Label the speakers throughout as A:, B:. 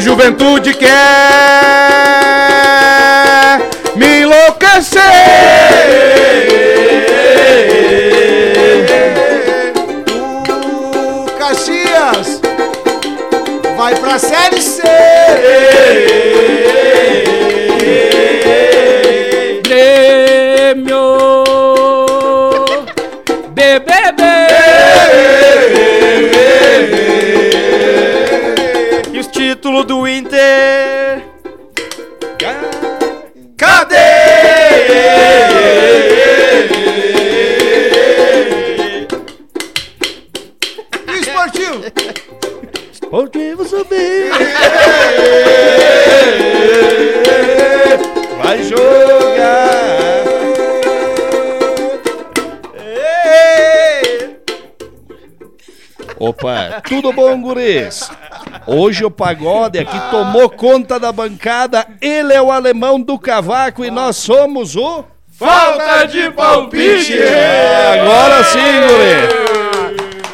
A: juventude quer me enlouquecer.
B: O Caxias vai pra Série C.
C: Grêmio! BBB! E os títulos do Inter?
B: E o esportivo?
C: Onde você subir? Vai jogar!
D: Opa, é tudo bom, guris? Hoje o pagode aqui tomou conta da bancada. Ele é o alemão do cavaco e nós somos o.
A: Falta de palpite.
D: É, agora sim, guri!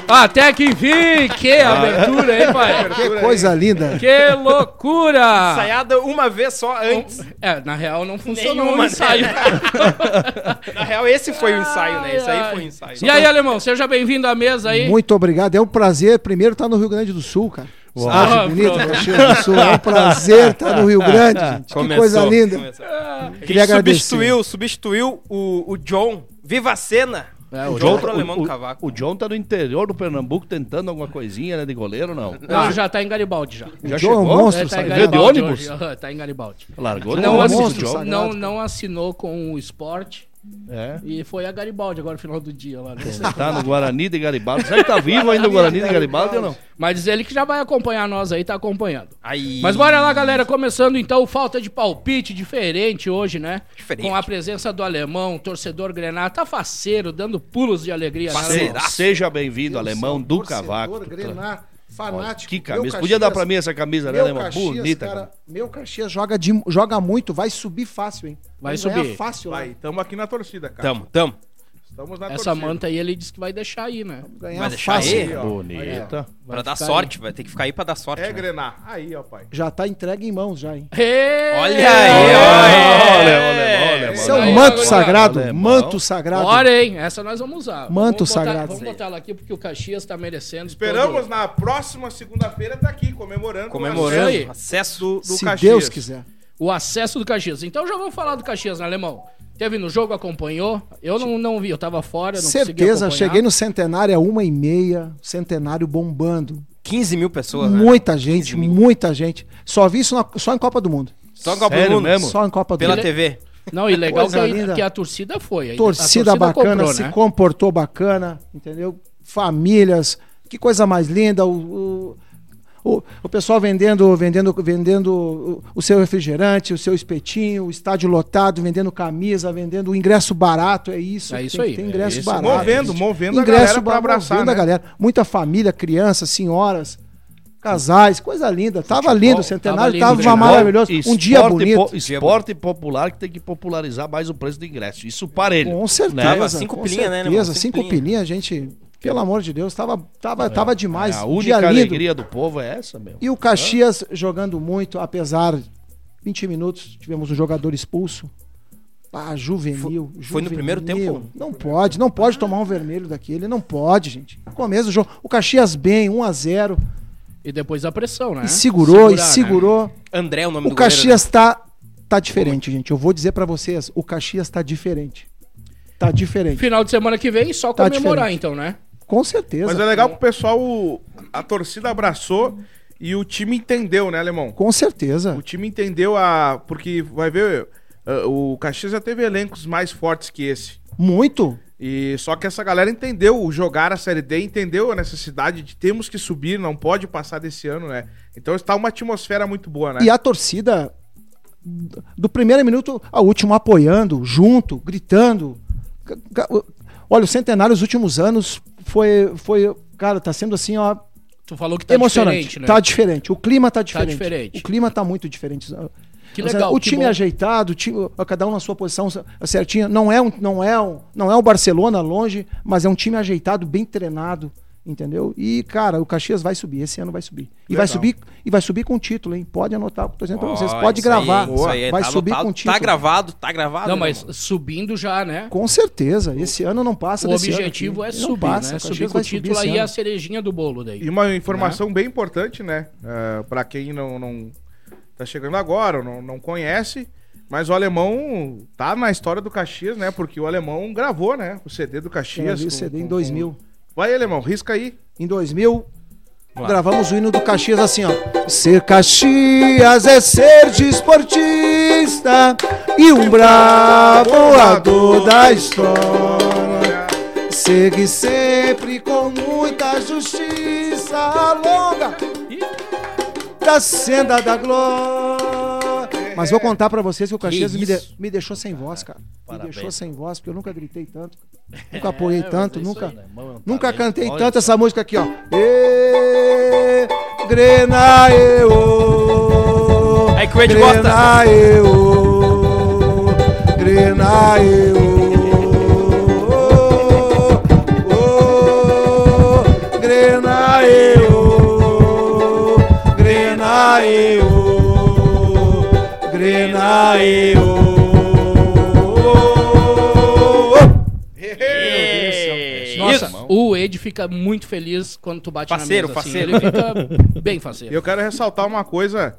E: Ah.
C: Até que enfim! Que abertura, hein, pai?
B: Que coisa linda.
C: Que loucura!
E: Ensaiada uma vez só antes.
C: É, na real não funcionou
E: Nenhuma,
C: o ensaio.
E: Na real, esse foi o ensaio, né? Esse aí foi o ensaio.
C: E aí, alemão, seja bem-vindo à mesa aí.
B: Muito obrigado. É um prazer, primeiro, estar no Rio Grande do Sul, cara. Cidade
C: Ah,
B: bonita,
C: pronto.
B: Caxias do Sul. É um prazer estar no Rio Grande, gente. que
E: Começou,
B: coisa linda.
E: começou. A gente
B: Queria agradecer.
E: substituiu, substituiu o, o John. Viva a cena!
C: É,
E: o
C: o
E: John
C: John-
E: pro alemão
D: o,
E: do cavaco.
D: o John tá no interior do Pernambuco tentando alguma coisinha, né, de goleiro, não?
C: Não, já tá em Garibaldi já.
D: Já
B: John é um
D: chegou?
B: monstro,
C: É, tá em
B: sabe?
D: Veio de
C: Garibaldi
D: ônibus?
C: hoje. Aham, Tá em Garibaldi.
D: Largou
C: Não,
D: não,
B: é monstro,
D: esse
C: assi-
D: John.
B: sabe?
C: não,
B: sagrado,
C: não assinou com o esporte
D: É.
C: e foi a Garibaldi agora, no final do dia lá. não sei.
D: Tá no Guarani de Garibaldi. Será que tá vivo ainda o Guarani de Garibaldi ou não?
C: Mas diz ele que já vai acompanhar nós aí, tá acompanhando.
E: Aí.
C: Mas bora lá, galera. Começando então, o falta de palpite diferente hoje, né?
E: Diferente.
C: Com a presença do alemão, torcedor grenar, tá faceiro, dando pulos de alegria. né,
E: Faceiro.
C: alemão?
D: Se- Seja bem-vindo, alemão do cavaco.
B: Grená, ah, fanático.
D: Que
B: Meu
D: camisa. Podia dar pra
B: Caxias-
D: mim essa camisa, né,
B: Meu
D: alemão?
B: Caxias,
D: Bonita.
B: cara,
D: cara.
B: Meu Caxias joga, de- joga muito, vai subir fácil, hein?
C: Vai
B: ganhar
C: subir.
B: fácil, né?
F: Vai,
B: vai.
F: tamo aqui na torcida, cara.
E: Tamo, tamo.
F: Estamos
B: Tá
F: na
C: Essa
F: torcida.
C: manta aí ele disse que vai deixar aí, né?
B: Ganhar
E: Vai deixar
B: fácil.
E: aí?
D: Bonita.
E: pra dar
C: ficar
E: sorte, vai ter que ficar aí pra dar
C: tá
E: sorte.
F: É
E: né?
F: grenar. Aí, ó, pai.
B: Já tá entregue em mãos, já, hein?
C: Ê!
E: Olha aí,
D: Olha, olha,
E: olha.
D: olha,
B: Esse é um
C: Aí,
B: manto
C: agora-
B: sagrado,
D: Alemão.
B: manto sagrado.
C: Bora, hein? Essa nós vamos usar.
B: Manto
C: vamos botar,
B: sagrado.
C: Vamos botar ela aqui porque o Caxias tá merecendo.
F: Esperamos
C: todo-
F: na próxima segunda-feira tá aqui comemorando. é
C: Comemorando.
F: o
C: Isso aí.
E: Comemorando. Acesso
F: acesso do
B: Se
F: Caxias.
B: Deus quiser.
C: o acesso do Caxias. Então já vou falar do Caxias, né, alemão? Teve no jogo, acompanhou? Eu não, não vi, eu tava fora, não
B: Certeza,
C: consegui acompanhar.
B: cheguei no centenário, é uma e meia, centenário bombando.
E: 15 mil pessoas, né?
B: Muita gente, muita gente. Só vi isso na- só em Copa do Mundo.
E: Só com a
D: Sério
E: Bruno.
D: mesmo?
B: Só em Copa do
E: Pela
B: Mundo.
E: TV.
C: Não, e legal que
B: Coisa
C: a,
B: linda.
C: que a torcida foi. aí.
B: Torcida,
C: a torcida
B: bacana,
C: comprou,
B: se
C: né?
B: comportou bacana, entendeu? Famílias, que coisa mais linda. O, o, o, o pessoal vendendo, vendendo, vendendo o, o seu refrigerante, o seu espetinho, o estádio lotado, vendendo camisa, vendendo o ingresso barato, é isso.
C: É isso
B: tem que
C: aí,
B: ter
C: é
B: ingresso
C: isso.
B: barato.
F: Movendo,
B: gente.
F: movendo a
B: ingresso
F: galera pra abraçar,
B: movendo a
F: né?
B: galera. Muita família, crianças, senhoras. Casais, coisa linda. Tava lindo, o centenário
C: tava
B: tava,
C: lindo,
D: Futebol,
B: maravilhoso. Um dia
D: esporte
B: bonito.
D: po- esporte popular que tem que popularizar mais o preço do ingresso. Isso para ele.
B: Com certeza.
D: Né?
E: Cinco
B: com
E: pilinha, né,
B: certeza.
E: irmão? Cinco
B: Cinco pilinha, gente. Pelo amor de Deus, tava, tava, tava demais.
E: é
D: a
B: um dia
D: única
B: lindo.
D: alegria do povo é essa, meu.
B: E o Caxias jogando muito, apesar. 20 minutos, tivemos um jogador expulso. Ah, juvenil.
E: foi no
B: juvenil.
E: primeiro tempo? Ah.
B: Não pode, não pode tomar um vermelho daquele. Não pode, gente. Começo do jogo. O Caxias bem, 1 a 0
C: E depois a pressão,
E: Ah,
C: né?
B: E segurou,
C: Segurar,
B: e
C: né?
B: segurou.
E: André é o nome
B: O
E: do goleiro,
B: Caxias tá, tá diferente, gente. Eu vou dizer pra vocês, o Caxias tá diferente. Tá diferente.
C: Final de semana que vem, só
B: Tá
C: comemorar,
B: diferente.
C: então, né?
B: Com certeza.
F: Mas é legal que o pessoal, o- a torcida abraçou e o time entendeu, né, alemão?
B: Com certeza.
F: O time entendeu a. Porque vai ver, uh, o Caxias já teve elencos mais fortes que esse.
B: Muito.
F: E só que essa galera entendeu o jogar a Série D, entendeu a necessidade de temos que subir, não pode passar desse ano, né? Então está uma atmosfera muito boa, né?
B: E a torcida, do primeiro minuto ao último, apoiando, junto, gritando. Ca- ca- Olha, o centenário, os últimos anos, foi. foi cara, tá sendo assim, ó.
C: Tu falou que tá
B: emocionante.
C: diferente, né?
B: Tá diferente. O clima tá diferente.
C: diferente.
B: O clima tá muito diferente.
C: Que
B: Ou seja,
C: legal,
B: o
C: que
B: time
C: bom.
B: ajeitado, o time, cada um na sua posição certinha. Não é um, não é um, não é o Barcelona longe, mas é um time ajeitado, bem treinado. Entendeu? E, cara, o Caxias vai subir, esse ano vai subir. E
F: Legal.
B: vai subir, e vai subir com título, hein? Pode anotar o que eu tô dizendo pra então vocês.
E: Ó,
B: Pode
E: isso aí,
B: gravar.
E: isso aí,
B: vai
E: tá
B: subir
E: anotado,
B: com título.
E: Tá gravado, tá gravado.
C: Não,
E: né,
C: mas
E: irmão?
C: subindo já, né?
B: Com certeza. Esse ano não passa
C: O
B: desse
C: objetivo
B: ano
C: é
B: aqui.
C: subir,
B: não
C: né?
B: passa. O Caxias
C: Subir com o
B: vai subir
C: título
B: esse
C: aí é a
B: ano.
C: cerejinha do bolo daí.
F: E uma informação bem importante, né? Ah, pra quem não, não tá chegando agora, ou não, não conhece, mas o alemão tá na história do Caxias, né? Porque o alemão gravou, né? O CD do
B: Eu
F: Caxias.
B: vi É, o
F: com-
B: CD
F: com-
B: em
F: com-
B: 2000.
F: Vai, alemão, risca aí.
B: Em 2000, gravamos o hino do Caxias assim, ó. Ser Caxias é ser desportista e um bravo ator da história. Segue sempre com muita justiça a longa da senda da glória. Mas vou contar pra vocês que o Caxias me, de-
E: É. isso?
B: me deixou sem voz, cara. Me
E: Parabéns.
B: deixou sem voz, porque eu nunca gritei tanto, nunca apoiei tanto, nunca...
E: Alemão é um
B: Nunca
E: talento.
B: cantei
E: Olha
B: tanto
E: só.
B: essa música aqui, ó. E, grena eu.
G: É que o Ed gosta.
B: Grena eu. Grena eu. Oh, grena eu. Grena eu. Grena eu.
C: Nossa, o Ed fica muito feliz quando tu bate
G: Faceiro,
C: na mesa. assim.
G: faceiro.
C: Ele fica bem
F: E
C: faceiro.
F: eu quero ressaltar uma coisa.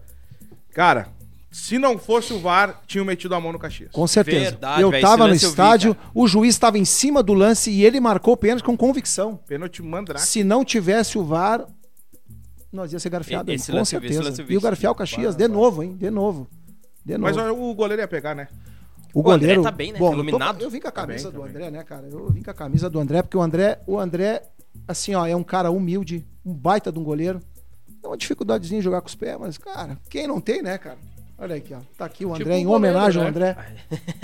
F: Cara, se não fosse o VAR, tinham metido a mão no Caxias.
B: Com certeza.
E: Verdade,
B: eu
E: velho, esse
B: tava no
E: lance eu vi,
B: estádio, o juiz estava em cima do lance e ele marcou o pênalti com convicção.
F: Pênalti
E: Tá?
F: mandrake.
B: Se não tivesse o VAR, nós ia ser garfiado.
E: Esse
B: com
E: lance eu vi, esse
B: certeza.
E: lance eu vi,
B: e o
E: esse
B: Garfial Caxias, de novo, hein? De novo. De novo.
F: Mas ó, o goleiro ia pegar, né?
B: o
E: André
B: goleiro.
E: tá bem, né?
B: Bom, eu tô-
E: Iluminado.
B: Eu, vim com a camisa
F: bem, tá
B: do André, né, cara? Eu vim com a camisa do André, porque o André, o André, assim, ó, é um cara humilde, um baita de um goleiro. É uma dificuldadezinha jogar com os pés, mas, cara, quem não tem, né, cara? Olha aqui, ó. Tá aqui o André,
C: Tipo
B: em
C: o goleiro,
B: homenagem
C: né?
B: ao André.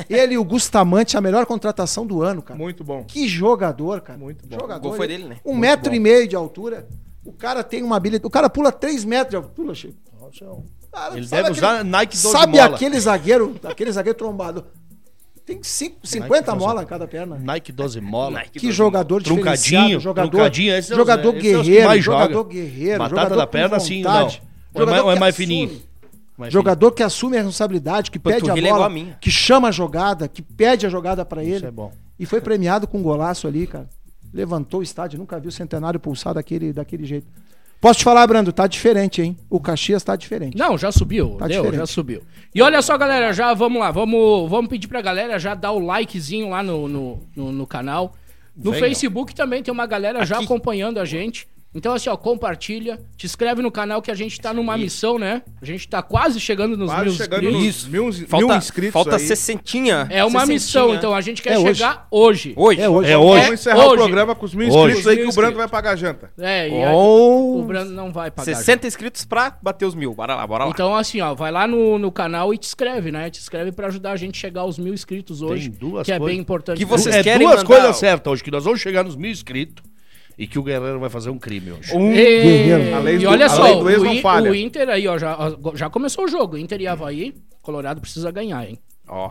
B: Ele e o Bustamante, a melhor contratação do ano, cara.
F: Muito bom.
B: Que jogador, cara.
F: Muito bom.
B: Jogador.
E: O gol foi dele, né?
B: Um metro e meio de altura. O cara tem uma habilidade. O cara pula três metros de altura, Chico. Nossa, é um- Cara,
E: Ele
B: sabe
E: deve
B: aquele-
E: usar Nike 12
B: Sabe
E: mola.
B: aquele zagueiro, aquele zagueiro trombado? Tem
H: É
B: cinco, 50 molas em cada perna.
H: Nike 12 mola.
E: Nike
B: Que jogador
H: Truncadinho,
B: diferenciado, jogador,
H: truncadinho, esses são os-
B: jogador
H: esses são os que
B: guerreiro,
H: mais joga.
B: jogador guerreiro,
H: Batata
B: jogador
H: da
B: com
H: perna, sim,
B: vontade,
H: não. Ou é mais-
B: jogador
H: ou é
B: que
H: mais
B: assume,
H: fininho? Mas, enfim,
B: Jogador que assume a responsabilidade, que pede a
E: Panturrilha é igual
B: bola,
E: a minha.
B: que chama a jogada, que pede a jogada pra ele.
H: Isso é bom.
B: E foi premiado com um golaço ali, cara. Levantou o estádio, nunca viu o centenário pulsar daquele, daquele jeito. Posso te falar, Brando, tá diferente, hein? O Caxias tá diferente.
C: Não, já subiu.
B: Tá
C: deu,
B: diferente.
C: já subiu. E olha só, galera, já vamos lá. Vamos, vamos pedir pra galera já dar o likezinho lá no, no, no- no canal. No
H: Venham.
C: Facebook também tem uma galera já acompanhando a gente. Então, assim, ó, compartilha, te inscreve no canal que a gente tá numa missão, né? A gente tá quase chegando nos
F: Quase
C: mil
F: chegando
C: inscritos.
F: nos mil, mil
E: Falta,
F: inscritos
E: falta
F: aí.
E: sessentinha.
C: É uma missão,
E: sessentinha.
C: então. A gente quer
B: É hoje.
C: chegar hoje.
E: um, né? Hoje.
B: É hoje.
H: É
F: Vamos
H: hoje.
F: encerrar
C: hoje.
F: o programa com os mil
H: Hoje.
F: inscritos aí
C: Mil
F: que o Brando vai pagar a janta.
C: É, e aí, o
E: Com
C: Brando não vai pagar.
E: 60 inscritos pra bater os mil. Bora lá, bora lá.
C: Então, assim, ó, vai lá no, no canal e te inscreve, né? Te inscreve pra ajudar a gente a chegar aos mil inscritos hoje.
H: duas
C: que é
H: coisas.
C: bem importante.
E: Que vocês
H: é
E: querem
H: duas
E: mandar
H: coisas
D: um-
E: o-
H: certas hoje, que nós vamos chegar nos mil inscritos e que o Guerreiro vai fazer um crime hoje.
C: E,
B: guerreiro.
F: A lei
C: e
F: do-
C: olha
F: a
C: só,
F: lei do ex
C: o,
F: não
C: I-
F: falha.
C: o Inter aí, ó, já, ó, já começou o jogo. Inter e Havaí, Colorado precisa ganhar, hein?
E: Ó,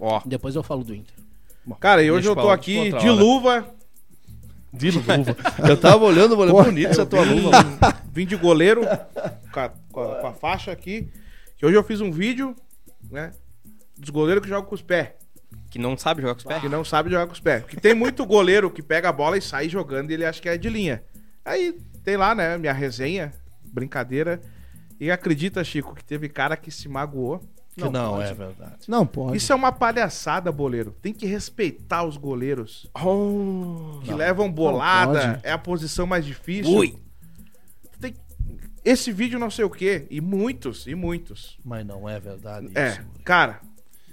E: ó.
C: Depois eu falo do Inter.
F: Cara, e hoje
H: Deixa
F: eu
H: pra
F: tô
H: outra-
F: aqui
H: outra
F: de
H: hora.
F: luva,
H: De luva. Eu tava olhando, falei, bonito essa tua luva.
F: vim de goleiro, com a, com a- com a faixa aqui. E hoje eu fiz um vídeo, né? Dos goleiros que jogam com os pés.
E: Que não sabe jogar com os pés.
F: Que não sabe jogar com os pés. Porque tem muito goleiro que pega a bola e sai jogando e ele acha que é de linha. Aí tem lá, né, minha resenha, brincadeira. E acredita, Chico, que teve cara que se magoou.
H: Que não, é verdade.
B: Não pode.
F: Isso é uma palhaçada, boleiro. Tem que respeitar os goleiros. que levam
B: Não
F: bolada,
B: pode.
F: é a posição mais difícil.
E: Ui.
F: Tem- Esse vídeo não sei o quê. E muitos, e muitos.
H: Mas não é verdade isso.
F: É, cara.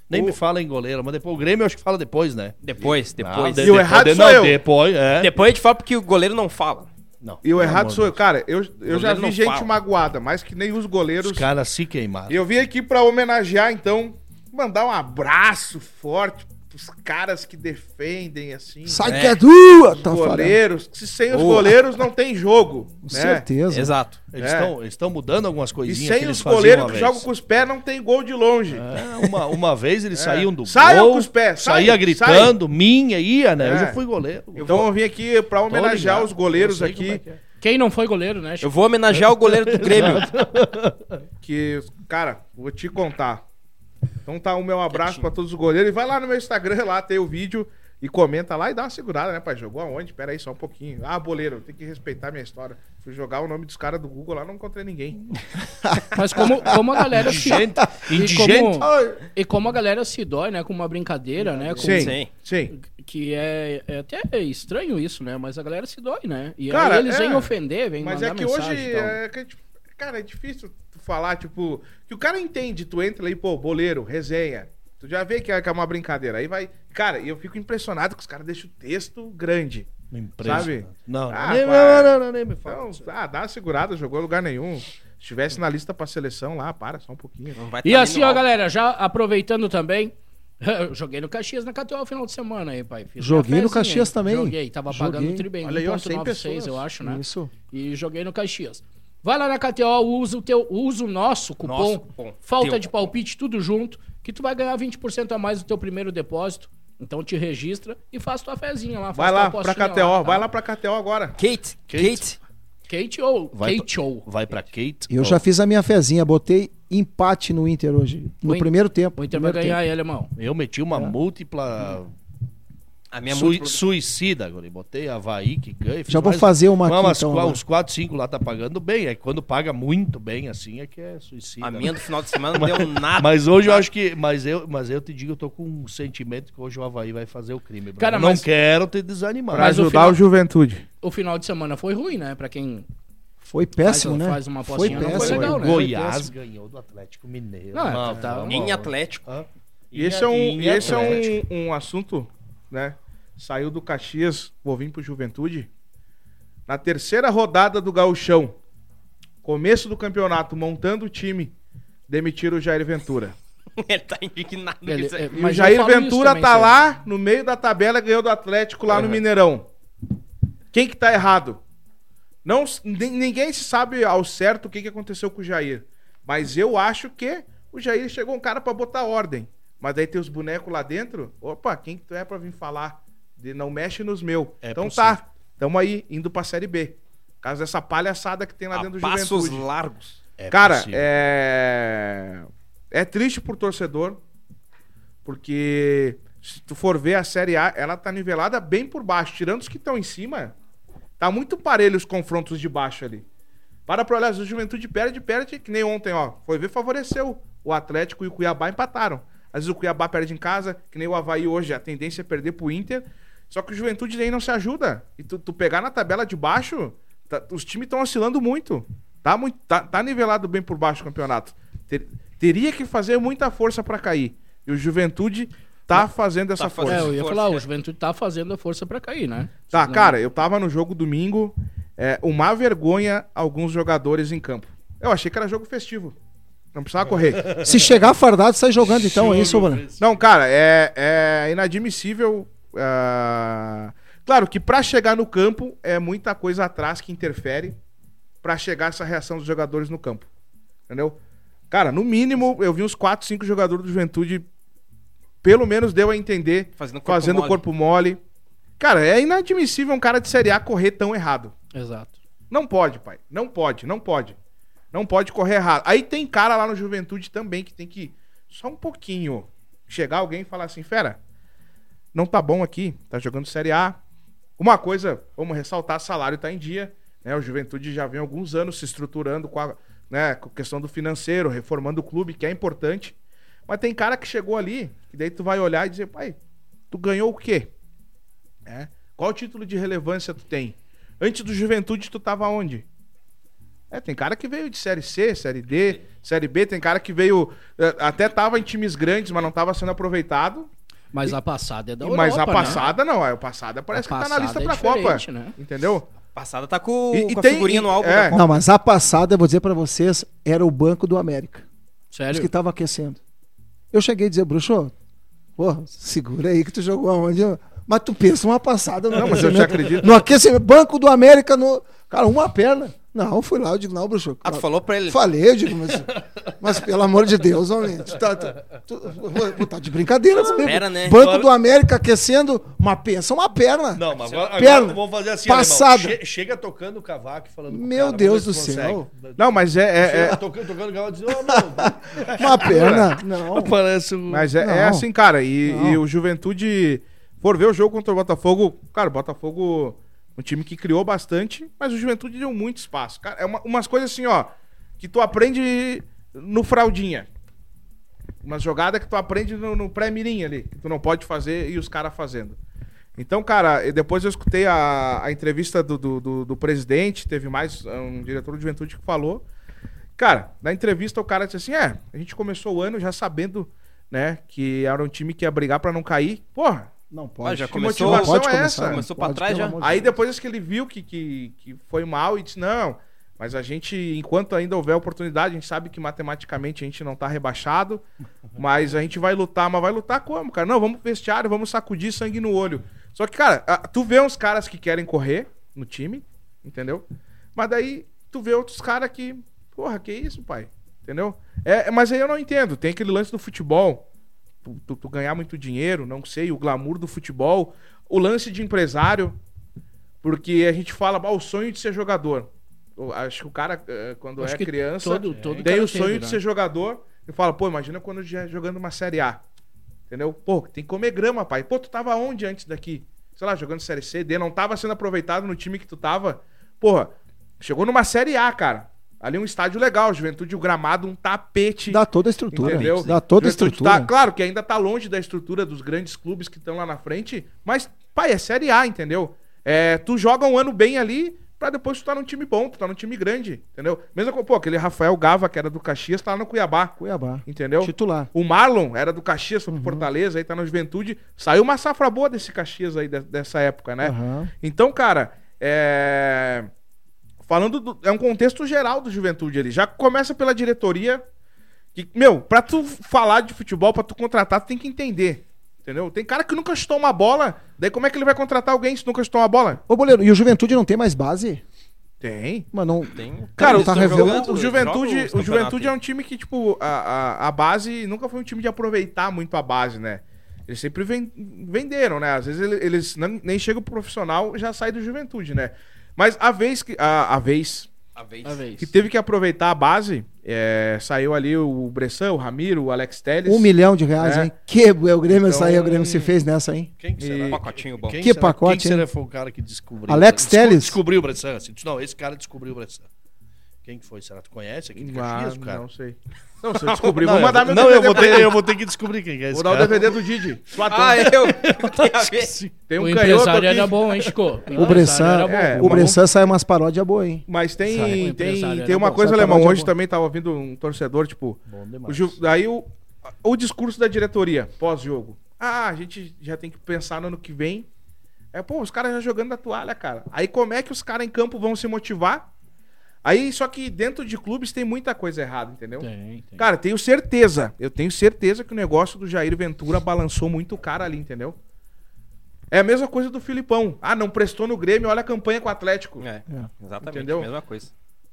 H: Nem me fala em goleiro, mas depois o Grêmio eu acho que fala depois, né?
D: Ah,
E: Depois, depois.
H: Não,
F: E o errado
H: de-
F: sou
H: não,
F: eu.
H: Depois, é.
E: Depois a gente fala porque o goleiro não fala.
H: Não,
F: E o
H: pelo
F: errado
H: amor
F: sou eu.
H: de
F: Cara, eu, eu já
E: Goleiro
F: vi
E: não
F: gente
E: fala.
F: magoada, mas que nem os goleiros.
H: Deus. Os caras se queimaram.
F: E eu vim aqui pra homenagear, então, mandar um abraço forte pro os caras que defendem, assim.
B: Sai
E: É.
B: que é tua,
F: os
B: Tafarel.
F: goleiros. Se sem os
H: Boa.
F: goleiros não tem jogo.
B: Com
F: né?
B: certeza.
E: Exato.
H: Eles
F: É.
H: estão mudando algumas
F: E
H: coisinhas. que
F: sem
H: eles
F: os
H: faziam
F: goleiros
H: uma
F: que
H: vez.
F: jogam com os pés não tem gol de longe.
H: É, uma, uma vez eles
F: É.
H: saíam do
F: Saiam
H: gol,
F: com os pés, saiam,
H: saía gritando, minha, ia, né? Eu
F: É.
H: já fui goleiro.
F: Então eu vim aqui pra homenagear
H: ligado.
F: os goleiros
H: Eu sei como
F: aqui.
H: é que é.
C: Quem não foi goleiro, né?
E: Eu vou homenagear o goleiro do Grêmio.
F: Que, cara, vou te contar. Então tá o meu abraço pra todos os goleiros. E vai lá no meu Instagram, lá tem o vídeo. E comenta lá e dá uma segurada, né, pai? Jogou aonde? Pera aí só um pouquinho. Ah, boleiro, tem que respeitar a minha história. Fui jogar o nome dos caras do Google lá, não encontrei ninguém.
C: Mas como, como a galera se...
H: Indigente,
C: E
H: indigente.
C: como, e como a galera se dói, né? Com uma brincadeira, né? Com,
F: Sim, sim.
E: sim.
C: Que é, é até estranho isso, né? Mas a galera se dói, né? E
F: Cara,
C: aí eles
F: é.
C: vêm ofender, vêm
F: Mas
C: mandar
F: é que
C: mensagem
F: hoje,
C: e
H: então?
C: tal.
F: é que a gente- cara, é difícil tu falar, tipo, que o cara entende, tu entra ali, pô, boleiro, resenha. Tu já vê que é que é uma brincadeira. Aí vai. Cara, e eu fico impressionado que os caras deixam o texto grande.
H: Empresa.
F: Sabe?
H: Não,
F: Ah,
H: nem,
F: pá.
H: não, não, não, nem me fala.
F: Então, ah, dá uma segurada, jogou em lugar nenhum. Se estivesse na lista pra seleção lá, para só um pouquinho.
E: Não vai
C: E
E: tá
C: assim,
E: vindo
C: ó,
E: mal.
C: galera, já aproveitando também. eu Joguei no Caxias na KTO o final de semana aí, pai. Fiz
B: Joguei
C: uma
B: no
C: fezinha
B: Caxias
C: aí.
B: também.
C: Joguei, tava pagando
B: Joguei.
C: o Tribem,
F: Olha aí, ó,
C: 1.96,
F: 100
C: eu
F: pessoas.
C: acho, né?
B: Isso.
C: E joguei no Caxias. Vai lá na KTO, usa o teu, usa o nosso cupom,
E: Nosso cupom.
C: falta
E: Teu
C: de palpite, tudo junto, que tu vai ganhar 20% a mais do teu primeiro depósito. Então te registra e faz tua fezinha lá. faz
F: Vai
C: tua
F: lá pra
C: apostinha
F: KTO,
C: tá?
F: vai lá pra KTO agora.
E: Kate, Kate.
C: Kate ou
H: Vai pra-
C: Kate ou.
H: Vai pra Kate.
B: Eu já fiz a minha fezinha, botei empate no Inter hoje, no
C: O In-
B: primeiro tempo.
C: O Inter vai
B: primeiro
C: ganhar ele, irmão.
H: Eu meti
B: É.
H: uma múltipla
E: A minha
H: sui-
E: múltipla-
H: suicida, guri. Botei Havaí que ganha. fiz
B: Já vou
H: mais-
B: fazer uma aqui,
H: umas
B: então,
H: qua-
B: né?
H: Uns 4, 5 lá tá pagando bem. É que quando paga muito bem, assim, é que é suicida.
E: A
H: né?
E: minha tá- do final de semana não deu nada.
H: Mas hoje eu acho que. Mas eu, mas eu te digo, eu tô com um sentimento que hoje o Havaí vai fazer o crime. Bruno.
C: Cara,
H: Eu não
C: mas-
H: quero te desanimar.
F: Pra
C: Mas o
F: ajudar
C: final-
F: o Juventude.
C: O final de semana foi ruim, né? Pra quem
B: tempo. Foi péssimo,
C: faz, um-
B: né?
C: faz uma
B: foi
C: apostinha, não
B: péssimo.
C: foi legal,
H: o
C: né?
H: Goiás ganhou do Atlético Mineiro.
C: Não,
H: Não,
C: tá-
H: vamos-
E: Em Atlético.
H: Hã?
F: E esse é um,
H: Em
F: e esse é
H: Atlético.
F: um, um assunto, né? Saiu do Caxias, vou vir pro Juventude. Na terceira rodada do Gauchão, começo do campeonato, montando o time, demitiram o Jair Ventura.
E: Ele tá indignado com
C: Ele-
E: isso aí.
C: é- mas
F: E o
C: eu
F: Jair
C: falo isso
F: Ventura
C: também,
F: tá
C: sabe?
F: lá, no meio da tabela, ganhou do Atlético lá no Mineirão. Quem que tá errado? Não, s- nin- ninguém se sabe ao certo o que, que aconteceu com o Jair. Mas eu acho que o Jair chegou um cara pra botar ordem. Mas daí tem os bonecos lá dentro. Opa, quem que tu é pra vir falar? De não mexe nos meu.
H: É
F: então
H: possível.
F: tá, tamo aí, indo pra Série B. Por causa dessa palhaçada que tem lá
E: A
F: dentro do
E: passos
F: Juventude.
E: largos.
H: É
F: Cara,
H: possível.
F: é... é triste pro torcedor, porque se tu for ver a Série A, ela tá nivelada bem por baixo, tirando os que estão em cima. Tá muito parelho os confrontos de baixo ali. Para pro olhar, o Juventude perde, perde, que nem ontem, ó. Foi ver, favoreceu. O Atlético e o Cuiabá empataram. Às vezes o Cuiabá perde em casa, que nem o Havaí hoje, a tendência é perder pro Inter. Só que o Juventude daí não se ajuda. E tu, tu pegar na tabela de baixo, tá- os times estão oscilando muito. Tá, muito tá, tá nivelado bem por baixo o campeonato. Ter- teria que fazer muita força pra cair. E o Juventude tá fazendo essa
E: fazendo.
F: força.
C: É, eu ia
E: Força.
C: falar, o Juventude tá fazendo a força pra cair, né?
F: Tá,
C: Não-
F: cara, eu tava no jogo domingo, é, uma vergonha alguns jogadores em campo. Eu achei que era jogo festivo. Não precisava correr.
B: Se chegar fardado, sai jogando então, é isso, mano?
F: Não, cara, é, é inadmissível. ah, Claro que pra chegar no campo é muita coisa atrás que interfere pra chegar essa reação dos jogadores no campo. Entendeu? Cara, no mínimo, eu vi uns 4, 5 jogadores do Juventude, pelo menos deu a entender,
E: Fazendo corpo
F: fazendo
E: mole.
F: corpo mole. Cara, é inadmissível um cara de Série A correr tão errado.
C: Exato.
F: Não pode, pai. Não pode, não pode. Não pode correr errado. Aí tem cara lá no Juventude também que tem que só um pouquinho chegar alguém e falar assim, fera, não tá bom aqui, tá jogando Série A. Uma coisa, vamos ressaltar, salário tá em dia, né? O Juventude já vem há alguns anos se estruturando com a, né, com a questão do financeiro, reformando o clube, que é importante. Mas tem cara que chegou ali, que daí tu vai olhar e dizer, pai, tu ganhou o quê? É. Qual título de relevância tu tem? Antes do Juventude, tu tava onde? É, tem cara que veio de Série C, Série D, Série B, tem cara que veio. eh, Até tava em times grandes, mas não tava sendo aproveitado.
C: Mas a passada é da
F: mas
C: Europa,
F: a
C: né?
F: passada não, é, a passada
C: A
F: parece que tá na
C: passada
F: lista
C: é
F: pra Copa.
C: diferente, né?
F: Entendeu?
E: Passada tá com,
F: E- e
E: com
F: tem-
E: a figurinha no álbum.
F: é.
E: da Copa.
B: Não, mas a passada, eu vou dizer pra vocês, era o Banco do América. Os
F: é
C: Sério?
B: que estavam aquecendo. Eu cheguei a dizer, bruxo, Pô, segura aí que tu jogou aonde? ó. Mas tu pensa uma passada no
F: Não, mas eu te
B: aquecimento.
F: acredito.
B: No aquecimento, Banco do América, no... cara, uma perna. Não, eu fui lá, eu digo, não, bruxo.
E: Ah, tu falou pra ele.
B: Falei, eu digo, mas, mas pelo amor de Deus, homem. Tu tá, tu, tu- tu tá de brincadeira comigo.
E: Pera, né?
B: Banco do América aquecendo, uma pensa, uma perna.
H: Não, mas agora,
B: Perna.
H: agora vamos fazer assim,
B: Passada.
H: alemão. Che- chega tocando o cavaco e falando. com o
B: Meu
H: cara,
B: Deus
H: vamos ver
B: do
H: se
B: céu.
H: consegue.
F: Não, mas é. é- é-
H: Chega tocando, tocando o cavaco e diz, "Ô, meu,
B: Uma perna. Não.
H: parece um...
F: Mas é,
B: Não.
F: é assim, cara. E,
B: Não.
F: e o Juventude. For ver o jogo contra o Botafogo. Cara, o Botafogo. Um time que criou bastante, mas o Juventude deu muito espaço. Cara, é uma- umas coisas assim, ó. Que tu aprende no fraldinha. Uma jogada que tu aprende no, no pré-mirim ali. Que tu não pode fazer e os caras fazendo. Então, cara, e depois eu escutei a, a entrevista do, do, do- do presidente, teve mais é, um diretor de juventude que falou. Cara, na entrevista o cara disse assim: é, a gente começou o ano já sabendo, né, que era um time que ia brigar pra não cair. Porra,
B: Não pode.
E: Ah, já
F: que
E: começou,
F: motivação
B: Pode
F: é
B: começar,
F: essa?
B: não
E: Começou pra
B: pode,
E: trás
B: pelo
E: já?
B: amor de
F: Aí
B: Deus.
F: depois que ele viu que, que, que foi mal e disse, não, mas a gente, enquanto ainda houver oportunidade, a gente sabe que matematicamente a gente não tá rebaixado, mas a gente vai lutar, mas vai lutar como, cara? Não, vamos pro vestiário, vamos sacudir sangue no olho. Só que, cara, a- tu vê uns caras que querem correr no time, entendeu? Mas daí tu vê outros caras que, porra, que isso, pai? Entendeu? É, é- mas aí eu não entendo, tem aquele lance do futebol, tu, tu- tu ganhar muito dinheiro, não sei, o glamour do futebol, o lance de empresário, porque a gente fala, "Bah, o sonho de ser jogador. Eu acho que o cara, eh, quando
C: Acho
F: é
C: que
F: criança,
C: todo- todo
F: tem
C: cara
F: o sonho
C: teve,
F: de
C: né?
F: ser jogador e fala, pô, imagina quando eu já é jogando uma Série A. Entendeu? Pô, tem que comer grama, pai. Pô, tu tava onde antes daqui? Sei lá, jogando Série C, D, não tava sendo aproveitado no time que tu tava. Porra, chegou numa Série A, cara. Ali um estádio legal, Juventude, o gramado, um tapete.
B: Dá toda a estrutura.
F: Entendeu?
B: Dá toda a
F: Juventude
B: estrutura.
F: tá- claro que ainda tá longe da estrutura dos grandes clubes que estão lá na frente, mas, pai, é Série A, entendeu? É, tu joga um ano bem ali pra depois tu tá num time bom, tu tá num time grande, entendeu? Mesmo com, pô, aquele Rafael Gava, que era do Caxias, tá lá no Cuiabá,
B: Cuiabá.
F: entendeu?
B: Titular.
F: O Marlon era do Caxias,
B: Uhum.
F: foi pro Fortaleza, aí tá na Juventude. Saiu uma safra boa desse Caxias aí, de- dessa época, né?
B: Aham.
F: Então, cara, é... Falando do... É um contexto geral do Juventude ali. Já começa pela diretoria. Que, meu, pra tu falar de futebol, pra tu contratar, tu tem que entender. Entendeu? Tem cara que nunca chutou uma bola. Daí como é que ele vai contratar alguém se nunca chutou uma bola?
B: Ô, Boleiro, e o Juventude não tem mais base?
F: Tem.
B: Mano, não...
E: Tem. um
F: Cara,
B: Não
F: o,
B: tá
F: o-
B: revelando?
F: o
E: Joga
F: Juventude,
E: os
F: o Juventude
E: campeonatos.
F: é um time que, tipo, a, a, a base nunca foi um time de aproveitar muito a base, né? Eles sempre ven- venderam, né? Às vezes ele- eles não- nem chegam pro profissional já sai do Juventude, né? Mas a vez que. A, a vez
E: A vez.
C: Uma vez.
F: que teve que aproveitar a base, é, saiu ali o Bressan, o Ramiro, o Alex Telles.
B: um milhão de reais,
F: É.
B: hein? Que o Grêmio
H: Então-
B: saiu, o Grêmio se fez nessa, hein?
H: Quem que será?
E: E- Pacotinho bom.
H: Quem
B: Que
H: será-
B: pacote,
H: Quem será foi o cara que descobriu?
B: Alex
H: Desco-
B: Telles?
H: Descobriu o Bressan. Assim. Disse, Não, esse cara descobriu o Bressan. Quem que foi? Será que tu conhece aqui de
F: Ah,
H: Caxias, o cara?
F: não sei. Não, se eu descobrir, vou
H: eu
F: mandar
H: vou-
F: meu
H: não, eu
F: DVD
H: vou,
F: pra
H: ter,
F: ele.
H: eu vou ter que descobrir quem é esse
F: Vou dar o
H: cara.
F: DVD do Didi.
E: Ah,
F: um.
E: eu? Tem a ver.
F: Tem um
C: o
F: canhoto
B: é
C: empresário
F: aqui.
C: era bom, hein, Chico?
B: O Bressan,
F: É,
B: o
F: mas
B: Bressan sai umas paródias boas, hein?
F: Mas
C: Sai. O
F: tem, tem,
C: empresário
F: tem
C: era
F: uma
C: bom,
F: coisa,
B: sai pra
F: Alemão.
B: lá é de
F: Hoje
B: boa.
F: também tava ouvindo um torcedor, tipo.
H: Bom
F: o
H: demais.
F: ju- daí o, o discurso da diretoria, pós-jogo. Ah, a gente já tem que pensar no ano que vem. É, pô, os caras já jogando a toalha, cara. Aí como é que os caras em campo vão se motivar? Aí, só que dentro de clubes tem muita coisa errada, entendeu?
C: Tem, tem.
F: Cara, tenho certeza. Eu tenho certeza que o negócio do Jair Ventura balançou muito o cara ali, entendeu? É a mesma coisa do Filipão. Ah, não prestou no Grêmio, olha a campanha com o Atlético.
E: É, exatamente.
F: Entendeu?
E: Mesma coisa.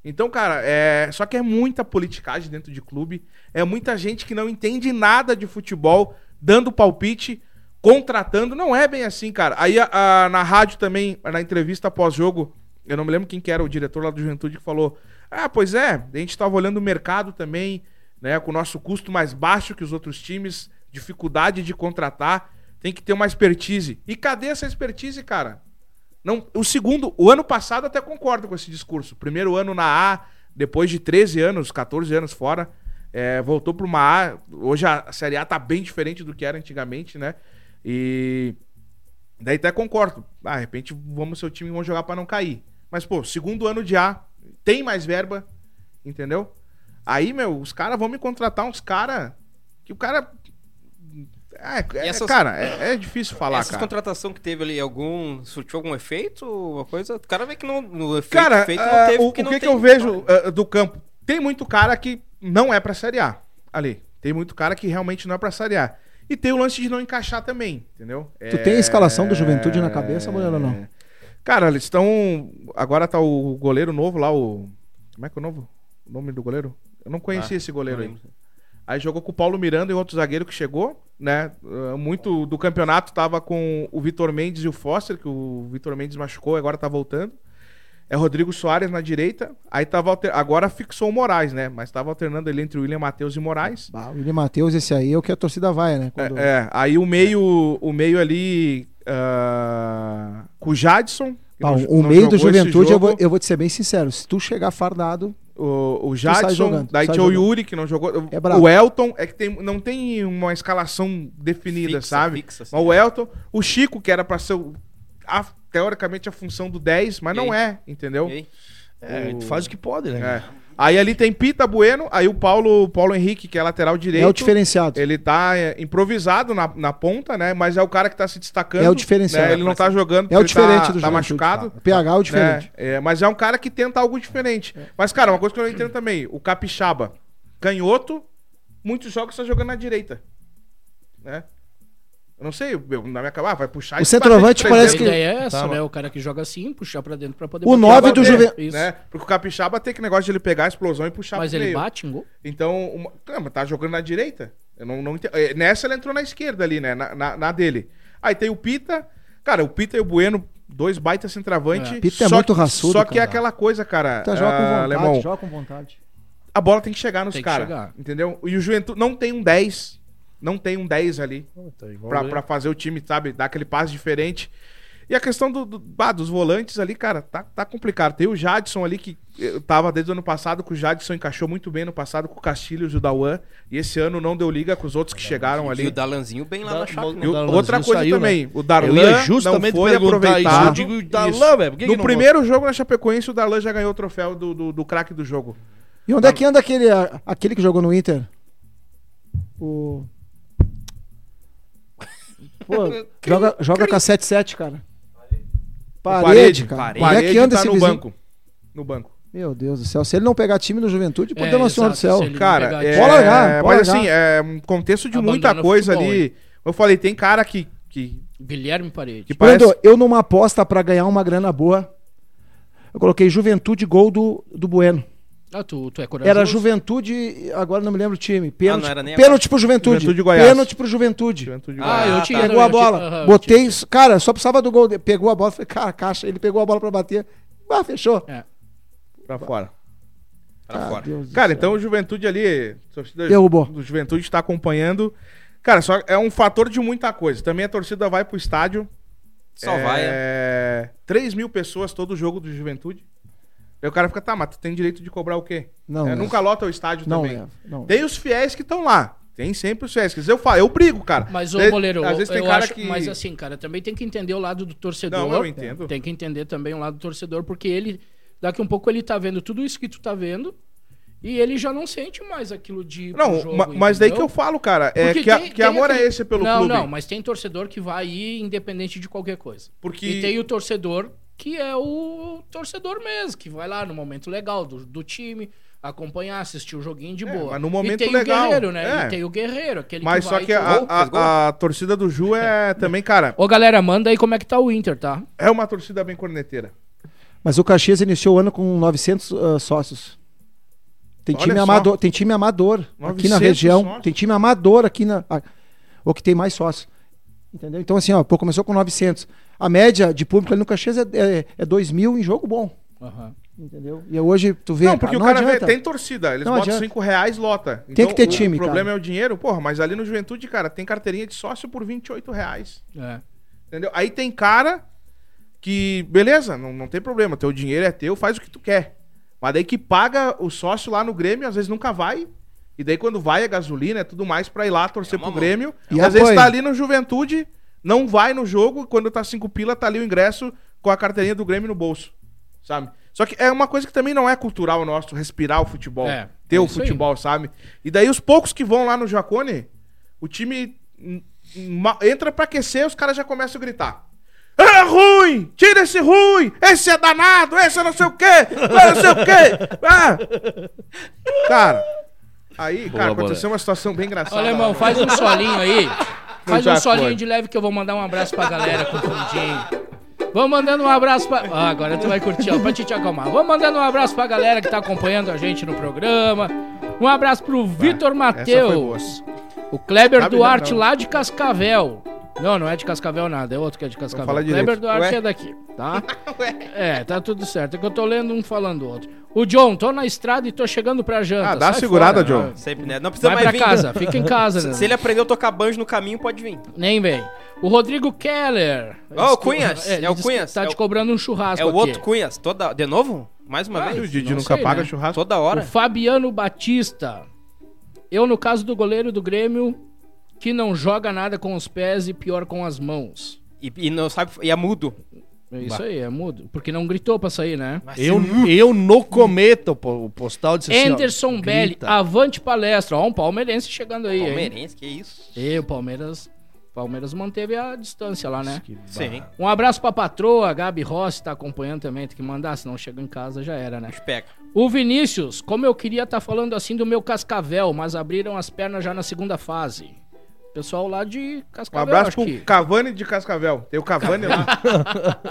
F: Então, cara, é... só que é muita politicagem dentro de clube, é muita gente que não entende nada de futebol, dando palpite, contratando. Não é bem assim, cara. Aí a- a- na rádio também, na entrevista pós-jogo, eu não me lembro quem que era o diretor lá do Juventude que falou: Ah, pois é, a gente tava olhando o mercado também, né? Com o nosso custo mais baixo que os outros times, dificuldade de contratar, tem que ter uma expertise. E cadê essa expertise, cara? Não, o segundo, o ano passado eu até concordo com esse discurso. Primeiro ano na A, depois de 13 anos, 14 anos fora, é, voltou para uma A. Hoje a Série A tá bem diferente do que era antigamente, né? E daí até concordo. Ah, de repente vamos ser o time e vamos jogar para não cair. Mas pô, segundo ano de A, tem mais verba, entendeu? Aí, meu, os caras vão me contratar uns caras que o cara é, é,
E: E essas-
F: cara, é, é difícil falar,
E: Essas
F: cara.
E: contratação que teve ali, algum. surtiu algum efeito? Uma coisa? O cara vê que não. No efeito,
F: Cara,
E: efeito
F: ah,
E: não teve.
F: o, o
E: porque
F: que,
E: não
F: que
E: tem.
F: eu vejo ah, do campo? Tem muito cara que não é pra Série A ali. Tem muito cara que realmente não é pra Série A. E tem o lance de não encaixar também, entendeu?
B: É.
F: É,
B: Tu tem a escalação do Juventude na cabeça, Moreno, ou não?
F: Cara, eles estão. Agora tá o goleiro novo lá, o. Como é que é o novo? O nome do goleiro? Eu não conhecia esse goleiro aí. Aí jogou com o Paulo Miranda e outro zagueiro que chegou, né? Ah, Muito do campeonato tava com o Vitor Mendes e o Foster, que o Vitor Mendes machucou e agora tá voltando. É Rodrigo Soares na direita. Aí tava alter- agora fixou o Moraes, né? Mas tava alternando ali entre o William Matheus e Moraes.
B: Bah, o William Matheus, esse aí é o que a torcida vai, né? Quando-
F: É, é, aí o meio, o meio ali ah, com o Jadson. que
B: Bah,
F: não-
B: o
F: não
B: meio do
F: jogou esse
B: Juventude, eu
F: jogo.
B: vou, eu vou te ser bem sincero. Se tu chegar fardado, é
F: O, o
B: sai
F: Jadson,
B: jogando,
F: daí
B: sai
F: tinha o
B: jogando.
F: Yuri que não jogou.
B: É brabo.
F: O Elton, é que tem, não tem uma escalação definida,
E: Fixa,
F: sabe? é,
E: fixa, assim.
F: Mas o Elton, o Chico, que era pra ser, o- a- teoricamente, a função do 10, mas
E: E
F: não
E: aí?
F: é, entendeu?
E: E aí?
H: É, tu faz o que pode, né?
F: É. Aí ali tem Pita Bueno, aí o Paulo, Paulo Henrique, que é lateral direito.
B: é o diferenciado.
F: Ele tá é, improvisado na, na ponta, né? Mas é o cara que tá se destacando.
B: É o diferencial.
F: né? Ele não tá jogando
B: É o
F: porque ele
B: diferente
F: tá,
B: do
F: tá
B: Juventude.
F: machucado.
B: O PH é o diferente. É.
F: né? É, mas é um cara que tenta algo diferente. Mas, cara, uma coisa que eu não entendo também. O Capixaba, canhoto, muitos jogos tá jogando na direita. Né? Eu não sei, meu, na minha cabeça, ah, vai puxar...
B: O
F: e bater de
B: centroavante
F: três
B: parece
C: a
F: dedos,
B: que-
C: ideia é essa,
H: Tá,
C: né? O cara que joga assim, puxar pra dentro pra poder...
B: O
F: pra
C: bater.
B: nove do
F: bater,
B: Juventude-
F: Né? Porque o Capixaba tem que negócio de ele pegar a explosão e puxar
C: Mas
F: pro
C: ele
F: meio.
C: bate em gol?
F: Então, uma... cara, mas tá jogando na direita. Eu não, não entendo. Eh, Nessa ele entrou na esquerda ali, né? Na, na- na dele. Aí tem o Pita. Cara, o Pita e o Bueno, dois baita centroavante.
B: É, Pita é
F: Só
B: muito
F: que-
B: raçudo,
F: Só que é
B: cara.
F: aquela coisa, cara.
B: Tá, joga com
F: ah,
B: vontade,
F: Alemão,
B: joga com vontade.
F: a bola tem que chegar nos
C: Tem que
F: caras.
C: chegar.
F: Entendeu? E o Juventude não tem um 10. Não tem um 10 ali
H: Tá igual
F: pra,
H: ele.
F: pra fazer o time, sabe? Dar aquele passe diferente. E a questão do, do- bah, dos volantes ali, cara, tá, tá complicado. Tem o Jadson ali, que eu tava desde o ano passado, que o Jadson encaixou muito bem no passado com o Castilho e o Dauan. E esse ano não deu liga com os outros que chegaram
E: E o
F: ali.
E: Dalanzinho bem lá na chave, né?
F: E o-
H: O Darlanzinho
F: outra coisa
H: saiu, né?
F: também, o
H: Eu ia
F: Darlan
H: justamente
F: não foi
H: perguntar isso.
F: aproveitado.
H: Eu digo, Darlan, velho, por que
F: no
H: que não
F: primeiro jogo na Chapecoense, o Darlan já ganhou o troféu do, do, do craque do jogo.
B: E onde é que anda aquele, a- aquele que jogou no Inter? O. Pô, joga, joga com a 7-7, cara. Parede, cara.
F: Parede,
B: Onde é que anda
F: tá
B: esse
F: no
B: vizinho?
F: banco. No banco.
B: Meu Deus do céu. Se ele não pegar time no Juventude, pode
C: É,
B: dar uma senhora do
C: exato,
B: céu.
C: se ele-
F: Cara,
C: pegar
F: é,
C: de-
B: Pode largar, pode
F: mas
B: largar.
F: assim, é um contexto de
C: Abandona
F: muita
C: o
F: coisa
C: futebol,
F: ali. Eu falei, tem cara que, que,
C: Guilherme Parede.
F: que parece...
B: Brando, eu numa aposta pra ganhar uma grana boa, eu coloquei Juventude gol do, do Bueno.
C: Ah, tu, tu é corajoso.
B: Era Juventude, agora não me lembro o time. Pênalti,
E: não era nem a-
B: pênalti pro Juventude.
F: Juventude de Goiás.
B: Pênalti pro Juventude.
F: Juventude
C: Ah, eu
F: tá.
C: tinha.
B: Pegou
C: eu
B: a
C: tinha- aham, tipo
B: bola.
C: eu
B: Botei. isso- Cara, só precisava do gol. dele. Pegou a bola, falei, cara, caixa. Ele pegou a bola pra bater. Ah, fechou. Ah,
C: tinha- é.
F: pra fora.
E: Pra fora.
B: Deus do
C: é.
F: Cara,
B: céu.
F: então o Juventude ali, a torcida
B: Derrubou.
F: do Juventude está acompanhando. Cara, só é um fator de muita coisa. Também a torcida vai pro estádio.
E: Só vai. é.
F: É... 3 mil pessoas todo jogo do Juventude. Aí o cara fica, tá, mas tu tem direito de cobrar o quê?
B: Não
F: É,
B: leva.
F: nunca lota o estádio
B: Não
F: também.
B: leva,
C: é.
B: não
F: tem os fiéis que estão lá. Tem sempre os fiéis. Quer dizer, eu, falo, eu brigo, cara.
C: Mas o
F: Às
C: goleiro,
F: às vezes tem
C: eu
F: cara
C: acho,
F: que...
C: mas assim, cara, também tem que entender o lado do torcedor.
F: Não, eu entendo.
C: Tem que entender também o lado do torcedor, porque ele daqui um pouco ele tá vendo tudo isso que tu tá vendo e ele já não sente mais aquilo de ir pro
F: Não,
C: jogo,
F: ma- mas daí que eu
C: entendeu?
F: falo, cara, é
C: Porque
F: que, a-
C: tem-
F: que
C: tem
F: amor
C: aquele-
F: é esse pelo
C: não,
F: clube?
C: Não, mas tem torcedor que vai ir independente de qualquer coisa.
F: Porque-
C: E tem o torcedor que é o torcedor mesmo, que vai lá no momento legal do, do time, acompanhar, assistir o joguinho de
F: É,
C: boa.
F: mas no momento
C: e tem
F: legal,
C: o guerreiro, né?
F: é.
C: E tem o guerreiro, aquele
F: Mas
C: que
F: só
C: vai
F: que
C: e
F: a,
C: tal.
F: a- a torcida do Ju é também, cara,
C: Ô, galera, manda aí como é que tá o Inter, tá?
F: é uma torcida bem corneteira.
B: Mas o Caxias iniciou o ano com 900 ah, sócios. Tem
F: Olha
B: time,
F: só.
B: amador, tem time amador aqui na
F: 900
B: região.
F: sócios.
B: Tem time amador aqui na. ah, ou que tem mais sócios. Entendeu? Então, assim, ó, pô, começou com 900. A média de público ali no Caxias é, é, é 2 mil em jogo bom.
C: Aham.
B: Entendeu? E é hoje tu vê.
F: não, porque
B: ah,
F: o cara vê-
B: adianta.
F: tem torcida, eles
B: Não
F: botam
B: adianta.
F: 5 reais, lota. Então,
B: que ter
F: o-
B: time,
F: O
B: cara.
F: problema é o dinheiro, porra, mas ali no Juventude, cara, tem carteirinha de sócio por 28 reais,
C: É.
F: entendeu? Aí tem cara que, beleza, não, não tem problema, teu dinheiro é teu, faz o que tu quer. Mas daí que paga o sócio lá no Grêmio, às vezes nunca vai. E daí quando vai é gasolina, é tudo mais pra ir lá torcer pro
E: mamão.
F: Grêmio.
B: E
F: e às vezes
B: apoia.
F: tá ali no Juventude, não vai no jogo, quando tá cinco pila, tá ali o ingresso com a carteirinha do Grêmio no bolso. Sabe? Só que é uma coisa que também não é cultural nosso, respirar o futebol.
C: É,
F: ter
C: é
F: o
C: isso aí.
F: futebol, sabe? E daí os poucos que vão lá no Jacone, o time hum, hum, ma- entra pra aquecer, os caras já começam a gritar. É ruim! Tira esse ruim! Esse é danado! Esse é não sei o quê! é Não sei o quê! Ah! Cara, Aí,
H: Boa,
F: cara,
H: boa.
F: aconteceu uma situação bem engraçada.
C: Olha,
F: lá,
C: irmão, faz um solinho aí. Faz
F: já
C: um
F: foi.
C: solinho de leve que eu vou mandar um abraço pra galera com fundinho. Vamos mandando um abraço pra. Ah, agora tu vai curtir, ó, pra te, te acalmar. Vamos mandando um abraço pra galera que tá acompanhando a gente no programa. Um abraço pro Vitor Matheus. O Kleber
F: Sabe, né,
C: Duarte
F: não.
C: lá de Cascavel. Não, não é de Cascavel nada, é outro que é de Cascavel.
F: fala direito.
C: Kleber Duarte
E: Ué?
C: é daqui, tá? É, tá tudo certo. É que eu tô lendo um falando o outro. O John, tô na estrada e tô chegando pra janta.
F: Ah, dá uma
C: Sai
F: segurada,
C: fora.
F: John.
E: Sempre, né? Não precisa
C: Vai
E: mais
C: pra
E: vir.
C: casa, fica em casa, né?
E: Se ele é aprendeu a tocar banjo no caminho, pode vir.
C: Nem vem. O Rodrigo Keller.
E: Ó,
C: Ele
E: o Cunhas,
C: disse que-
E: é o
C: ele disse que
E: Cunhas,
C: Tá
E: é
C: te
E: o-
C: cobrando um churrasco
E: É o
C: aqui.
E: outro Cunhas. Toda... De novo? Mais uma
F: O
E: vez?
F: Didi
C: Não
F: nunca
C: sei,
F: paga
C: né?
F: churrasco.
E: Toda
C: O
E: hora?
C: Fabiano Batista. Eu, no caso do goleiro do Grêmio, que não joga nada com os pés e pior com as mãos.
E: E, e não sabe... E é mudo.
C: É isso aí, é mudo. Porque não gritou pra sair, né?
H: Eu, eu no cometa, o po- o postal disse assim, ó,
C: Anderson Belli,
H: grita.
C: avante palestra. Ó, um palmeirense chegando aí, hein?
E: Palmeirense, que isso?
C: E o Palmeiras... Palmeiras manteve a distância lá, né?
E: Sim.
C: Um abraço pra patroa, Gabi Rossi tá acompanhando também, tem que mandar, senão chega em casa já era, né?
E: Nos pega.
C: O Vinícius, como eu queria estar falando assim do meu Cascavel, mas abriram as pernas já na segunda fase. Pessoal lá de
F: Um
C: Cascavel,
F: abraço
C: acho que.
F: pro Cavani de Cascavel. Tem o Cavani lá.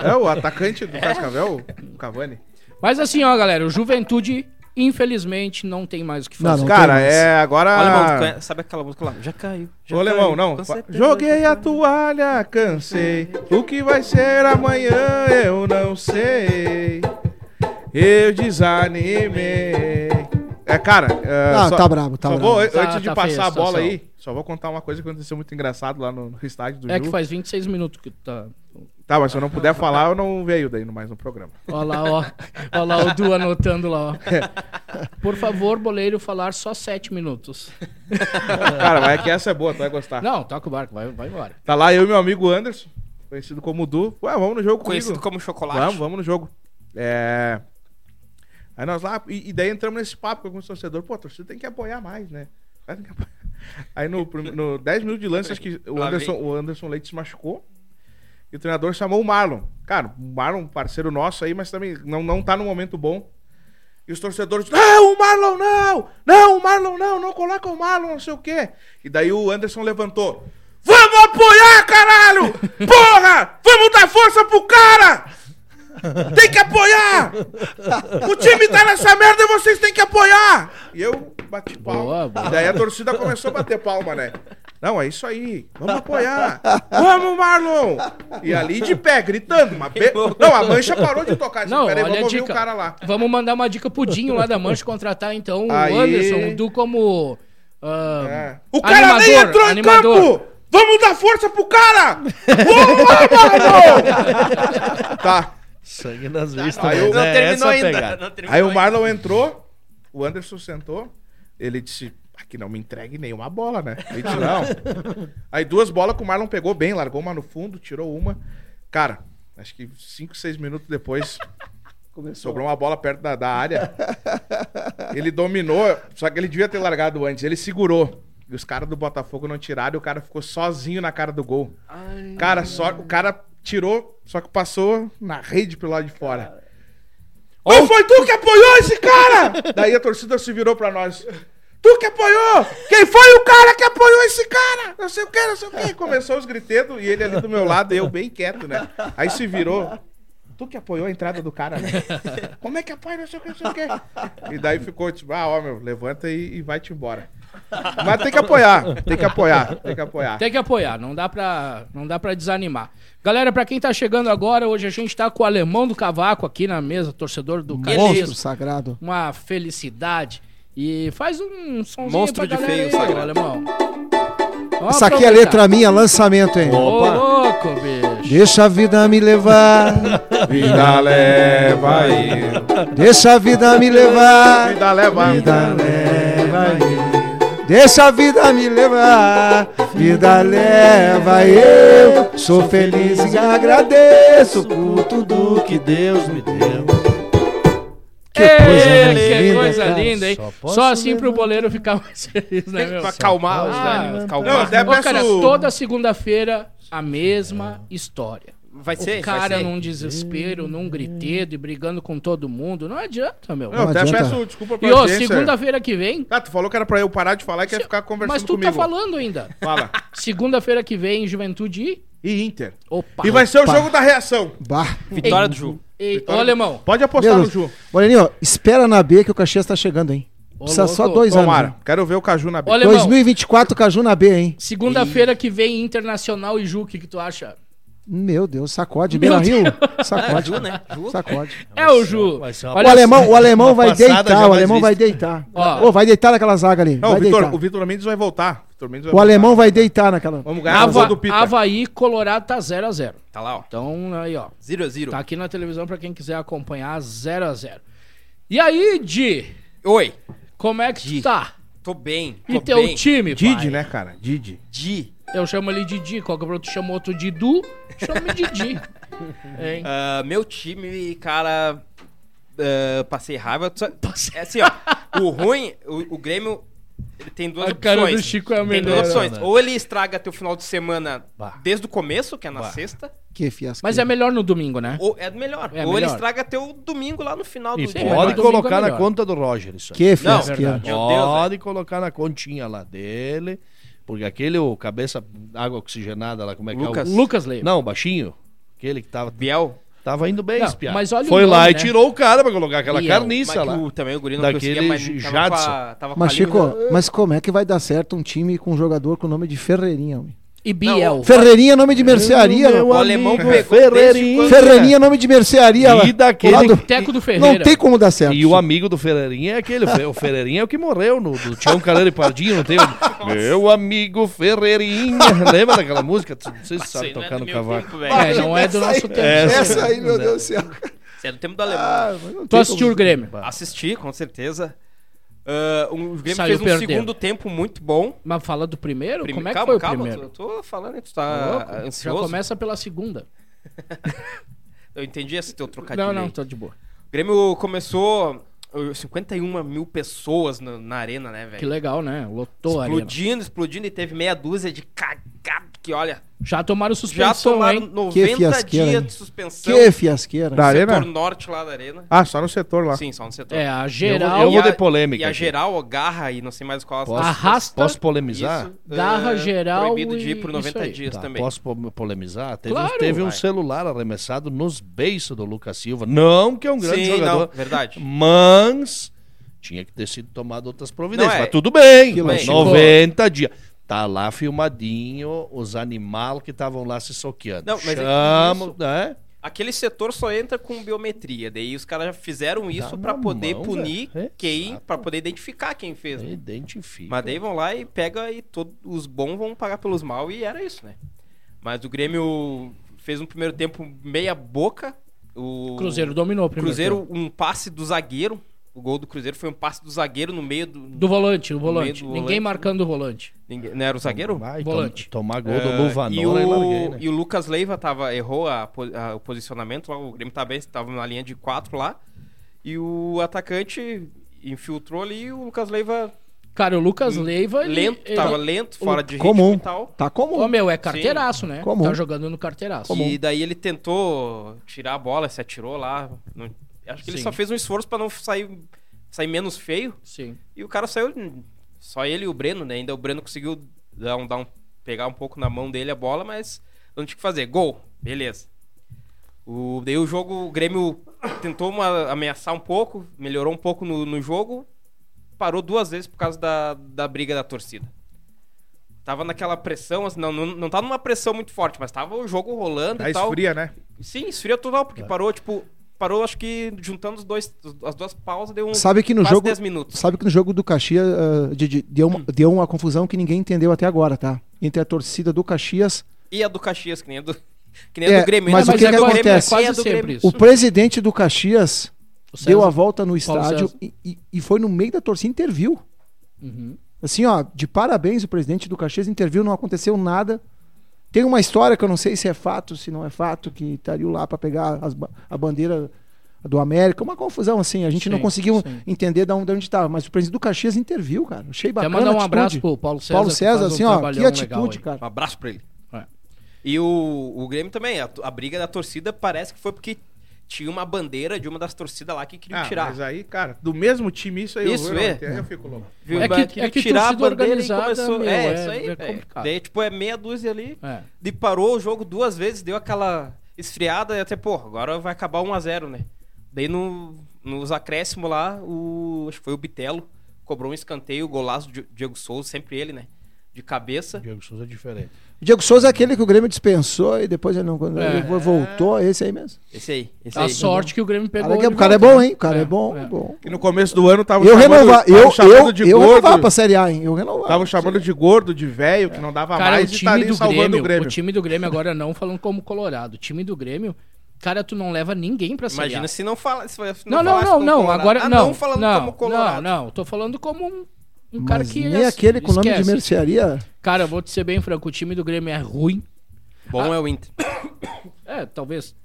F: É o atacante do Cascavel, o Cavani.
C: Mas assim, ó, galera, o Juventude, infelizmente, não tem mais o que fazer.
B: Não tem
F: Cara,
B: mais.
F: é agora.
E: Olha, irmão, tu conhece- sabe aquela música lá? Já caiu. Já
F: Ô, Lemão,
E: caiu,
F: não.
E: com
F: Fa-
E: certeza
F: Joguei
E: já
F: a
E: caiu.
F: toalha, cansei. O que vai ser amanhã eu não sei. Eu desanimei. É, cara. é,
B: Ah,
F: só-
B: tá brabo, tá
F: só
B: brabo.
F: vou, an-
C: Tá-
F: antes de
C: tá
F: passar
C: feio
F: a
C: a
F: bola
C: situação.
F: aí, só vou contar uma coisa que aconteceu muito engraçado lá no, no estádio do
C: É
F: Ju.
C: que faz 26 minutos que tá.
F: Tá, mas se eu não puder falar, eu não veio daí no- mais no programa.
C: Ó lá, ó. Ó lá, o Du anotando lá, ó. Por favor, boleiro, falar só 7 minutos.
F: Cara, mas é que essa é boa, tu vai gostar.
C: Não, toca o barco, vai, vai embora.
F: Tá lá eu e meu amigo Anderson, conhecido como Du. Ué, vamos no jogo
E: Conhecido
F: comigo.
E: como chocolate.
F: Vamos, vamos no jogo. É. Aí nós lá, e, e daí entramos nesse papo com alguns torcedores. Pô, a torcida tem que apoiar mais, né? Tem que apoiar. Aí no, prim- no 10 minutos de lance, acho que o
E: Lá
F: Anderson, o Anderson Leite se machucou. E o treinador chamou o Marlon. Cara, o Marlon, parceiro nosso aí, mas também não, não tá no momento bom. E os torcedores, não, o Marlon não! Não, o Marlon não, não coloca o Marlon, não sei o quê. E daí o Anderson levantou. Vamos apoiar, caralho! Porra! Vamos dar força pro cara! Tem que apoiar! O time tá nessa merda e vocês têm que apoiar! E eu bati palma.
C: Boa, boa.
F: E daí a torcida começou a bater palma, né? Não, é isso aí. Vamos apoiar. Vamos, Marlon! E ali de pé, gritando. Mas be- Não, a mancha parou de tocar.
C: Não,
F: Peraí,
C: olha a
F: vamos ouvir
C: dica.
F: o cara lá.
C: Vamos mandar uma dica pro Dinho lá da Mancha contratar então
F: Aí.
C: o Anderson, o Du como. ah,
F: É. O cara
C: animador,
F: nem entrou
C: animador.
F: em campo! Vamos dar força pro cara! Boa, Marlon! tá.
H: Sangue nas vistas, mas
F: Aí eu-
E: Não
H: é
E: terminou
H: essa a
E: ainda.
H: pegada.
E: Não terminou
F: Aí o
E: ainda.
F: Marlon entrou, o Anderson sentou, ele disse, aqui não me entregue nenhuma bola, né? Ele disse, não. Aí duas bolas que o Marlon pegou bem, largou uma no fundo, tirou uma. Cara, acho que cinco, seis minutos depois, sobrou uma bola perto da, da área. Ele dominou, só que ele devia ter largado antes, ele segurou. E os caras do Botafogo não tiraram e o cara ficou sozinho na cara do gol. Cara, só, o cara tirou, só que passou na rede pelo lado de fora. Ou foi tu que apoiou esse cara? Daí a torcida se virou pra nós. Tu que apoiou! Quem foi o cara que apoiou esse cara? Não sei o que, não sei o que. Começou os gritedos e ele ali do meu lado, eu bem quieto, né? Aí se virou. Tu que apoiou a entrada do cara, né? Como é que apoia, não sei o que, não sei o que. E daí ficou tipo, ah, ó, meu, levanta e, e vai-te embora. Mas tem que apoiar, tem que apoiar, tem que apoiar.
C: Tem que apoiar, não dá pra, não dá pra desanimar. Galera, pra quem tá chegando agora, hoje a gente tá com o Alemão do Cavaco aqui na mesa, torcedor do
B: Monstro
C: Caxias.
B: sagrado.
C: Uma felicidade. E faz um somzinho
E: Monstro
C: pra
E: de
C: galera
E: feio,
C: aí,
E: sagrado.
C: Alemão. Vamos
B: Essa aqui é
C: aproveitar.
B: letra minha, lançamento, hein?
C: Ô, louco, bicho.
B: Deixa a vida me levar,
F: Vida leva aí.
B: deixa a vida me levar,
F: Vida leva aí.
B: vida leva eu. Deixa a vida me levar, vida leva eu. Sou feliz e agradeço por tudo que
H: Deus me deu.
C: Que
B: coisa mais
C: que
B: linda,
C: coisa
B: cara.
C: linda,
H: né?
C: hein?
H: Só
C: Só,
H: posso
C: assim pro boleiro ficar mais feliz, né, meu?
E: Pra acalmar os
C: Ah,
E: ânimos.
F: Não,
E: Calmar.
F: até
C: Ô, cara,
F: peço-
H: É.
C: toda segunda-feira a mesma história.
E: Vai
C: O
E: ser,
C: cara
E: vai ser.
C: num desespero, num gritedo e brigando com todo mundo. Não adianta, meu.
F: Eu até
B: adianta.
F: peço desculpa pra
C: E ó,
F: audiência.
C: segunda-feira que vem.
F: Tá, tu falou que era pra eu parar de falar e quer ficar conversando
C: Mas tu
F: comigo.
C: tá falando ainda.
F: Fala.
C: Segunda-feira que vem, Juventude. e-
F: E Inter.
C: Opa!
F: E vai ser o jogo da reação.
B: Bah.
E: Vitória do Ju.
C: Ei, Ô, alemão.
F: Pode apostar
B: Meu
F: no Ju.
B: Deus. Moreninho, espera na B que o Caxias tá chegando, hein?
C: Ô,
B: Precisa só
C: louco.
B: dois
F: Tomara.
B: anos. né?
F: Quero ver o Caju na B.
C: Ô,
B: hein?
C: alemão.
B: 2024, Caju na B, hein?
C: Segunda-feira que vem, Internacional e Ju, o que, que tu acha?
B: Meu Deus, sacode.
C: Meu
B: Beira Rio,
E: Ah,
B: sacode.
E: Ju, né? Ju.
B: Sacode.
C: É o Ju.
H: vai ser uma-
B: O alemão, o alemão
H: Uma
B: vai
H: passada
B: deitar, o
H: jamais
B: alemão
H: vista.
B: vai deitar.
C: Ó.
B: Ô, vai deitar naquela zaga ali.
F: Não, o
B: vai
F: Vitor,
B: deitar.
F: o Vitor Mendes vai voltar. Vitor Mendes vai
B: O
F: voltar.
B: alemão vai deitar naquela.
F: Vamos ganhar o
C: Ava,
F: gol do Pita.
C: Havaí, Colorado tá 0x0.
E: Tá lá, ó.
C: Então, aí, ó.
E: Zero a zero.
C: Tá aqui na televisão pra quem quiser acompanhar 0x0. E aí, Di?
E: Oi.
C: Como é que tu
E: Di.
C: tá?
E: Tô bem. Tô
C: E teu
E: bem.
C: time,
F: Didi,
C: pai?
F: né, cara? Didi.
E: Di.
C: Eu chamo ele de Di. Qualquer outro chama outro de Du, chama de Di. Hein?
E: Ah, meu time, cara. ah, passei raiva. Só- É assim, ó. o ruim, o, o Grêmio. Ele tem duas
C: A
E: opções.
C: cara do Chico é a
E: tem
C: melhor,
E: duas opções.
C: né?
E: Ou ele estraga teu final de semana
C: Bah.
E: desde o começo, que é na sexta,
B: Que fiasco.
C: Mas é melhor no domingo, né?
E: ou é melhor.
C: É
E: ou ele
C: melhor.
E: estraga teu domingo lá no final
C: Isso,
E: do
C: é
E: dia.
H: Pode
C: domingo
H: colocar na
C: é melhor.
H: conta do Roger isso aí.
B: Que
E: Não,
B: fiasco.
C: é verdade.
E: meu Deus,
H: Pode colocar na continha lá dele. Porque aquele, o cabeça, água oxigenada lá, como é que
E: Lucas.
H: é?
C: Lucas Leite.
H: O... Não, baixinho. Aquele que tava,
E: Biel.
H: tava indo bem,
C: Não,
H: espiado.
C: mas olha o
H: Foi lá
C: nome,
H: e
C: né?
H: tirou o cara pra colocar aquela
C: E é,
H: carniça
E: mas
H: lá.
E: o- também o Guri não
H: Daquele
E: conseguia, mas tava com a,
H: Jadson.
E: tava com a
B: Mas, Chico,
E: língua-
B: mas como é que vai dar certo um time com um jogador com o nome de Ferreirinha? homem?
C: E Biel.
B: Ferreirinha é nome de mercearia.
H: Meu
B: mano.
E: o alemão
H: amigo
E: pegou desde
H: Ferreirinha.
E: quando-
B: Ferreirinha é nome de mercearia.
H: E
B: lá.
H: daquele-
B: Lá do-
C: Teco do Ferreira.
B: Não tem como dar certo.
H: E o amigo do Ferreirinha é aquele. O Ferreirinha é o que morreu no do Tião Caleiro e Pardinho, não tem? o- Meu amigo Ferreirinha. Lembra daquela música? Tu- Não sei se tu sabe
C: né,
E: Isso aí não é
H: tocar
E: do
H: no
E: meu
H: cavaco.
E: tempo, velho.
C: É, não é do nosso tempo.
B: Essa aí, meu Deus do céu.
E: Isso é do tempo do alemão.
C: Tu assistiu o Grêmio.
E: Assisti, com certeza. Ah, um, o Grêmio
C: Saiu
E: fez um
C: perdendo.
E: segundo tempo muito bom.
C: Mas fala do primeiro?
E: Prime-
C: Como é que
E: calma,
C: foi
E: calma,
C: o primeiro?
E: Eu tô falando, tu
C: Tá
E: tá
C: louco? Já
E: ansioso.
C: começa pela segunda.
E: Eu entendi esse teu trocadilho.
C: Não, não,
E: aí.
C: tô de boa.
E: O Grêmio começou uh, 51 mil pessoas na, na arena, né,
C: Que
E: velho?
C: legal, né? Lotou a arena.
E: Explodindo, explodindo e teve meia dúzia de cagado que, olha,
C: Já tomaram
E: já
C: suspensão,
E: tomaram
C: hein?
E: 90
B: fiasqueira,
E: dias
B: hein?
E: de suspensão
B: Que fiasqueira.
F: Da
E: no setor
F: arena?
H: né?
E: norte lá da arena.
F: Ah, só no setor lá.
E: Sim, só no setor.
C: É, a
H: Eu
C: geral
H: vou- eu vou
E: E a-
H: de polêmica
E: E a
H: aqui.
E: geral, agarra e não sei mais qual
H: Posso,
C: Arrasta.
H: posso polemizar?
E: Isso,
C: Garra
E: é,
C: geral
E: Proibido de
C: e
E: ir por 90
C: isso aí.
E: dias
H: Tá,
E: também.
H: Posso po- polemizar? Teve,
C: Claro,
H: um, teve um
E: vai.
H: celular arremessado nos beiços do Lucas Silva. Não que é um grande
E: Sim,
H: jogador,
E: não, verdade.
H: mas tinha que ter sido tomado outras providências.
E: Não, é.
H: Mas tudo bem,
B: Que
H: mas
E: bem.
H: 90 dias. Tá lá filmadinho os animal que estavam lá se soqueando.
E: Não, mas é que
H: Chama,
E: isso-
H: né?
E: Aquele setor só entra com biometria. Daí os caras já fizeram isso
H: na
E: pra poder
H: mão,
E: punir
H: velho.
E: quem,
H: Exato.
E: pra poder identificar quem fez. né?
H: Identifica.
E: Mas daí vão lá e pega e todos os bons vão pagar pelos mal e era isso, né? Mas o Grêmio fez um primeiro tempo meia boca. O
C: Cruzeiro dominou o primeiro.
E: Cruzeiro,
C: tempo.
E: um passe do zagueiro. O gol do Cruzeiro foi um passe do zagueiro no meio do.
C: Do volante, o volante.
E: meio do
C: Ninguém
E: volante.
C: marcando o volante.
E: Ninguém- Não era o zagueiro?
H: Vai tom-
C: Volante.
H: tomar gol do
E: Ah,
H: Luvanor
E: e, o,
D: é
H: e larguei, né?
E: e o Lucas Leiva tava, errou a po- a- o posicionamento, lá, o Grêmio tá bem, tava na linha de 4 lá. E o atacante infiltrou ali e o Lucas Leiva
C: Cara, o Lucas Leiva. Ele,
E: lento,
C: ele- tá- é-
E: tava lento, fora de ritmo
B: Comum.
E: e tal.
B: Tá
C: Ô,
B: comum.
C: meu, é carteiraço, né?
B: Comum.
C: Tá jogando no carteiraço.
E: E daí ele tentou tirar a bola, se atirou lá. Não- acho que ele
C: Sim.
E: só fez um esforço pra não sair, sair menos feio.
C: Sim.
E: E o cara saiu. hum, Só ele e o Breno, né? Ainda o Breno conseguiu dar um, dar um- pegar um pouco na mão dele a bola, mas não tinha o que fazer. Gol. Beleza. O, daí o jogo, o Grêmio tentou uma- ameaçar um pouco, melhorou um pouco no, no jogo, parou duas vezes por causa da, da briga da torcida. Tava naquela pressão, assim, não, não, não tá numa pressão muito forte, mas tava o jogo rolando
F: Tá
E: e tal.
F: esfria, né?
E: Sim, esfria total,
B: Tá.
E: porque parou, tipo, parou acho que juntando os dois, as duas pausas, deu um
B: Sabe que no
E: quase
B: jogo.
E: 10 minutos.
B: Sabe que no jogo do Caxias ah, de- de- deu,
C: Hum.
B: uma, deu uma confusão que ninguém entendeu até agora, tá? Entre a torcida do Caxias.
E: E a do Caxias, que nem a do, que nem a
B: É,
E: do Grêmio.
B: mas
E: né?
B: o que
E: a
B: que
E: do Grêmio
B: acontece?
E: quase
C: É quase
E: Grêmio.
C: sempre isso.
B: O presidente do Caxias
C: O César-
B: deu a volta no
C: Paulo
B: estádio
C: César.
B: e, e- e foi no meio da torcida e interviu.
C: Uhum.
B: Assim, ó, de parabéns, o presidente do Caxias interviu, não aconteceu nada. Tem uma história que eu não sei se é fato, se não é fato, que estariam lá para pegar as ba- a bandeira do América. Uma confusão, assim, a gente não
C: Sim,
B: conseguiu
C: sim.
B: entender de onde, de onde tava. Mas o presidente do Caxias interviu, cara. Achei
C: Quer
B: bacana.
C: mandar um
B: a atitude.
C: abraço pro Paulo César.
B: Paulo
C: que
B: César,
C: faz um
B: assim, ó, que
C: trabalhão legal
B: atitude,
C: aí.
B: cara.
E: Um abraço pra ele. E o, o Grêmio também, a, a briga da torcida parece que foi porque tinha uma bandeira de uma das torcidas lá que queriam
F: Ah,
E: tirar.
C: é
F: mas aí, cara, do mesmo time, isso aí
E: Isso,
F: eu, eu,
E: é.
F: entendo, eu fico louco.
E: Viu?
C: É que-
E: Mas
C: é que
E: tirar a
C: torcida
E: bandeira e
C: organizada,
E: começou.
C: meu,
E: é,
C: é-
E: isso aí,
C: é
E: velho.
C: complicado.
E: Daí, tipo, é meia dúzia ali.
C: É.
E: E parou o jogo duas vezes, deu aquela esfriada e até, pô, agora vai acabar 1x0, né? Daí no, nos acréscimos lá, o, acho que foi o Bitelo, cobrou um escanteio, golaço de Diego Souza, sempre ele, né? De cabeça.
D: Diego Souza é diferente.
B: Diego Souza é aquele que o Grêmio dispensou e depois ele não quando
C: É.
B: ele vo- voltou, esse aí mesmo.
E: Esse aí, esse
C: A
E: aí.
C: sorte que o Grêmio
B: O
C: pegou.
B: cara, é-
C: ele
B: o cara é
C: volta,
B: bom,
C: né?
B: hein? O cara é, bom,
C: é.
B: bom.
F: E no começo do ano tava
B: Eu renovar,
F: tava
B: eu,
F: chamando de
B: eu, eu renovava pra
F: gordo.
B: Série A, hein? Eu renovava.
F: Tava chamando de gordo, de velho, que não dava
C: Cara, o
F: mais e tá
C: time
F: ali
C: do
F: salvando
C: Grêmio,
F: o Grêmio.
C: o time do Grêmio agora não falando como Colorado. O time do Grêmio, cara, tu não leva ninguém pra Série A.
E: Imagina se não fala. Se falasse
C: Não, não,
E: como
C: não, não,
E: Colorado.
C: agora
E: Ah,
C: não.
E: não falando
C: não,
E: como Colorado.
C: Não, não, tô falando como um, um cara
B: Mas
C: que
B: nem
C: es-
B: aquele com nome de
C: esquece.
B: mercearia.
C: Cara, eu vou te ser bem franco, o time do Grêmio é ruim.
E: Bom
C: Ah,
E: é o Inter.
C: então É, talvez.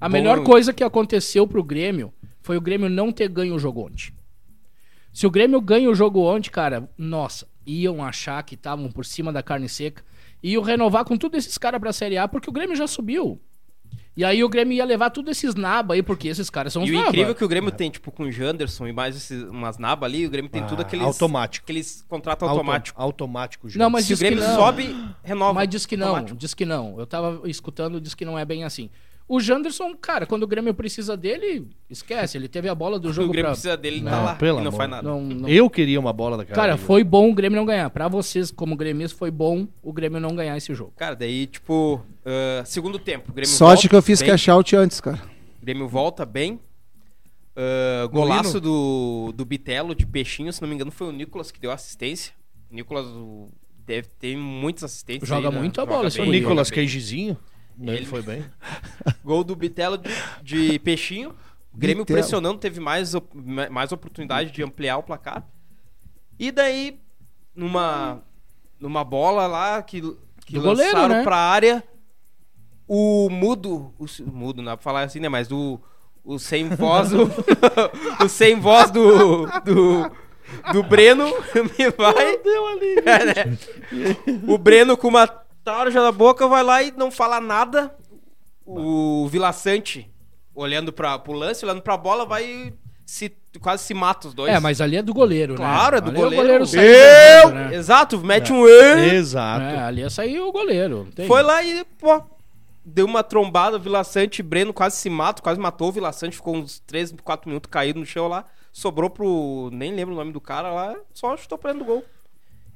C: A
E: Bom,
C: melhor
E: eu-
C: coisa que aconteceu pro Grêmio foi o Grêmio não ter ganho o jogo ontem. Se o Grêmio ganha o jogo ontem, cara, nossa, iam achar que estavam por cima da carne seca. Iam renovar com todos esses caras pra Série A, porque o Grêmio já subiu. E aí o Grêmio ia levar todos esses naba aí, porque esses caras são
E: E
C: os
E: o
C: naba.
E: incrível é que o Grêmio tem, tipo, com o Janderson e mais esses, umas nabas ali, o Grêmio tem tudo
D: Ah,
E: aqueles.
D: automático.
E: Aqueles contratos
D: Auto-
E: automáticos.
D: Automático, já.
C: Não, mas
E: Se o
C: diz que
E: Grêmio
C: não.
E: sobe, renova.
C: Mas diz que não,
E: automático.
C: diz que não. Eu tava escutando, diz que não é bem assim. O Janderson, cara, quando o Grêmio precisa dele, esquece. Ele teve a bola do
E: O
C: jogo
E: Grêmio
C: pra...
E: precisa dele, ele
D: Não,
E: tá lá.
D: pelo
E: e não
D: amor.
E: faz nada.
C: Não, não...
D: Eu queria uma bola da cara.
C: Cara,
D: dele.
C: foi bom o Grêmio não ganhar. Pra vocês, como gremista, foi bom o Grêmio não ganhar esse jogo.
E: Cara, daí, tipo, ah, segundo tempo. o Grêmio
B: Sorte
E: volta
B: que eu fiz
E: bem,
B: cash out antes, cara.
E: O Grêmio volta bem. Ah, golaço do, do Bitelo de Peixinho, se não me engano, foi o Nicolas que deu assistência. O Nicolas o- deve ter muitas assistências.
C: Joga
E: aí, né?
C: muito a
E: Joga
C: bola, esse
D: O
E: bem, joga
D: Nicolas
E: bem.
D: Queijizinho. Ele,
E: Ele-
D: foi bem.
E: Gol do Bitelo de, de Peixinho. O Grêmio
B: Bitelo.
E: pressionando, teve mais, op- ma- mais oportunidade de ampliar o placar. E daí, numa, numa bola lá que, que
C: Do goleiro,
E: lançaram
C: né?
E: pra área, o mudo. O, s- mudo, não é pra falar assim, né? Mas o, o sem voz. O, o sem voz do. do do Breno me vai. Deu ali. O Breno com uma tarja na boca vai lá e não fala nada. O Vila Sante, olhando pra, pro lance, olhando pra bola, vai e se, quase se mata os dois.
C: É, mas ali é do goleiro, né?
E: Claro, é do
C: Ali
E: goleiro.
C: O goleiro saiu
E: Eu!
C: jogando, né?
E: Exato, mete um E.
D: Exato.
C: É, ali saiu o goleiro. não tem?
E: Foi lá e, pô, deu uma trombada. o Vila Sante e Breno quase se matam, quase matou o Vila Sante. Ficou uns 3, 4 minutos caído no chão lá. Sobrou pro. Nem lembro o nome do cara lá. Só chutou pra dentro do gol.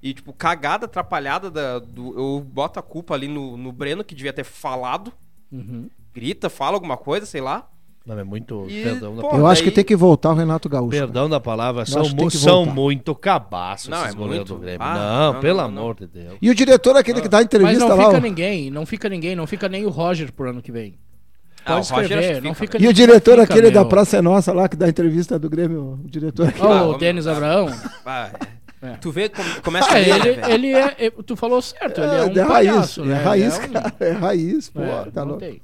E: E, tipo, cagada, atrapalhada. Da, do, eu boto a culpa ali no, no Breno, que devia ter falado.
C: Uhum.
E: Grita, fala alguma coisa, sei lá.
D: Não, é muito.
E: E,
D: perdão, da...
E: pô,
B: Eu acho
E: daí-
B: que tem que voltar o Renato Gaúcho. cara.
D: perdão da palavra. São,
B: acho que tem
D: mu-
B: que
D: são
B: voltar.
D: muito cabaços
E: Não,
D: esses
E: é
D: goleiros
E: muito.
D: do Grêmio.
E: Ah,
D: não,
E: não,
D: pelo
E: não,
D: amor de Deus.
B: E o diretor, aquele que dá a
C: Mas
B: entrevista
C: não
B: lá.
C: fica
B: ó.
C: ninguém, não fica ninguém, não fica nem o Roger pro ano que vem.
E: Ah,
C: Pode
E: o Roger acho
C: escrever,
E: que
C: não
E: fica.
C: fica
B: E o
C: não
B: diretor
C: fica,
B: aquele da
C: meu.
B: Praça é Nossa lá, que dá a entrevista do Grêmio, o diretor aqui.
C: Ó,
E: Ah,
C: o
E: vamos-
C: Denis Abraão.
E: Ah,
C: É.
E: Tu vê como começa a
C: Ah,
E: ler, né,
C: ele,
E: velho?
C: ele é, é- Tu falou certo, ele é um
B: é raiz,
C: palhaço, né?
B: é raiz,
C: Ele é um-
B: cara, é raiz, pô,
C: É,
B: tá
C: não
B: louco.
C: tem.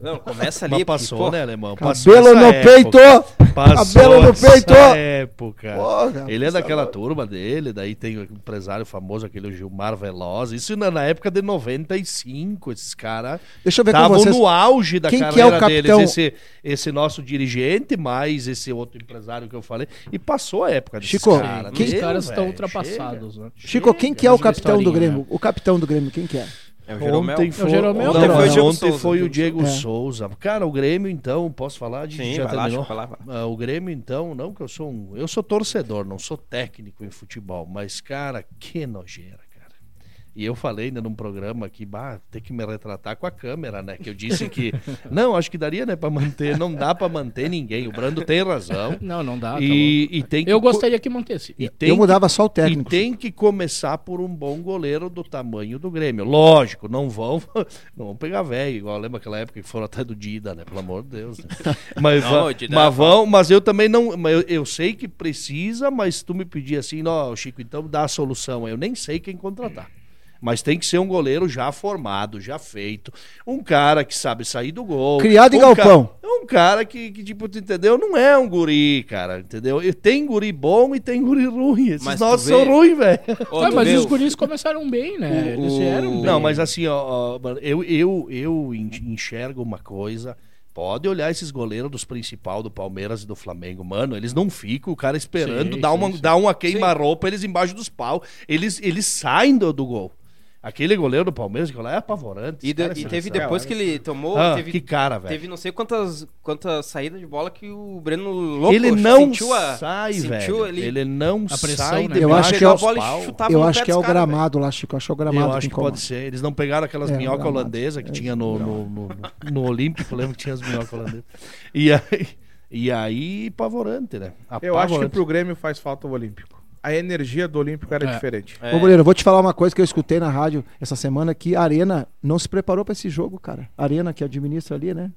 E: Não, começa ali.
D: Mas
E: porque,
D: passou,
E: Tá pô,
D: né, alemão? Passou
B: Cabelo
D: essa
B: no
D: época.
B: peito,
D: Passou
B: cabelo no
D: essa
B: peito.
D: época.
B: Porra,
D: Ele é daquela turma dele, daí tem o empresário famoso, aquele o Gilmar Veloz. Isso na, na época de 95, esses caras
B: Deixa eu ver com
D: estavam
B: vocês.
D: no auge da
B: Quem que é
D: carreira
B: o capitão?
D: deles. Esse, esse nosso dirigente, mais esse outro empresário que eu falei. E passou a época desses
B: Chico,
D: cara.
B: quem-
C: Os
D: Meu,
C: caras estão
D: velho,
C: ultrapassados, né?
D: chega.
B: Chico, quem que é o
C: Chega.
B: capitão do
C: Historinha,
B: Grêmio? O capitão do Grêmio, quem que é?
E: É o Jeromel.
D: Ontem foi,
C: Jeromel?
D: ontem
B: Não,
D: foi,
B: não.
D: ontem
E: Ontem
D: foi
E: foi
D: o Diego
B: Souza.
D: Souza. Cara, o Grêmio, então, posso falar? De,
E: Sim,
D: já
E: vai lá,
D: terminou?
E: vai lá, vai
D: Ah, o Grêmio, então, não que eu sou um. Eu sou torcedor, não sou técnico em futebol. Mas, cara, que nojeira, cara. E eu falei ainda num programa aqui, bah, tem que me retratar com a câmera, né? Que eu disse que. não, acho que daria, né, pra manter. Não dá pra manter ninguém. O Brando tem razão.
C: Não, não dá. tá
D: e, e tem que
C: Eu
D: co-
C: gostaria que mantesse.
D: E tem
B: Eu
D: que
B: mudava só o técnico.
D: e tem que começar por um bom goleiro do tamanho do Grêmio. Lógico, não vão, não vão pegar velho, igual lembra aquela época que foram até do Dida, né? Pelo amor de Deus. né? Mas,
E: Não,
D: va-
E: o Dida era
D: mas vão, mas eu também não. mas Eu, eu sei que precisa, mas tu me pedir assim, ó, Chico, então dá a solução. Eu nem sei quem contratar. Mas tem que ser um goleiro já formado, já feito. Um cara que sabe sair do gol.
B: Criado em
D: um
B: galpão.
D: ca- é um cara que, que, tipo, tu entendeu? Não é um guri, cara, entendeu? E tem guri bom e tem guri ruim. Esses
G: Mas tu
D: nossos
G: vê-
D: são ruins, velho.
G: Ô,
C: Ah,
G: tu
C: mas
G: vê
C: os
G: o-
C: guris começaram bem, né?
G: O-
C: Eles
G: o-
C: eram bem.
D: Não, mas assim, ó, ó, mano, eu, eu, eu en- enxergo uma coisa. Pode olhar esses goleiros dos principal do Palmeiras e do Flamengo, mano. Eles não ficam, o cara esperando,
C: Sim,
D: dá,
C: sim,
D: uma,
C: sim.
D: dá uma queima-roupa, eles embaixo dos pau. Eles, eles saem do, do gol. Aquele goleiro do Palmeiras, que lá é apavorante.
E: E,
D: esse
E: de-
D: cara é
E: e teve
D: sensacional.
E: depois que ele tomou,
D: Ah,
E: teve,
D: Que cara, velho.
E: teve não sei quantas, quantas saídas de bola que o Breno louco
D: ele não
E: sentiu a.
D: sai,
E: sentiu
D: velho.
E: ele-
D: Ele... não
C: A pressão,
D: sai.
C: né?
D: de
B: Eu acho
D: baixo
B: que é o-
D: dos pau.
E: chutava
B: Eu
E: no
B: acho
E: pé
B: que é
E: dos
B: o
E: cara,
B: gramado lá, Chico. Eu acho que é o gramado
D: Eu acho
B: que
D: que
B: incomoda.
D: pode ser. Eles não pegaram aquelas
B: É,
D: minhocas
B: gramado.
D: holandesas que tinha no, no, no, no Olímpico. Lembro que tinha as minhocas holandesas. E aí, e aí pavorante, né?
F: Eu acho que
D: Apavorante.
F: pro Grêmio faz falta o Olímpico. A energia do Olímpico era
C: É.
F: diferente.
E: velho.
B: Ô, Moreira, eu vou te falar uma coisa que eu escutei na rádio essa semana, que a Arena não se preparou pra esse jogo, cara. A Arena que administra ali, né?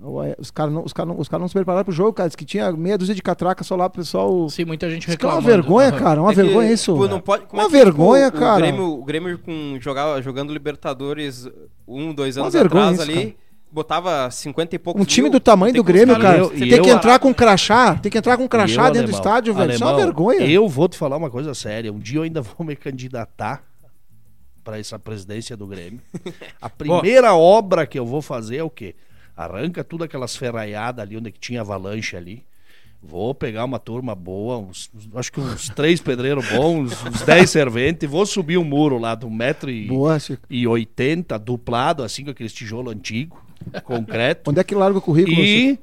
B: O- é, Os caras não, os cara não, os cara não se prepararam pro jogo, cara. Diz que tinha meia dúzia de catraca só lá pro pessoal.
C: Sim, muita gente
B: Isso que é uma
C: reclamando.
B: vergonha,
C: Aham.
B: cara. Uma
E: É que,
B: vergonha isso.
E: tipo, não pode- como
B: Uma
E: é que, tipo,
B: vergonha,
E: o
B: cara.
E: Grêmio, o Grêmio com, jogava, jogando Libertadores um, dois
B: Uma
E: anos
B: vergonha
E: atrás
B: isso,
E: ali, botava 50 e poucos
B: Um time
E: mil,
B: do tamanho
E: tem
B: do
E: como os
B: Grêmio,
E: caras-
B: cara.
D: eu-
B: tem
D: e
B: que
D: eu-
B: entrar com crachá. Tem que entrar com um
D: E
B: crachá
D: eu,
B: dentro do
D: alemão,
B: estádio, velho. Isso é uma
D: alemão,
B: vergonha.
D: Eu vou te falar uma coisa séria. Um dia eu ainda vou me candidatar para essa presidência do Grêmio. A primeira obra que eu vou fazer é o quê? Arranca tudo aquelas ferraiadas ali onde que tinha avalanche ali. Vou pegar uma turma boa, uns- uns- acho que uns três pedreiros bons, uns, uns dez serventes, vou subir um muro lá de um metro e,
B: Boa, Chico.
D: e oitenta, duplado, assim, com aqueles tijolo antigo, concreto.
B: Onde é que larga o currículo? Chico?
D: E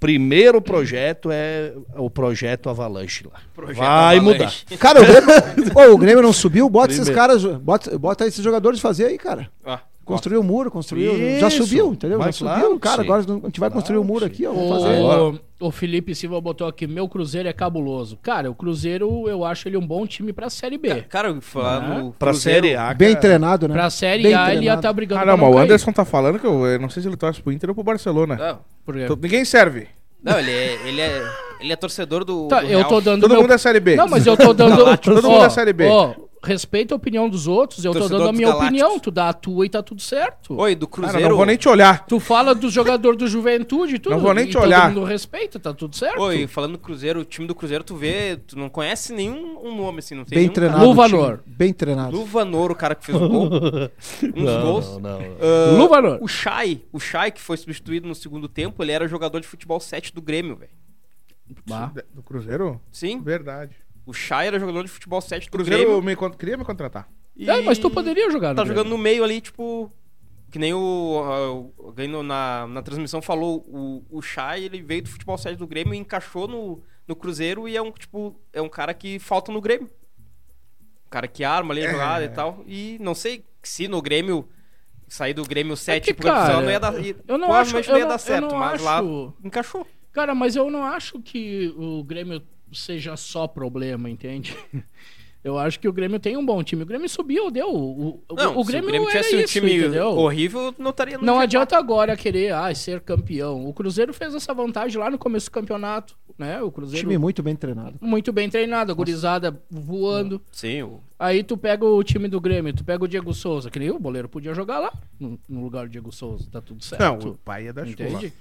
D: primeiro projeto é o projeto Avalanche lá.
E: Projeto
D: Vai
E: Avalanche.
D: mudar.
B: Cara, o Grêmio, Ô, o Grêmio não subiu, bota esses
D: Primeiro.
B: caras, bota, bota esses jogadores fazer aí, cara.
E: Ah,
B: Construiu o muro, construiu. Já
D: Isso.
B: subiu, entendeu?
D: Mas
B: já
D: claro
B: subiu, cara.
D: que
B: Agora
D: sim.
B: a gente vai
D: Claro
B: construir o muro
D: que sim.
B: aqui, ó. Vamos fazer.
C: O, o Felipe Silva botou aqui: meu Cruzeiro é cabuloso. Cara, o Cruzeiro eu acho ele um bom time pra Série B.
E: Cara, falar
C: Ah,
E: no
D: Pra
E: Cruzeiro-
D: Série A.
B: Bem
D: cara.
B: treinado, né?
C: Pra Série
B: Bem
C: A ele ia
B: treinado.
C: estar brigando
F: Ah, não,
C: pra
F: mas o
C: cair.
F: Anderson tá falando que eu, eu não sei se ele torce pro Inter ou pro Barcelona.
E: Não,
C: Por quê?
F: Então, Ninguém serve.
E: não, ele é, ele é, ele é torcedor do,
C: Tá,
E: do
C: eu
E: Real.
C: tô dando
F: Todo
C: meu...
F: mundo é Série B.
C: Não, mas eu tô dando.
F: Galácticos. Todo mundo
C: Ó,
F: é Série B.
C: ó, respeita a opinião dos outros, eu
E: Torcedor
C: tô dando a
E: dos
C: minha
E: Galácticos.
C: opinião. Tu dá a tua e tá tudo certo.
E: Oi, do
F: Cara,
E: Cruzeiro.
F: não vou nem te olhar.
C: Tu fala do jogador do Juventude, tudo.
F: Não vou nem
C: e
F: te olhar.
C: Todo mundo respeita, tá tudo certo.
E: Oi, falando do Cruzeiro, o time do Cruzeiro, tu vê, tu não conhece nenhum um nome assim, não tem
B: Bem
E: nenhum
B: treinado.
C: Luva
B: time.
C: Nor.
B: Bem treinado.
E: Luvanor, o cara que fez o gol. Um dos
D: Não,
E: gols.
D: não, não.
E: Ah,
C: Luvanor.
E: O Shai, o Shai que foi substituído no segundo tempo, ele era jogador de futebol 7 do Grêmio, velho.
C: Bah.
F: Do Cruzeiro?
E: Sim,
F: Verdade.
E: o Shai era jogador de futebol 7 do
F: Cruzeiro
E: Grêmio.
F: me, con- queria me contratar.
E: e
C: É, mas tu poderia jogar, no
E: Tá
C: Grêmio.
E: jogando no meio ali, tipo... Que nem o... ah, o- Alguém no- na, na transmissão falou, o, o Shai, ele veio do futebol 7 do Grêmio e encaixou no, no Cruzeiro e é um, tipo... É um cara que falta no Grêmio. Um cara que arma ali a jogada e tal. E não sei se no Grêmio... Sair do Grêmio 7 pro
C: É cara,
E: Cruzeiro não ia dar...
C: eu não
E: provavelmente
C: acho-
E: não
C: eu
E: ia
C: não-
E: dar
C: eu
E: certo,
C: não
E: mas
C: acho-
E: lá encaixou.
C: Cara, mas eu não acho que o Grêmio seja só problema, entende? Eu acho que o Grêmio tem um bom time. O Grêmio subiu, deu. O, o,
E: Não,
C: o
E: se
C: Grêmio,
E: o Grêmio
C: era
E: tivesse um
C: isso,
E: time
C: entendeu?
E: horrível, não estaria no
C: Não
E: G4.
C: adianta agora querer ah, ser campeão. O Cruzeiro fez essa vantagem lá no começo do campeonato, né? O Cruzeiro
B: Time muito bem treinado.
C: muito bem treinado, a gurizada voando.
E: Sim, o...
C: Aí tu pega o time do Grêmio, tu pega o Diego Souza, que nem o goleiro podia jogar lá no, no lugar do Diego Souza, tá tudo certo.
F: Não, o pai é da escola.
C: Entende?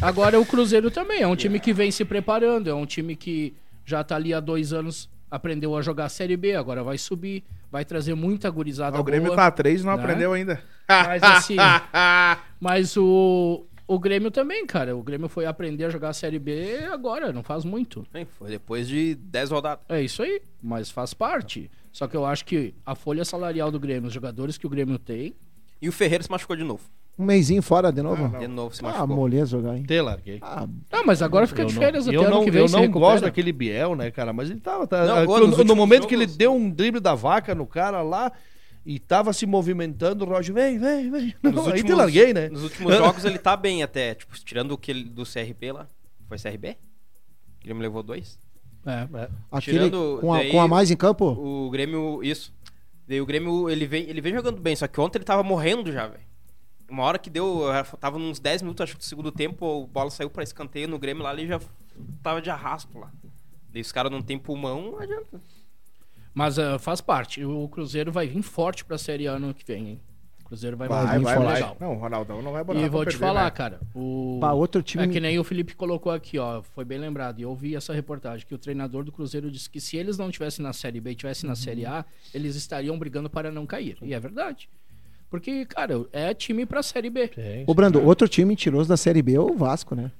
C: Agora o Cruzeiro também é um time que vem se preparando, é um time que já tá ali há dois anos, aprendeu a jogar Série B, agora vai subir, vai trazer muita gurizada
F: Ah, o Grêmio
C: boa.
F: tá a 3 e não
C: né?
F: aprendeu ainda.
C: Mas assim, mas o, o Grêmio também, cara, o Grêmio foi aprender a jogar Série B agora, não faz muito.
E: Sim, Foi depois de 10 rodadas.
C: É isso aí, mas faz parte. Só que eu acho que a folha salarial do Grêmio, os jogadores que o Grêmio tem,
E: E o Ferreira se machucou de novo.
B: Um mêsinho fora de novo.
E: De novo se
B: Ah,
E: machucou.
B: moleza jogar, hein?
D: Te larguei.
B: Ah,
C: Ah, mas agora fica
D: Eu
C: de
D: não-
C: férias até
D: eu
C: ano
D: não,
C: que vem.
D: eu
C: se
D: não
C: recupera.
D: gosto daquele Biel, né, cara? Mas ele tava. tá-
E: Não, ô,
D: no,
E: nos
D: no
E: últimos
D: momento
E: jogos-
D: que ele deu um drible da vaca no cara lá e tava se movimentando, o Roger, vem, vem, vem. Não,
E: Nos
D: aí te
E: últimos-
D: larguei, né?
E: Nos últimos jogos ele tá bem até, tipo, tirando o que ele- do CRB lá. Foi CRB? O Grêmio levou dois.
C: É.
B: aquele
E: Tirando
B: com a,
E: daí-
B: com a mais em campo?
E: O Grêmio, isso. Daí o Grêmio, ele vem, ele vem jogando bem, só que ontem ele tava morrendo já, velho. Uma hora que deu, eu tava uns 10 minutos, acho que do segundo tempo, a bola saiu pra escanteio no Grêmio lá, ele já tava de arrasto lá. Daí os caras não tem pulmão, não adianta.
C: Mas ah, faz parte. O Cruzeiro vai vir forte pra Série A ano que vem, hein? O Cruzeiro vai,
B: Vai,
F: Vai,
C: vir
F: vai,
C: forte.
F: vai.
C: Legal.
F: Não, o Ronaldão não vai botar
C: E
F: pra
C: vou te
F: perder,
C: falar,
F: né?
C: cara. O...
B: Pra outro time.
C: É que nem o Felipe colocou aqui, ó. Foi bem lembrado. E eu ouvi essa reportagem que o treinador do Cruzeiro disse que se eles não tivessem na Série B e tivessem na Série A, eles estariam brigando para não cair. E é verdade. Porque, cara, é time pra Série B.
B: Ô, Brando, outro time mentiroso da Série B é o Vasco, né?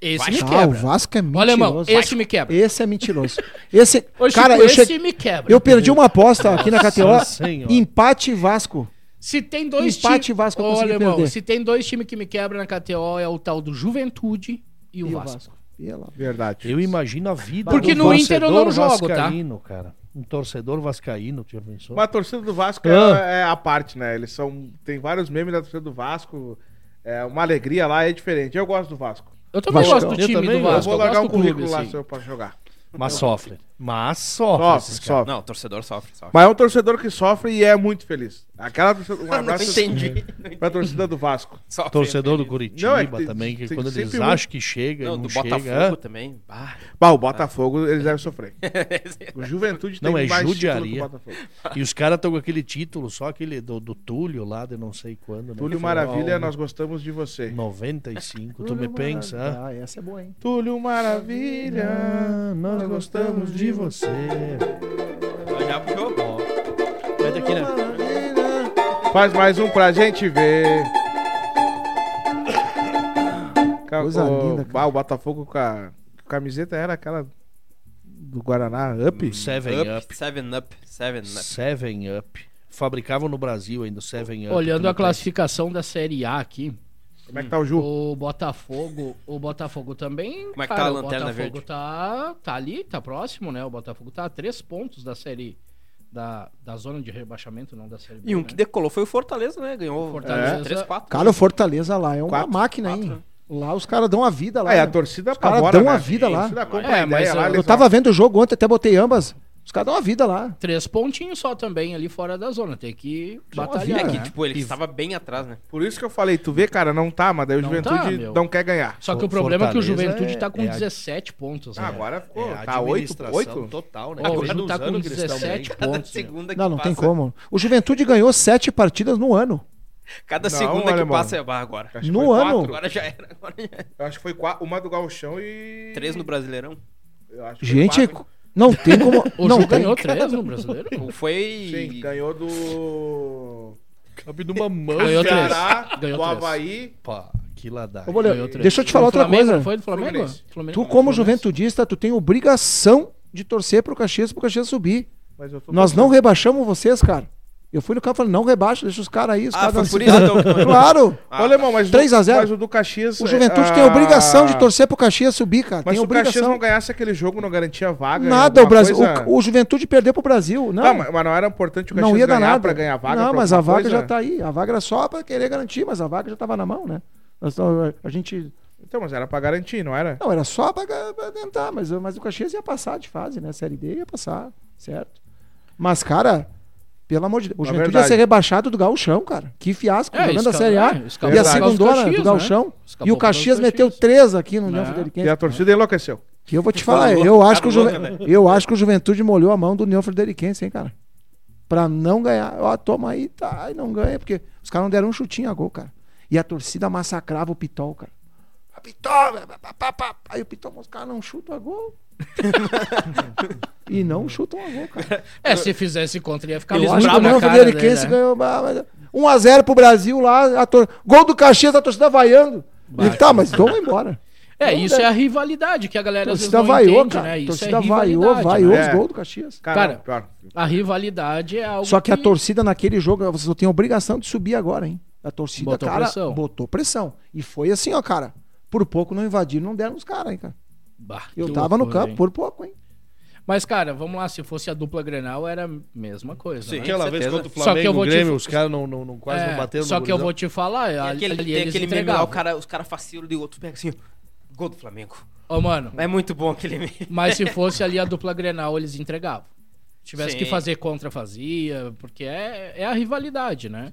C: Esse me
B: Ah, o
C: quebra.
B: Vasco é
C: Ô,
B: mentiroso.
C: Alemão, esse me quebra.
B: Esse é mentiroso. Esse,
C: Ô, Chico,
B: cara, eu,
C: esse
B: che-
C: me quebra.
B: eu perdi uma aposta aqui na KTO.
D: Senhora.
B: Empate Vasco.
C: Se tem dois
B: Empate, Vasco, eu consegui
C: Olha, irmão,
B: perder.
C: se tem dois times que me quebram na KTO é o tal do Juventude e o,
B: E o
C: Vasco.
B: Vasco. E ela-
F: Verdade.
D: Eu imagino a vida
C: Porque no Inter eu não
D: torcedor
C: jogo, tá?
D: vascaíno, cara. Um torcedor vascaíno, tu já pensou?
F: Mas a torcida do Vasco é-
D: Ah.
F: é, a parte, né? Eles são. Tem vários memes da torcida do Vasco. É, uma alegria lá é diferente. Eu gosto do Vasco.
C: Eu também
B: Vascão.
C: gosto do
D: Eu
C: time
D: também
C: do
D: gosto.
F: Eu
C: Vasco.
F: vou largar
C: gosto
F: o
C: do clube,
F: currículo lá
C: assim.
F: se eu posso jogar.
D: Mas sofre. Mas sofre.
F: Sofre,
D: esses caras.
F: sofre.
E: Não, o torcedor sofre, sofre.
F: Mas é um torcedor que sofre e é muito feliz. Aquela torcida. Um abraço é, pra torcida do Vasco.
E: Sofre.
D: Torcedor do
F: Não, é
D: Curitiba
F: que tem-
D: também, que
F: tem
D: quando eles
F: sempre um-
D: acham que chega,
E: Não,
D: não,
E: do
D: chega.
E: Botafogo
D: ah,
E: também. Bah.
F: Bah, o Botafogo, eles devem sofrer. O Juventude tem
D: Não, é
F: mais título
D: judiaria.
F: que o Botafogo.
D: Ah, E os caras estão com aquele título, só aquele do, do Túlio lá, de não sei quando. né?
F: Túlio
D: Foi
F: Maravilha,
D: ao
F: nós gostamos de você.
D: 95, tu me pensa.
B: Ah, essa é boa, hein?
F: Túlio Maravilha.
D: Ah, nós gostamos de você.
E: Já puxou?
D: Pede aqui, né?
F: Faz mais um pra gente ver. Ca-
B: Coisa
F: o-
B: linda, cara.
F: Ah, o Botafogo com a com a camiseta era aquela do Guaraná Up.
D: Seven
E: Up,
D: Up.
E: Seven Up, Seven Up.
D: Seven Up. Fabricavam no Brasil ainda o Seven Up. tu
C: Olhando
D: me
C: a classificação da Série A aqui,
F: Como é que tá o
B: Uhum.
F: Ju?
C: o Botafogo, o Botafogo também.
E: Como é que tá a lanterna
C: O Botafogo
E: verde?
C: Tá, tá ali, tá próximo, né? O Botafogo tá a três pontos da série da, da zona de rebaixamento, não da série B,
E: E um
C: né?
E: que decolou foi o Fortaleza, né? Ganhou
C: Fortaleza.
E: 3-4.
B: Cara, o Fortaleza lá é uma
F: Quatro,
B: máquina, hein? Lá os caras dão a vida lá.
F: Ah, é, a
B: né?
F: torcida
B: Os caras
F: apavora,
B: dão
F: né?
B: a vida lá.
F: torcida compra
C: É,
F: a ideia
C: mas
F: lá,
C: eu-
F: eles
B: Eu tava vendo o jogo ontem, até botei ambas. Os caras dão a vida lá.
C: Três pontinhos só também ali fora da zona. Tem que
B: havia,
C: batalhar.
E: É
B: né?
E: que,
C: né?
E: tipo, ele estava bem atrás, né?
F: Por isso que eu falei, tu vê, cara, não tá, mas daí o
C: Não tá,
F: Juventude
C: meu.
F: não quer ganhar.
C: Só que o
D: For-
C: problema é que o
D: Fortaleza
C: Juventude tá com
D: é- é a-
C: 17 pontos.
F: Ah,
C: Né?
F: agora ficou,
D: É,
F: tá 8,
D: administração
F: 8?
D: total, né?
C: Ó, o
D: Faz
C: Ju
D: uns
C: tá com
D: anos que eles estão
C: 17
D: bem.
E: Cada
C: pontos. né?
E: segunda que
B: Não, não tem
E: passa-
B: como. O Juventude ganhou sete partidas no ano.
E: Cada
F: Não,
E: segunda que
F: alemão.
E: passa é barra agora.
B: No ano.
E: Agora já era. Agora já era.
F: Eu acho que foi qua- uma do Galchão e.
E: Três no Brasileirão.
F: Eu acho que foi
B: Gente,
F: quatro.
B: não tem como.
C: O
B: não
C: Ju
B: tem.
C: ganhou três no brasileiro?
E: Ou Um Foi.
F: Sim, ganhou do.
D: Cabe numa mão.
C: Ganhou
F: do
C: três.
F: Ceará,
C: Ganhou três.
F: do Havaí.
D: Pá, que ladar.
B: Ô, Bolê,
C: Ganhou três.
B: deixa eu te falar
C: O
B: outra
C: Flamengo
B: coisa.
C: não Foi do Flamengo?
F: Fluminense.
C: Flamengo.
B: Tu, como
C: Fluminense.
B: juventudista, tu tem obrigação de torcer pro Caxias, pro Caxias subir.
F: Mas eu tô
B: Nós não rebaixamos vocês, cara. Eu fui no campo e falei, não rebaixa, deixa os caras aí. Os
E: Ah,
B: caras
E: foi
B: não
E: por
B: se
E: isso
B: dão.
E: então. que não-
B: Claro.
F: Ah, Ô, Alemão, mas,
B: 3 a 0.
F: mas o do Caxias.
B: O Juventude
F: ah,
B: tem obrigação de torcer pro Caxias subir, cara. tem
F: Mas se o Caxias não
B: obrigação.
F: ganhasse aquele jogo, não garantia vaga.
B: Nada, o
F: alguma
B: Brasil.
F: coisa?
B: O, o Juventude perdeu pro Brasil. Não,
F: Tá, mas mas não era importante o Caxias
B: não ia dar
F: ganhar
B: nada.
F: pra ganhar vaga.
B: não,
F: pra
B: mas a
F: alguma
B: vaga
F: coisa?
B: já tá aí. A vaga era só pra querer garantir, mas a vaga já tava na mão, né? Nós tá- a gente.
F: Então, mas era pra garantir, não era?
B: Não, era só pra, ga- pra tentar, mas, mas o Caxias ia passar de fase, né? Série D ia passar, certo? Mas, cara, pelo amor de Deus, o
F: Na
B: Juventude
F: É verdade.
B: ia ser rebaixado do Gauchão, cara. Que fiasco,
C: É,
B: jogando a
C: esca-
B: Série A.
C: é, escapou
B: e a
F: por
C: causa do
B: segundona
C: Caxias,
B: do
C: né?
B: Gauchão.
C: Escapou
B: E o
C: por causa do
B: Caxias meteu
C: Caxias.
B: três aqui no União
C: É.
F: E a
B: Frederiquense.
F: torcida enlouqueceu.
B: Que eu vou te falar, eu acho, que o Juve- eu acho que o Juventude molhou a mão do União Frederiquense, hein, cara. Pra não ganhar. Ó, toma aí, tá, e não ganha, porque os caras não deram um chutinho a gol, cara. E a torcida massacrava o Pitol, cara. A Pitol, pá, pá, pá, pá. aí o Pitol, os caras não chutam a gol. e não chutam a gol, cara.
C: É, se fizesse contra ia ficar
B: Eu
C: mais
B: acho que
C: bravo
B: o União
C: na cara dele,
B: Frederiquense
C: né?
B: ganhou. bah, mas- 1x0 pro Brasil lá. a tor- Gol do Caxias, a torcida vaiando. E, tá, mas então vai embora.
C: É,
B: Não
C: isso
B: dá.
C: é a rivalidade que a galera às vezes
B: torcida
C: não
B: vaiou,
C: entende,
B: cara.
C: né? Isso
B: torcida
C: é
B: vaiou,
C: rivalidade,
B: vaiou
C: né?
F: né?
B: os gols do Caxias.
C: Cara,
F: não, pior.
C: A rivalidade é algo
B: Só que a
C: que-
B: torcida naquele jogo, vocês não têm obrigação de subir agora, hein? A torcida,
C: Botou
B: cara,
C: pressão.
B: botou pressão. E foi assim, ó, cara. Por pouco não invadiram, não deram os caras, hein, cara.
C: Bah,
B: Eu
C: que
B: tava no
C: loucura,
B: campo,
C: hein?
B: por pouco, hein?
C: Mas, cara, vamos lá, se fosse a dupla Grenal, era a mesma coisa, né?
D: Aquela vez
E: certeza.
D: contra o
C: Só que eu
D: Flamengo,
C: vou
D: o
C: te-
D: Grêmio, os caras não, não, não, quase
C: É,
D: não bateram
C: Só
D: no
C: que eu
D: gurizão.
C: vou te falar,
E: Tem
C: ali,
E: aquele,
C: ali
E: tem
C: eles
E: aquele meme lá,
C: entregavam.
E: o cara, os caras facilam e o outro pega assim, ó, gol do Flamengo.
C: Ô, mano,
E: É muito bom aquele meme.
C: mas se fosse ali a dupla Grenal, eles entregavam. Tivesse
E: Sim.
C: que fazer contra, fazia, porque é, é a rivalidade, né?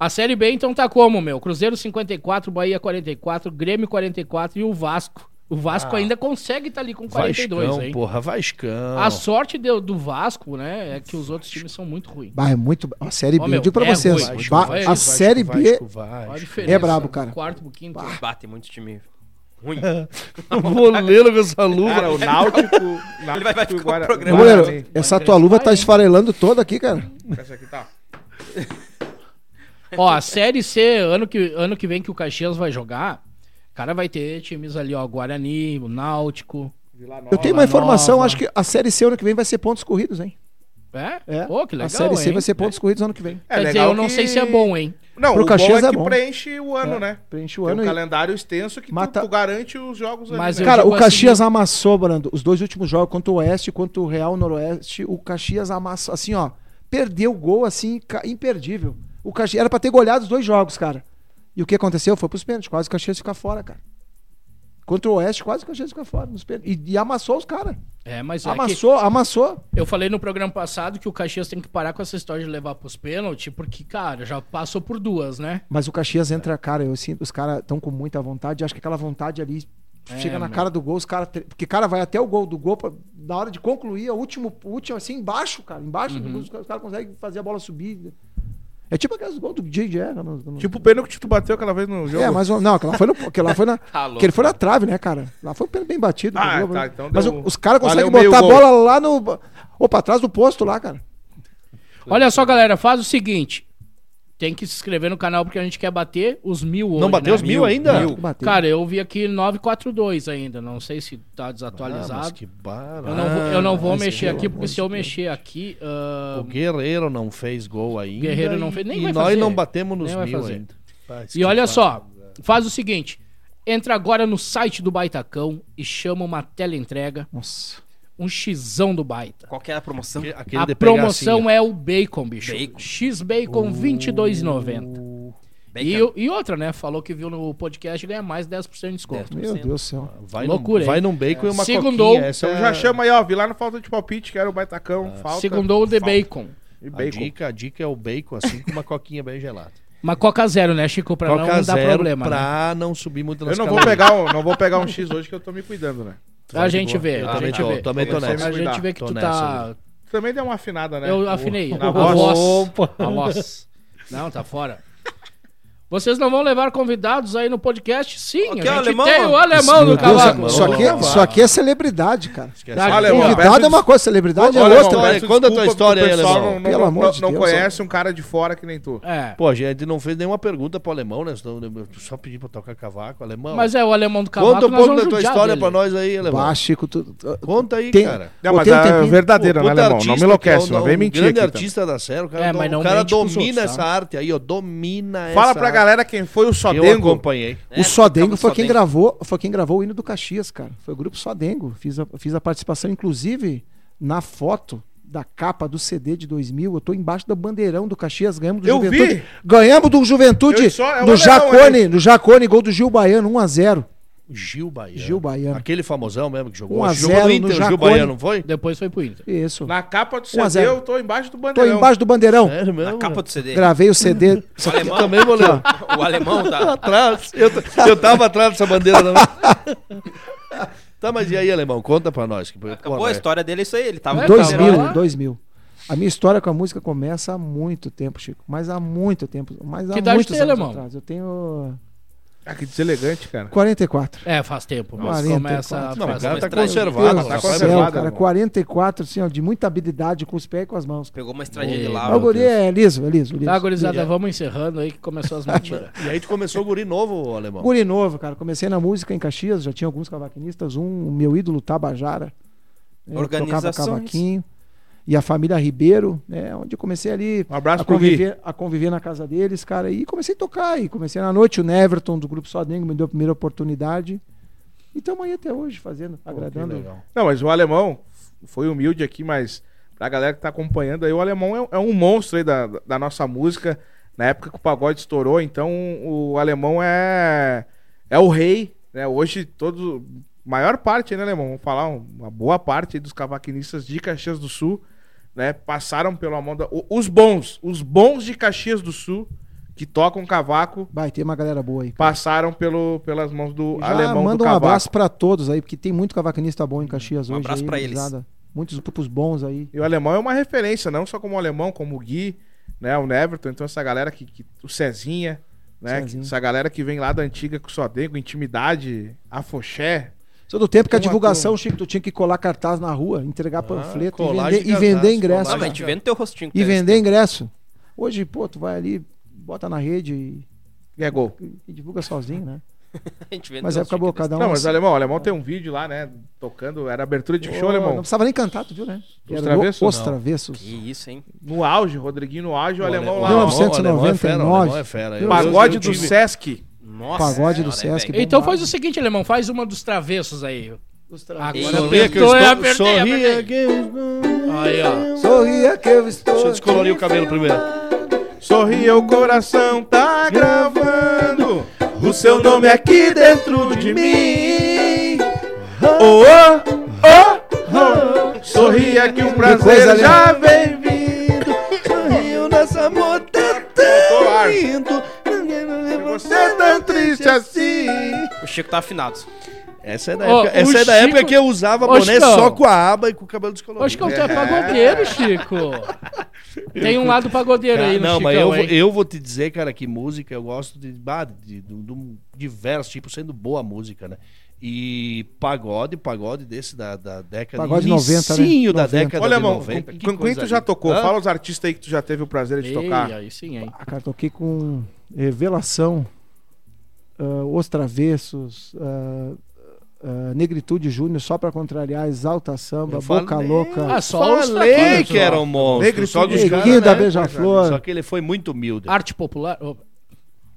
C: A Série B, então, tá como, meu? Cruzeiro 54, Bahia 44, Grêmio 44 e o Vasco. O
B: Ah.
C: Vasco ainda consegue estar ali com 42,
D: Vascão,
C: hein?
D: porra, Vascão.
C: A sorte do, do Vasco, né, é que os outros times são muito ruins.
B: Bah, é muito. A série B,
C: Ó, meu,
B: eu digo pra
C: é
B: vocês.
C: ruim.
B: bah,
C: Vai,
B: a
C: vai,
B: série B.
D: Vasco,
C: Olha a
D: Vasco.
C: diferença.
B: É brabo, cara.
C: do Quarto pro quinto.
E: Bate muito time ruim.
D: O goleiro com essa luva.
F: Cara, o Náutico. Náutico
E: Ele vai- vai
F: e
E: ficar
F: Guara-
E: o programa.
B: Ô,
F: Guarani.
B: goleiro, essa tua luva tá esfarelando toda aqui, cara.
F: Essa aqui tá.
C: Ó, a Série C, ano que, ano que vem que o Caxias vai jogar, cara vai ter times ali, ó, Guarani, o Náutico.
F: Vila Nova.
B: Eu tenho uma
C: Nova.
B: informação, acho que a série C ano que vem vai ser pontos corridos, hein?
C: É?
B: É.
C: Pô, que legal,
B: a série C
C: hein?
B: vai ser pontos corridos ano que vem.
F: É
C: Quer dizer,
F: legal
C: eu não
F: que-
C: sei se é bom, hein?
F: Não,
B: Pro
F: o
B: Caxias
F: bom é
B: é
F: que
B: bom. É.
F: preenche o ano, né?
B: Preenche
F: Tem
B: o
F: um
B: ano. e-
F: calendário extenso que tu-
B: Mata-
F: tu, garante os jogos ali,
C: Mas
F: né?
C: eu
B: Cara,
C: digo
B: o
C: assim-
B: Caxias amassou, Brando. Os dois últimos jogos, contra o Oeste e contra o Real Noroeste, o Caxias amassou, assim, ó. Perdeu o gol, assim, ca- imperdível. O Caxias era pra ter goleado os dois jogos, cara. E o que aconteceu? Foi pros pênaltis. Quase o Caxias fica fora, cara. Contra o Oeste, quase o Caxias fica fora nos pênaltis. E, e amassou os caras.
C: É, mas é que
B: Amassou, amassou.
C: eu falei no programa passado que o Caxias tem que parar com essa história de levar pros pênaltis, porque, cara, já passou por duas, né?
B: Mas o Caxias entra, cara, eu sinto, os caras estão com muita vontade, acho que aquela vontade ali
C: É,
B: chega na
C: meu.
B: cara do gol, os caras. Porque, cara, vai até o gol do gol, pra- na hora de concluir, é o último, o último assim, embaixo, cara, embaixo do gol,
F: Uhum.
B: os caras conseguem fazer a bola subir. É tipo aqueles gols do DJ Guerra. no- no-
F: Tipo o pênalti que tu bateu aquela vez no jogo.
B: É, mas não, aquela foi, no, aquela foi na.
E: Tá louco.
B: Que ele foi na trave, né, cara? Lá foi um pênalti bem batido.
F: Ah,
B: pro gol,
F: tá,
B: né?
F: então
B: mas
F: deu-
B: o- os caras conseguem
F: valeu meio
B: botar a
F: gol.
B: bola lá no. Ou pra trás do posto lá, cara.
C: Olha só, galera, faz o seguinte. Tem que se inscrever no canal porque a gente quer bater os mil hoje.
D: Não bateu
C: né?
D: os mil ainda? Ah,
B: Tem que bater.
C: Cara, eu vi aqui 942 ainda. Não sei se tá
D: Ah, mas
C: desatualizado.
D: que barato.
C: Eu não vou, eu não vou
D: Mas
C: mexer
D: pelo
C: aqui,
D: amor
C: porque se
D: de
C: eu
D: Deus.
C: mexer aqui. ah,
D: O Guerreiro não fez gol ainda.
C: Guerreiro não
D: e-
C: fez- nem
D: E
C: vai
D: nós
C: fazer.
D: não batemos nos
C: Nem vai
D: mil
C: fazer.
D: ainda. Rapaz,
C: e
D: que
C: olha
D: barato.
C: só, faz o seguinte: entra agora no site do Baitacão e chama uma teleentrega,
B: Nossa.
F: tipo
C: um xizão do Baita.
E: Qual que era a promoção?
D: Aque- Aquele
C: a
D: assim,
C: promoção é o bacon, bicho.
E: Bacon.
D: uh,
C: X-Bacon R$22,90.
E: Bem,
C: E,
E: cara,
C: o- e outra, né? Falou que viu no podcast ganha mais 10% de
D: É.
C: desconto.
F: assim,
B: Meu Deus do céu.
D: Vai Loucura,
C: Loucura, hein?
D: num, vai num bacon e uma
C: Segundou.
D: coquinha. Essa
F: Então
D: é
F: já chama aí, ó. Vi lá no Falta de Palpite, que era o Baitacão. Falta.
C: Segundou o The Bacon.
F: E
D: A
F: bacon.
D: dica, a dica é o bacon, assim, com uma coquinha bem gelada.
C: Uma Coca Zero, né, Chico? Pra
D: Coca
C: não dar
D: zero
C: problema. né?
D: pra não subir muito
F: Eu
D: nas
F: não vou,
D: calorias.
F: pegar um, não vou pegar um X hoje que eu tô me cuidando, né?
C: A gente vê,
D: Eu
C: a
D: também
C: gente
D: tô,
C: vê.
D: Ah, também tô
F: Eu
D: nessa.
C: A gente vê que
D: Tô
C: tu
D: nessa,
C: tá.
F: Tu também deu uma afinada, né?
C: Eu afinei.
F: Na
C: a
F: voz.
C: voz. A voz. Não, tá fora. Vocês não vão levar convidados aí no podcast? Sim,
E: Aqui é
C: a gente
E: o alemão,
C: tem
E: mano.
C: o alemão
B: Meu
C: do
B: Deus,
C: cavaco.
B: isso, aqui, isso aqui é celebridade, cara.
D: Esquece.
C: Tá,
F: Olha, irmão,
B: Convidado é uma coisa, celebridade é outra.
D: Alemão,
F: peço
D: conta a tua
F: desculpa
D: história aí,
F: pro pessoal,
D: alemão.
F: Não, não,
B: Pelo
F: não-
B: amor de
F: não
B: Deus,
F: conhece um cara de fora que nem tu.
C: É.
D: Pô, a gente não fez nenhuma pergunta pro alemão, né? Senão Eu só pedi pra tocar cavaco, alemão.
C: Mas é o alemão do cavaco.
D: Conta um
C: nós
D: pouco
C: vamos
D: da tua
C: judiar
D: história
C: dele.
D: pra nós aí, alemão.
B: Bah, Chico, tu- tu-
D: Conta aí,
B: Tem-
D: cara.
F: Não,
B: Pô,
F: mas
B: tem um
F: é
B: tempinho?
F: verdadeira,
D: Pô,
F: né,
D: puta
F: alemão? Não
D: artista
F: me enlouquece,
D: que é um-
F: não vem
D: um
F: mentir
D: grande
F: aqui. tá?
D: artista da série, o cara,
C: É,
D: do-
C: mas não
D: o cara
C: mente pros
D: domina
C: outros,
D: essa
C: tá?
D: arte aí, ó, domina essa
F: Fala pra
D: arte.
F: galera quem foi o
D: Eu
F: Sodengo.
D: acompanhei.
F: É,
B: o Sodengo foi quem
E: Sodengo.
B: gravou, foi quem gravou o hino do Caxias, cara. Foi o grupo Sodengo. Fiz a, fiz a participação, inclusive, na foto da capa do CD de 2000. Eu tô embaixo do bandeirão do Caxias, ganhamos do
F: Eu
B: Juventude.
F: vi.
B: Ganhamos do Juventude,
F: Eu só- é o
B: do
F: alemão,
B: Jacone, do Jacone, gol do Gil Baiano, 1 a 0
D: Gil Baiano.
B: Gil Baiano.
D: Aquele famosão mesmo que
F: Um
D: jogou.
B: 1 a 0
D: jogou no
B: no
D: Inter, o Gil
B: Jacone.
D: Baiano, não foi?
C: Depois foi pro Inter.
B: Isso.
F: Na capa do
B: 1 a
F: CD,
B: 0.
F: eu Um tô embaixo do
B: Tô
F: bandeirão.
B: embaixo do bandeirão.
F: É.
D: Sério mesmo?
E: a
D: cara?
E: capa do CD.
B: Gravei o CD.
E: O alemão,
D: Também, goleiro.
E: o alemão tá.
D: Atrás. Eu, t- eu tava atrás dessa bandeira também. tá, mas e aí, alemão? Conta pra nós. Que,
E: Acabou a história dele, é isso aí. Ele tava.
C: É,
E: Dois...
C: tá.
B: 2000, 2000. A minha história com a música começa há muito tempo, Chico. Mas há muito tempo. Mas há
C: Que idade
B: muitos
C: tem,
B: anos
C: alemão?
B: atrás. Eu tenho
F: Ah, que deselegante, cara.
B: 44.
C: É, faz tempo. Mas
B: 44.
C: começa a
D: Não, o
C: fazer-
D: cara tá
E: Deus
D: conservado.
B: Deus
F: tá
B: do
D: rapaz.
B: céu,
F: conservado,
B: cara.
F: irmão.
B: 44, assim, ó, de muita habilidade com os pés e com as mãos. cara.
E: Pegou uma estradinha
C: Ei,
E: de
F: Ah,
B: Mas o
E: lava.
B: guri é liso, é liso, liso.
C: Tá, gurizada, vamos encerrando aí que começou as mentiras.
D: E aí tu começou o guri novo, ô, alemão.
B: Guri novo, cara. Comecei na música em Caxias, já tinha alguns cavaquinistas. Um, o meu ídolo Tabajara. né, Tocava
E: Organizações.
B: cavaquinho. E a família Ribeiro, né? Onde eu comecei ali
F: Um abraço
B: a
F: pro Gui.
B: conviver, a conviver na casa deles, cara. E comecei a tocar. E comecei na noite. O Neverton do Grupo Sodengo me deu a primeira oportunidade. E estamos aí até hoje fazendo, agradando.
F: Não, mas o alemão foi humilde aqui, mas pra galera que tá acompanhando aí, o alemão é, é um monstro aí da, da nossa música. Na época que o pagode estourou, então o alemão é é o rei, né? Hoje todo maior parte, né, alemão, vamos falar uma boa parte aí dos cavaquinistas de Caxias do Sul, né, passaram pela mão da o- os bons, os bons de Caxias do Sul que tocam cavaco
B: Vai, tem uma galera boa aí.
F: passaram pelo, pelas mãos do
B: Já
F: alemão
B: manda
F: do
B: um
F: cavaco.
B: abraço pra todos aí, porque tem muito cavaquinista bom em Caxias
E: Um
B: hoje.
E: abraço
B: aí,
E: pra eles.
B: gurizada. Muitos grupos bons aí.
F: E o alemão é uma referência, não só como o alemão, como o Gui, né? O Neverton, então essa galera que. que- o Cezinha, né?
B: Cezinha.
F: que- essa galera que vem lá da antiga com só dengo, intimidade, afoxé.
B: Todo tempo que a
F: Tem uma
B: divulgação, Chico, tu tinha que colar cartaz na rua, entregar panfleto e
D: colagem
B: vender,
D: de
B: e
D: cartaz,
B: vender ingresso.
E: Ah,
D: colagem.
E: mas a gente vê no teu rostinho. que
B: E
E: tá
B: vender ingresso. Hoje, pô, tu vai ali, bota na rede e,
F: E é gol.
B: e divulga sozinho, né?
E: esse- A gente vê no
B: Mas
E: teu
B: é acabou,
E: rostinho que tá
B: cada um.
F: não, mas o
B: assim.
F: alemão, o alemão tem um vídeo lá, né? Tocando, era abertura de
B: Pô,
F: show,
B: Não
F: alemão.
B: precisava nem cantar, tu viu, né?
F: Os
B: Era
F: Travessos,
B: o- Os
F: não.
B: Travessos.
E: esse- Que isso, hein?
F: No auge, Rodriguinho no auge, o, alemão, lá.
D: é
B: alemão-
F: ó.
B: 1999.
D: O alemão é fera. o alemão é fera. Eu-
F: Pagode
D: eu
F: do
D: tive-
F: Sesc.
E: Nossa.
B: Pagode do
E: senhora,
B: Sesc.
E: velho.
C: Então
B: bombado.
C: faz o seguinte, alemão, faz uma dos travessos aí.
B: Os
E: Agora
C: Agora
D: Sorria que eu
F: é
C: apertou,
D: estou.
C: eu apertei,
D: Sorria
C: apertei.
D: que eu
C: Aí, ó.
B: Sorria que eu estou.
D: Deixa eu descolorir o cabelo primeiro.
F: Sorri, o coração tá gravando. O seu nome aqui dentro de mim. Oh, oh, oh, oh. Sorria que o prazer
B: coisa
F: já vem vindo.
D: Sorriu nessa
B: tá
D: moda tão lindo. Ninguém não lembra
F: Você é tão triste assim.
E: O Chico tá afinado.
D: Essa é da,
C: Ó,
D: época, essa
C: o
D: é da
C: Chico-
D: época que eu usava
C: Ô,
D: boné
C: Chicão.
D: só com a aba e com o cabelo descolorido.
C: Acho que tu é pagodeiro, Chico. Tem um lado pagodeiro aí
D: Ah,
C: no
D: não,
C: Chicão,
D: mas eu, vou-
C: hein?
D: eu vou te dizer, cara, que música eu gosto de, bah, de, de, de um diverso tipo, sendo boa a música, né? E pagode, pagode desse da, da década
B: Pagode 90, né?
D: inicinho da
B: 90.
D: década
F: Olha,
D: de
F: irmão,
D: 90.
F: com,
D: que
F: com quem
D: coisa
F: tu já
D: linda. Ah,
F: tocou?
D: Hã?
F: Fala os artistas aí que tu já teve o prazer de tocar.
C: Ei, aí sim, hein?
B: Ah, cara, toquei com Revelação, ah, Os Travessos, ah, ah, Negritude Júnior, só pra contrariar, Exalta Samba,
D: Eu
B: Boca
D: falei.
B: Louca,
C: Ah,
D: Só
C: só os
D: Falei
C: taquinhos,
D: que
C: ó.
D: era um monstro.
F: Negro
D: só, que os
F: Sul,
D: caras,
B: Neguinho da
D: né? só
B: Beija-Flor.
D: que ele foi muito humilde.
C: Arte popular. Ô,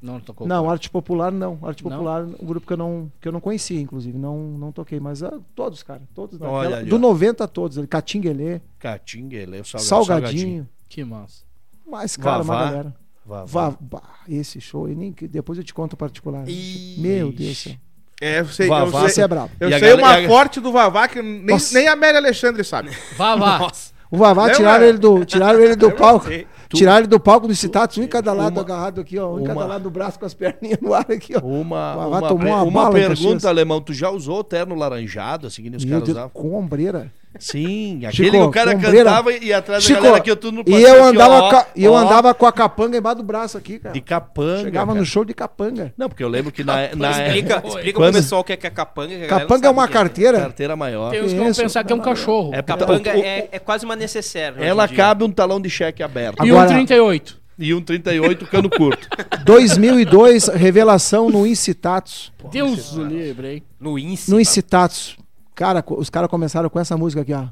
C: Não, não tocou.
B: Não, arte popular não. Arte
C: Não?
B: popular, um grupo que eu não, que eu não conhecia, inclusive. Não, não toquei, mas ah, todos, cara. Todos
D: Olha
B: daquela,
D: ali, ó.
B: Do 90 a todos. ele, Catinguelê,
D: Catinga, ele é o salgadinho. salgadinho.
B: Salgadinho.
C: Que massa.
B: Mas, cara, uma
D: Vavá.
B: galera.
D: Vá, vá.
B: Vá, bah, esse show, e nem, que- depois eu te conto o particular. né?
E: Ih,
B: Meu Deus. do céu.
F: É, eu sei,
D: Vavá,
F: eu
B: Esse
F: sei,
B: é brabo.
F: eu
D: E a
F: sei uma
D: galera- e a-
F: forte do Vavá que nem,
B: Nossa.
F: nem a Amélia Alexandre sabe.
C: Vá, vá.
B: O Vavá
F: Lembra?
B: tiraram ele do, tiraram ele do palco.
D: é. Tu-
B: Tiraram ele do palco dos citados, um em cada lado
D: uma-
B: agarrado aqui, ó. Um em cada
D: uma-
B: lado do braço com as perninhas no ar aqui, ó.
D: Uma,
B: Vá, vá,
D: uma,
B: tomou
D: per-
B: uma
D: uma
B: bala em Caxias.
D: pergunta, alemão. Tu já usou terno laranjado, assim, que nem os
B: Meu
D: caras
B: Deus,
D: usavam?
B: com ombreira.
D: Sim,
B: Chico,
D: aquele que o cara
B: ombreira.
D: cantava e atrás da
B: Chico,
D: galera que eu tudo no
B: E
D: passeio,
B: eu
D: assim,
B: andava,
D: ó,
B: ca- e eu
D: ó,
B: andembaixo andava com a capanga embaixo do braço aqui, cara.
D: de capanga.
B: Chegava
D: cara.
B: no show de capanga.
D: Não, porque eu lembro que na,
C: Ah,
D: na
C: é
E: Explica,
C: Oi.
E: explica pro
D: Quando-
E: pessoal o que é que é capanga. que a galera não
B: Capanga é
E: sabe o
B: uma
E: que
B: carteira. Então,
D: carteira maior.
C: Tem uns que vão
B: Isso,
C: pensar que é um cachorro.
D: É porque
E: Capanga
D: o- o-
E: é, é quase uma necessaire. hoje
D: Ela
E: em dia.
D: cabe um talão de cheque aberto
C: E um
B: Agora-
C: 38.
D: e um 38 cano curto.
B: 2002, revelação no Incitatos.
C: Deus
D: é-
C: o livre, hein?
E: No Insta.
B: No Incitatos. Cara, co- os caras começaram com essa música aqui, ó.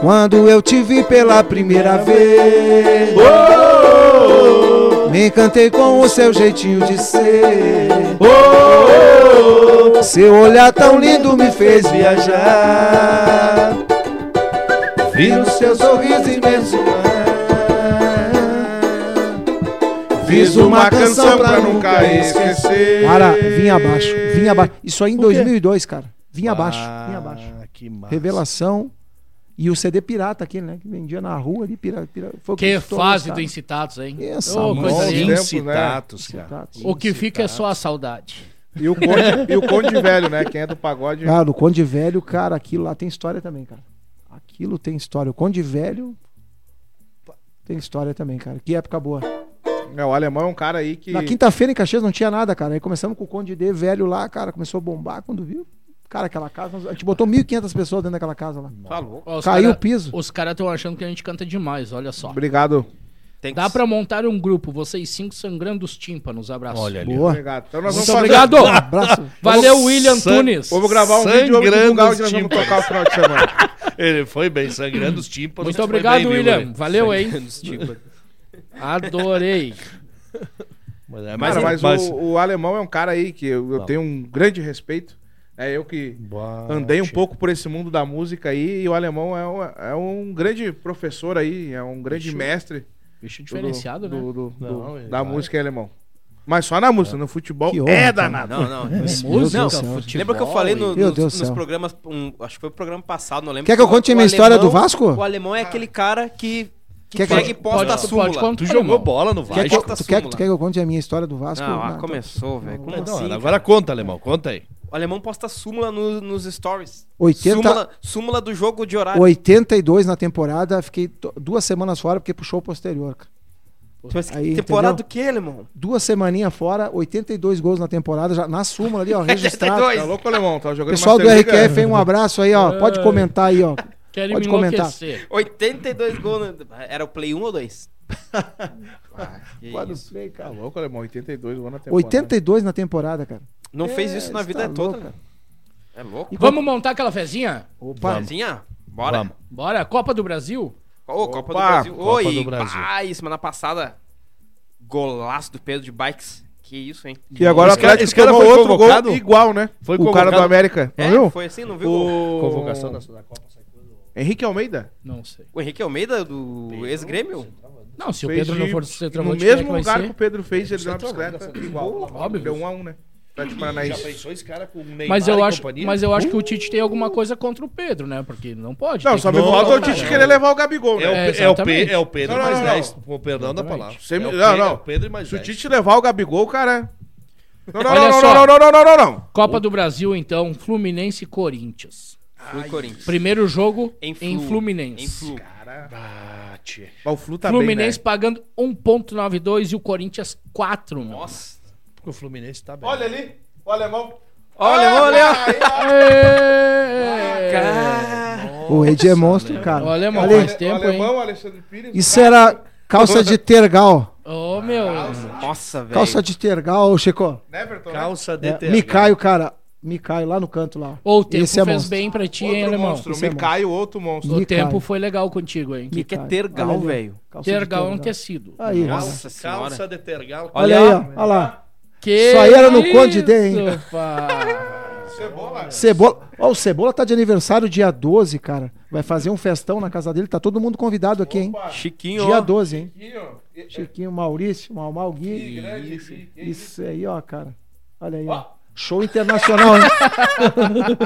B: Quando eu te vi pela primeira vez, me encantei com o seu jeitinho de ser. Seu olhar tão lindo me fez viajar. Vi no seu sorriso imenso. mar.
F: Fiz uma canção pra nunca esquecer.
B: Cara, vinha abaixo, vinha abaixo. Isso aí em
D: O quê?
B: 2002, cara. Vinha abaixo, vinha abaixo.
D: Ah, que massa.
B: Revelação e o CD pirata aquele, né? Que vendia na rua ali, pirata, pirata. Foi o
C: Que
B: estourou,
C: fase
B: cara.
C: do incitados, hein?
B: Essa
C: Ô, coisa
D: Bons
F: Bom,
C: linda.
F: né?
D: incitatos, cara.
B: Incitatos.
C: O que fica é só a saudade.
F: E o, Conde, e o Conde Velho, né? Quem é do pagode.
B: Cara, o Conde Velho, cara, aquilo lá tem história também, cara. Aquilo tem história. O Conde Velho tem história também, cara. Que época boa.
F: É, o alemão é um cara aí que.
B: Na quinta-feira em Caxias não tinha nada, cara. Aí começamos com o Conde D velho lá, cara. Começou a bombar quando viu. Cara, aquela casa. A gente botou 1.500 pessoas dentro daquela casa lá.
E: Tá louco.
C: Ó, os
B: Caiu o
C: cara-
B: piso.
C: Os caras estão achando que a gente canta demais, olha só.
F: Obrigado.
E: Tem que-
C: Dá pra montar um grupo, vocês cinco sangrando os tímpanos. Abraço.
D: Olha ali.
B: Boa.
F: Obrigado. Então nós
C: Muito
F: vamos fazer.
C: obrigado.
B: Um Abraço.
C: Valeu, William Tunes.
F: Vamos gravar um vídeo e vamos
D: Sangrando
F: divulgar
D: os
F: onde nós vamos
D: tímpanos.
F: tocar o final de semana.
D: Ele foi bem sangrando os tímpanos.
C: Muito
D: foi
C: obrigado,
D: bem, viu,
C: William.
D: William?
C: Valeu, hein?
E: Nos tipo-
C: Adorei.
D: Mas, é,
F: Cara, mas,
D: mas,
F: O, o alemão é um cara aí que eu, eu
D: Não.
F: tenho um grande respeito. É eu que andei um pouco por esse mundo da música aí e o alemão é um, é um grande professor aí, é um grande mestre
C: Bicho
F: do-
C: diferenciado, né?
F: do- do- do-
D: Não, ele
F: da
D: vai.
F: música em alemão. Mas só na música, no futebol
B: Que
F: é
B: honra,
F: danado.
E: Não, não.
B: Música,
E: Não,
B: senhor.
E: Lembra que eu falei no-
B: Meu
E: nos,
B: Deus do
E: nos
B: céu.
E: programas, um, acho que foi o programa passado, não lembro.
B: Quer que eu conte
E: O
B: minha história do
E: alemão-
B: Vasco?
E: O alemão é aquele cara que que,
B: Quer que eu-
E: pega e posta
C: pode-
E: a
C: tu
E: súmula.
C: pode contar,
D: Tu jogou
C: irmão.
D: bola no
B: Quer
D: Vasco?
B: que, eu-
E: Vasco
B: tu, quer,
E: Sula.
B: tu quer que eu conte a minha história do Vasco?
E: Não, ah,
B: tá.
E: começou, velho. Como
D: Não,
E: assim?
D: agora conta, alemão, conta aí.
E: O alemão posta súmula no- nos stories.
B: 80
E: Súmula, súmula do jogo de horário.
B: 82 na temporada, fiquei to- duas semanas fora porque puxou o posterior. cara.
E: Mas que
B: Aí,
E: Tipo assim, temporada
B: entendeu?
E: do que, alemão?
B: Duas semaninhas fora, 82 gols na temporada, já na súmula ali, ó, registrado.
E: 82.
F: Tá louco, alemão? Tá jogando
B: Pessoal do
F: Master League,
B: RQF, hein, um abraço aí,
C: É.
B: ó. Pode comentar aí, ó.
C: Querem
B: Pode
C: me
B: comentar.
C: enlouquecer.
E: 82 gols. no- Era o Play 1 ou 2?
B: Pode play,
F: Tá
B: cara.
F: louco, alemão? 82 gols na temporada.
B: 82 na temporada, cara.
E: Não fez
B: É,
E: isso na
B: você
E: vida
B: tá
E: toda.
B: louco,
E: né? É louco.
B: E
C: Vamos montar aquela fezinha?
B: Opa,
E: Pezinha, bora.
D: Vamos.
C: Bora, Copa do Brasil?
E: Ô, Copa do
F: Opa,
E: Brasil.
D: Copa
E: Oi,
D: do Brasil.
E: Ai, semana passada, golaço do Pedro de Bikes. Que isso, hein?
F: E agora o
D: Esse cara-
F: Atlético
D: esse cara
F: tomou
D: foi
F: outro
D: convocado?
F: gol igual, né?
D: Foi
F: o cara
D: convocado?
F: do América. Não
E: É,
F: viu?
E: foi assim, não viu? O,
F: O...
D: Convocação da, da Copa.
F: Henrique Almeida.
C: Não sei.
E: o Henrique Almeida, do ex-grêmio.
C: Não, se o
F: fez
C: Pedro não
F: de-
C: for centroavante,
F: No
C: quem é que
F: mesmo
C: vai
F: lugar
C: ser?
F: que o Pedro fez, ele deu uma bicicleta.
D: Igual.
C: Óbvio.
F: Deu um a um, né? Atlético
D: Já
F: Paranaense.
D: pensou esse cara com o Neymar
C: Mas eu,
D: e
C: acho,
D: companhia?
C: mas eu acho que o Tite tem alguma coisa contra o Pedro, né? Porque não pode.
F: Não,
C: tem
F: só
C: que
F: me
C: botar
F: falta o
C: cara.
F: Tite querer levar o Gabigol,
D: É o,
F: né?
C: né? É,
D: Pe- é, o Pe-
C: exatamente.
D: é o Pedro
F: Não, não,
D: mais
F: não,
D: 10.
F: não.
D: Com perdão da palavra.
F: Sem-
D: É o
F: não,
D: Pedro-
F: não.
D: é o Pedro mais
F: Se o
D: 10.
F: Tite levar o Gabigol, cara... é. Não, não,
C: Olha
F: não,
C: só.
F: não, não, não, não, não, não, não.
C: Copa do Brasil, então, Fluminense e Corinthians.
E: Fui Corinthians.
C: Primeiro jogo em,
E: Em Flu.
C: Fluminense.
E: Em Flu.
D: Bate.
F: Mas O Flu tá
C: Fluminense
F: bem,
C: pagando 1.92 e o Corinthians 4. meu.
E: Nossa.
D: Porque o Fluminense tá
F: né?
D: bem.
F: Olha ali, o alemão. Ah,
E: Olha, olha.
C: Ê!
B: o Ed é monstro, cara.
C: Olha, irmão,
B: Ali.
C: faz um tempo,
F: o alemão,
C: hein?
F: Alexandre Pires.
B: Isso era calça de tergal.
C: Ô, meu.
E: Nossa, velho.
B: Calça de tergal, Chico.
F: Neverton, né?
D: Calça de
B: É,
D: terra.
B: me caio, cara. Me caio lá no canto lá.
C: Ô, o tempo
B: Esse é
C: fez
B: monstro.
C: bem pra ti, hein,
F: Outro
C: alemão?
F: monstro.
B: Isso é
F: Micai, outro monstro.
C: O
B: Me
C: tempo
B: cai.
C: foi legal contigo, hein?
E: O que, que é
B: Cara,
E: tergal,
B: olha ali, ó.
E: velho?
B: Calça de
C: Tergal é um
B: tergal.
C: tecido.
B: Aí,
E: Nossa
D: Calça
E: senhora.
D: de tergal.
E: Olha
B: olha, aí,
E: lá.
B: ó. Olha lá.
C: Que
B: Isso aí era no Conde D, hein?
C: isso, pá.
F: Cebola.
B: Cebola. Ó, o Cebola tá de aniversário dia 12, cara. Vai fazer um festão na casa dele. Tá todo mundo convidado aqui, hein?
E: Chiquinho,
B: Dia
E: ó.
B: 12, hein?
F: Chiquinho.
B: Chiquinho, Maurício, Malmal, Gui.
F: Grande,
B: Isso aí, ó, cara. Olha aí, ó. Show internacional, hein?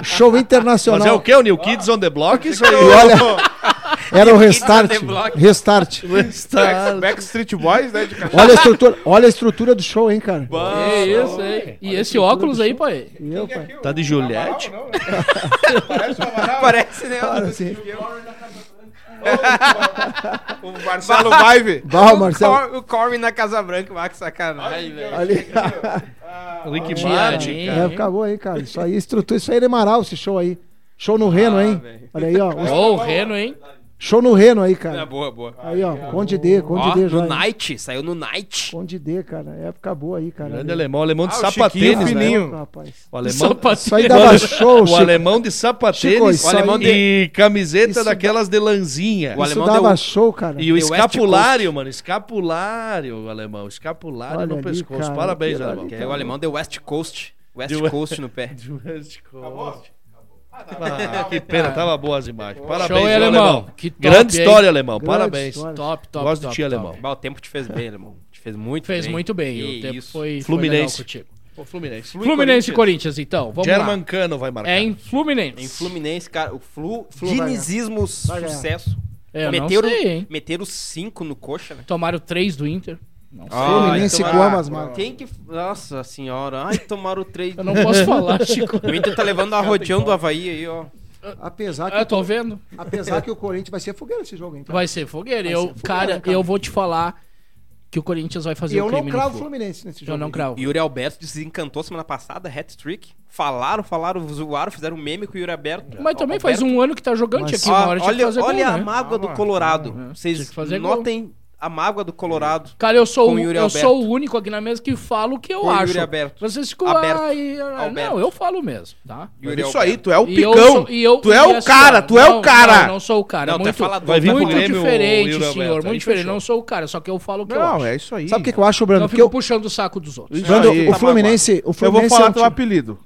B: Show internacional.
D: Mas é o que? O New Kids on the Block? Isso aí.
B: E olha, era o restart.
E: Kids on the Block.
B: Restart.
F: Tá
D: Está-
F: Backstreet Boys, né? De cachorro.
B: Olha a estrutura, olha a estrutura do show, hein, cara.
C: Que É isso, hein? E esse óculos aí, é pai?
B: E
F: é
B: eu, pai.
D: Tá de Juliette?
F: Não, não, né? Parece uma Amaral.
E: Parece, né?
B: Cara, assim.
F: O Marcelo Baive.
B: Bah,
E: o,
B: Ah, Marcelo.
E: Cor- o Corey na Casa Branca, lá que sacanagem, velho.
B: Ali.
D: Rick
C: Tia
D: Martin,
C: Aninha,
D: cara.
B: É, acabou aí, cara. Isso aí, estrutura. Isso aí é Amaral, esse show aí. Show no Reno, hein? Olha aí, ó.
C: Ô, o Reno, hein?
B: Show no Reno aí,
E: É
B: cara.
E: boa, boa.
B: Aí, ó. Conde D, Conde
E: Ó,
B: D,
E: no
B: joia.
E: Night, saiu no Night.
B: Conde D, cara. Época boa aí, cara.
D: Grande
B: Ali.
D: alemão. Alemão de
F: Ah, o
D: sapatênis,
F: Chiquinho
D: né?
F: fininho.
B: Rapaz.
D: O alemão,
B: Isso aí
C: Sapatinho.
B: dava show,
D: o
B: Chico.
D: alemão de sapatênis
B: Chico, isso
D: e camiseta
B: isso
D: daquelas de lanzinha.
E: O
B: Isso
E: alemão
B: dava
E: deu-
B: show, cara.
D: E o
E: The West
D: escapulário, mano. Escapulário, alemão. Escapulário
B: Olha
D: no
B: ali,
D: pescoço.
B: cara,
D: Parabéns,
B: aquilo
D: alemão.
B: ali.
E: Que é o alemão deu West Coast. West
D: Deu-
E: Coast no pé.
D: De West
F: Tá
D: Coast. Ah, que pena, tava boas as imagens. Parabéns,
C: Show, hein,
D: viu,
C: alemão? Que top,
D: Grande
C: hein?
D: história, alemão.
B: Grande
D: Parabéns.
B: história.
C: Top, top.
D: Gosto de
C: top,
D: ti,
C: top.
D: alemão.
E: Bah, o tempo te fez bem, irmão. Te fez muito
C: Fez
E: bem.
C: muito bem.
E: Que
C: o tempo
E: isso.
C: foi, foi
D: Fluminense.
C: legal contigo.
D: Pô, Fluminense.
E: Flu e
C: Fluminense e
E: Corinthians.
C: Corinthians, então. Vamos
D: German
C: lá.
D: Cano vai marcar.
C: É em Fluminense.
E: Em Fluminense, cara, o Flu,
B: vai ganhar.
E: Dinizismo
B: Vai ganhar.
E: sucesso.
C: É, Eu
E: meteram,
C: não sei, hein?
E: meteram cinco no coxa, né?
C: Tomaram três do Inter. Não sei.
B: Fluminense
E: então,
B: com
E: ah,
B: ambas marcas.
E: Quem que. Nossa senhora. Ai, tomaram três.
C: Eu não posso falar, Chico.
E: O Inter tá levando a rodeão do Havaí aí, ó.
B: Apesar
C: Ah, Eu
B: que,
C: tô vendo.
B: apesar que o Corinthians vai ser fogueira esse jogo, hein? cara.
C: Vai ser fogueira.
B: Vai
C: eu,
B: ser fogueira,
C: cara,
B: cara.
C: eu vou te falar que o Corinthians vai
B: E
C: fazer o
B: eu não
C: crime no
B: cravo o
C: Flu.
B: Fluminense nesse jogo.
C: Eu não
B: aí.
C: cravo.
E: Yuri Alberto desencantou semana passada, hat-trick. Falaram, falaram, zoaram, fizeram meme com o Yuri Alberto.
C: Mas também faz um ano que tá jogando, tinha que
B: Ah,
C: uma
E: Ó,
C: hora tinha que
E: olha
C: fazer
E: olha
C: gol,
E: a
C: né? é,
E: mágoa do Colorado.
C: Tinha que
E: Vocês
C: fazer gol.
E: notem a mágoa do Colorado.
C: Cara, eu sou,
E: Com
C: o,
E: o Yuri
C: eu
E: Alberto.
C: sou o único aqui na mesa que falo o que eu
E: Com o
C: acho.
E: Yuri Alberto.
C: Vocês ficam
E: Aberto.
C: aí.
E: Alberto.
C: Não, eu falo mesmo, tá?
E: Yuri
F: Isso aí,
E: Alberto.
F: tu é o
C: E eu
F: picão.
C: sou- e eu-
F: Tu é
C: e
F: o
C: assim,
F: cara,
C: ó,
F: tu é
C: não,
F: o
C: Não,
F: cara.
C: não sou o cara.
E: Não, tu é
C: muito,
E: falador.
D: Vai vir pro
C: muito
D: Grêmio,
C: diferente,
D: tá o Yuri
C: senhor.
D: Alberto, aí
C: Muito diferente.
D: fechou.
C: Não sou o cara, só que eu falo o que eu
F: Não,
C: acho.
F: é isso aí.
B: Sabe o que, que eu acho, Brando?
C: Não
B: Que
C: então fico
B: eu,
C: puxando o saco dos outros.
F: Isso
B: Brando,
F: aí.
B: o Fluminense, o
F: Eu vou
B: Fluminense é
F: falar
B: um
F: teu
B: time-
F: apelido.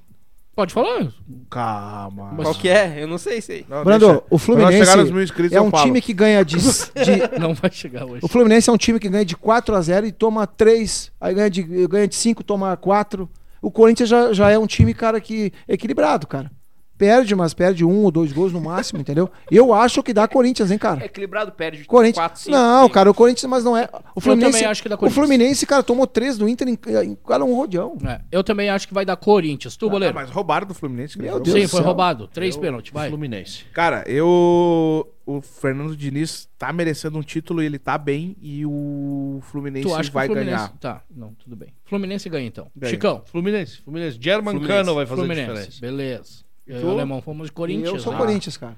C: Pode falar?
F: Calma.
C: Mas-
E: Qual que é? Eu não sei, sei.
F: Não,
B: Brando,
F: deixa.
B: o
F: Quando nós
B: Fluminense
F: chegar nos mil inscritos,
B: é
F: eu
B: um
F: falo. Ah,
B: time que ganha de, de-
C: Não vai chegar hoje.
B: o Fluminense é um time que ganha de 4 a 0 e toma 3, aí ganha de ganha de 5, toma 4. O Corinthians já, já é um time, cara, que é equilibrado, cara. Perde, mas perde um ou dois gols no máximo, entendeu? Eu acho que dá Corinthians, hein, cara?
E: É equilibrado, perde
B: Corinthians.
E: 4, 5.
B: não, cara, o Corinthians, mas não é. O Fluminense,
C: também acho que dá
B: o
C: Corinthians.
B: Fluminense, cara, tomou três do Inter em, em cara um rodeão.
C: É, eu também acho que vai dar Corinthians. Tu,
F: Ah,
C: goleiro?
F: mas roubaram do Fluminense.
B: Meu
F: cara.
B: Deus.
C: Sim,
B: do
C: foi
B: céu.
C: roubado. Três pênaltis, vai.
D: Fluminense.
F: Cara, eu. O Fernando Diniz tá merecendo um título e ele tá bem. E o Fluminense
C: Tu acha que o
F: vai
C: Fluminense...
F: ganhar.
C: Tá, não, tudo bem. Fluminense ganha então.
F: Ganha.
C: Chicão,
D: Fluminense, Fluminense. German
E: Fluminense,
D: Cano vai fazer a
C: Fluminense,
D: diferença.
C: beleza. Eu e
F: tu?
C: o Alemão fomos de Corinthians.
B: eu sou
C: né?
B: Corinthians, cara.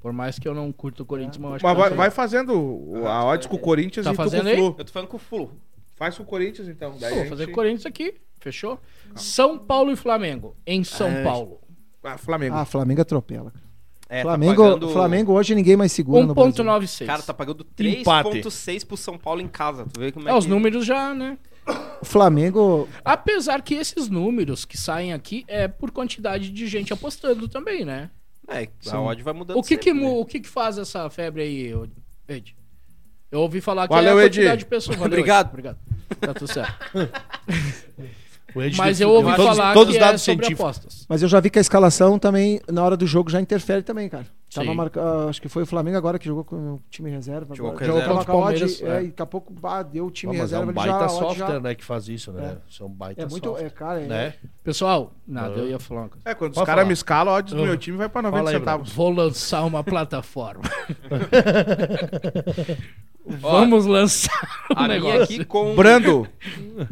C: Por mais que eu não curto o Corinthians, mas eu acho
F: Mas
C: que
F: vai,
C: eu-
F: vai fazendo o- a odds com o Corinthians
C: Tá
F: e tu com
C: fazendo
F: o
C: aí?
F: Flu.
E: Eu tô falando com o Flu.
F: Faz com o Corinthians, então. Daí
C: Pô,
F: a
C: Vou
F: gente-
C: fazer Corinthians aqui, fechou? São Paulo e Flamengo, em São Paulo.
F: Ah, Flamengo.
B: Ah, Flamengo atropela. cara.
E: É,
B: Flamengo, Flamengo hoje ninguém mais segura no Brasil.
C: 1.96.
E: Cara, tá pagando
D: Empate.
E: 3.6 pro São Paulo em casa. Tu vê como é,
C: É, os
E: que...
C: números já, né?
B: O Flamengo,
C: Apesar que esses números que saem aqui é por quantidade de gente apostando também, né?
E: É, a odd vai mudando
C: O que que,
E: sempre,
C: mu-
E: né?
C: o que que faz essa febre aí, ô- Ed? Eu ouvi falar que
F: Valeu,
C: é a
F: Edi.
C: quantidade de pessoas. Valeu, Ed.
E: Obrigado.
C: Obrigado. Tá tudo certo.
D: O Ed
C: Mas
D: tem-
C: eu ouvi
D: todos,
C: falar
D: todos
C: que
D: os dados
C: é sobre
D: científicos.
C: apostas.
B: mas eu já vi que a escalação também, na hora do jogo, já interfere também, cara. Tava
C: Sim.
B: marca... ah, Acho que foi o Flamengo agora que jogou com o time reserva.
E: Jogou com
B: agora. jogou
E: reserva.
B: com
C: Contra
B: a
C: o
B: odd,
C: Palmeiras,
B: é, e daqui a pouco bah, deu
C: né?
B: o time
D: Ah, mas é
B: reserva.
D: um
B: ele já, a
D: baita
B: odd já-
D: software, né, que faz isso, né? Isso é um baita
B: É muito,
D: software.
B: é, cara, é,
D: né?
C: Pessoal, nada, eu ia falar uma coisa.
F: É, quando os
D: Pode
F: caras
D: falar.
F: me escalam, a odds do
C: Uhum.
D: Ah.
F: meu time vai pra 90
D: Fala aí,
F: centavos.
C: Vou lançar uma plataforma. Vamos lançar um
E: A minha
C: negócio
E: aqui com...
F: Brando,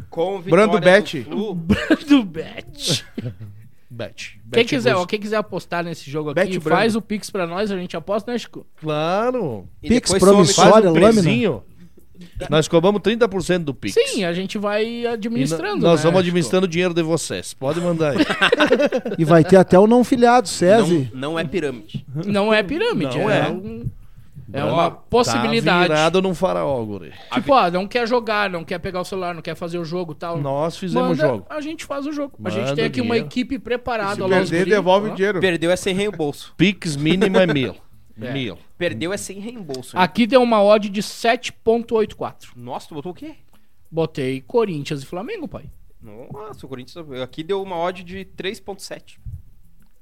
E: com vitória
F: Brando
E: do
F: Bet.
E: Flu.
C: do Bet.
D: Bet.
C: Quem
D: Bet
C: quiser,
D: Bus-
C: ó, quem quiser apostar nesse jogo
F: Bet
C: aqui,
F: Brando.
C: faz o Pix pra nós, a gente aposta, né, Chico?
D: Claro.
E: E
B: Pix
E: depois some-
B: promissório.
D: Faz
B: Olha,
D: um
B: lâmina.
D: precinho. Nós cobramos 30% do Pix.
C: Sim, a gente vai
D: E no-
C: administrando.
D: Nós vamos
C: né, Chico?
D: administrando o dinheiro de vocês. Pode mandar aí.
B: E vai ter até o não filiado, César.
E: Não, não é pirâmide.
C: Não é pirâmide,
D: Não
C: é,
D: é.
C: um- é
D: Ó,
C: uma
D: Tá
C: possibilidade.
D: virado num faraó, guri.
C: tipo, ó, não quer jogar, não quer pegar o celular, não quer fazer o jogo e tal.
D: Nós fizemos o
C: Manda,
D: jogo.
C: A gente faz o jogo. a
D: Manda
C: gente tem aqui uma
D: dinheiro.
C: equipe preparada.
F: se
C: ó, lá os
F: perder,
C: guri,
F: devolve
C: Ah, ó.
F: o dinheiro.
E: Perdeu é sem reembolso.
D: Pix mínimo é mil.
C: É.
D: Mil.
E: Perdeu é sem reembolso.
C: Aqui deu uma odd de 7.84.
E: Nossa, tu botou o quê?
C: Botei Corinthians e Flamengo, pai.
E: Nossa, o Corinthians... Aqui deu uma odd de 3.7.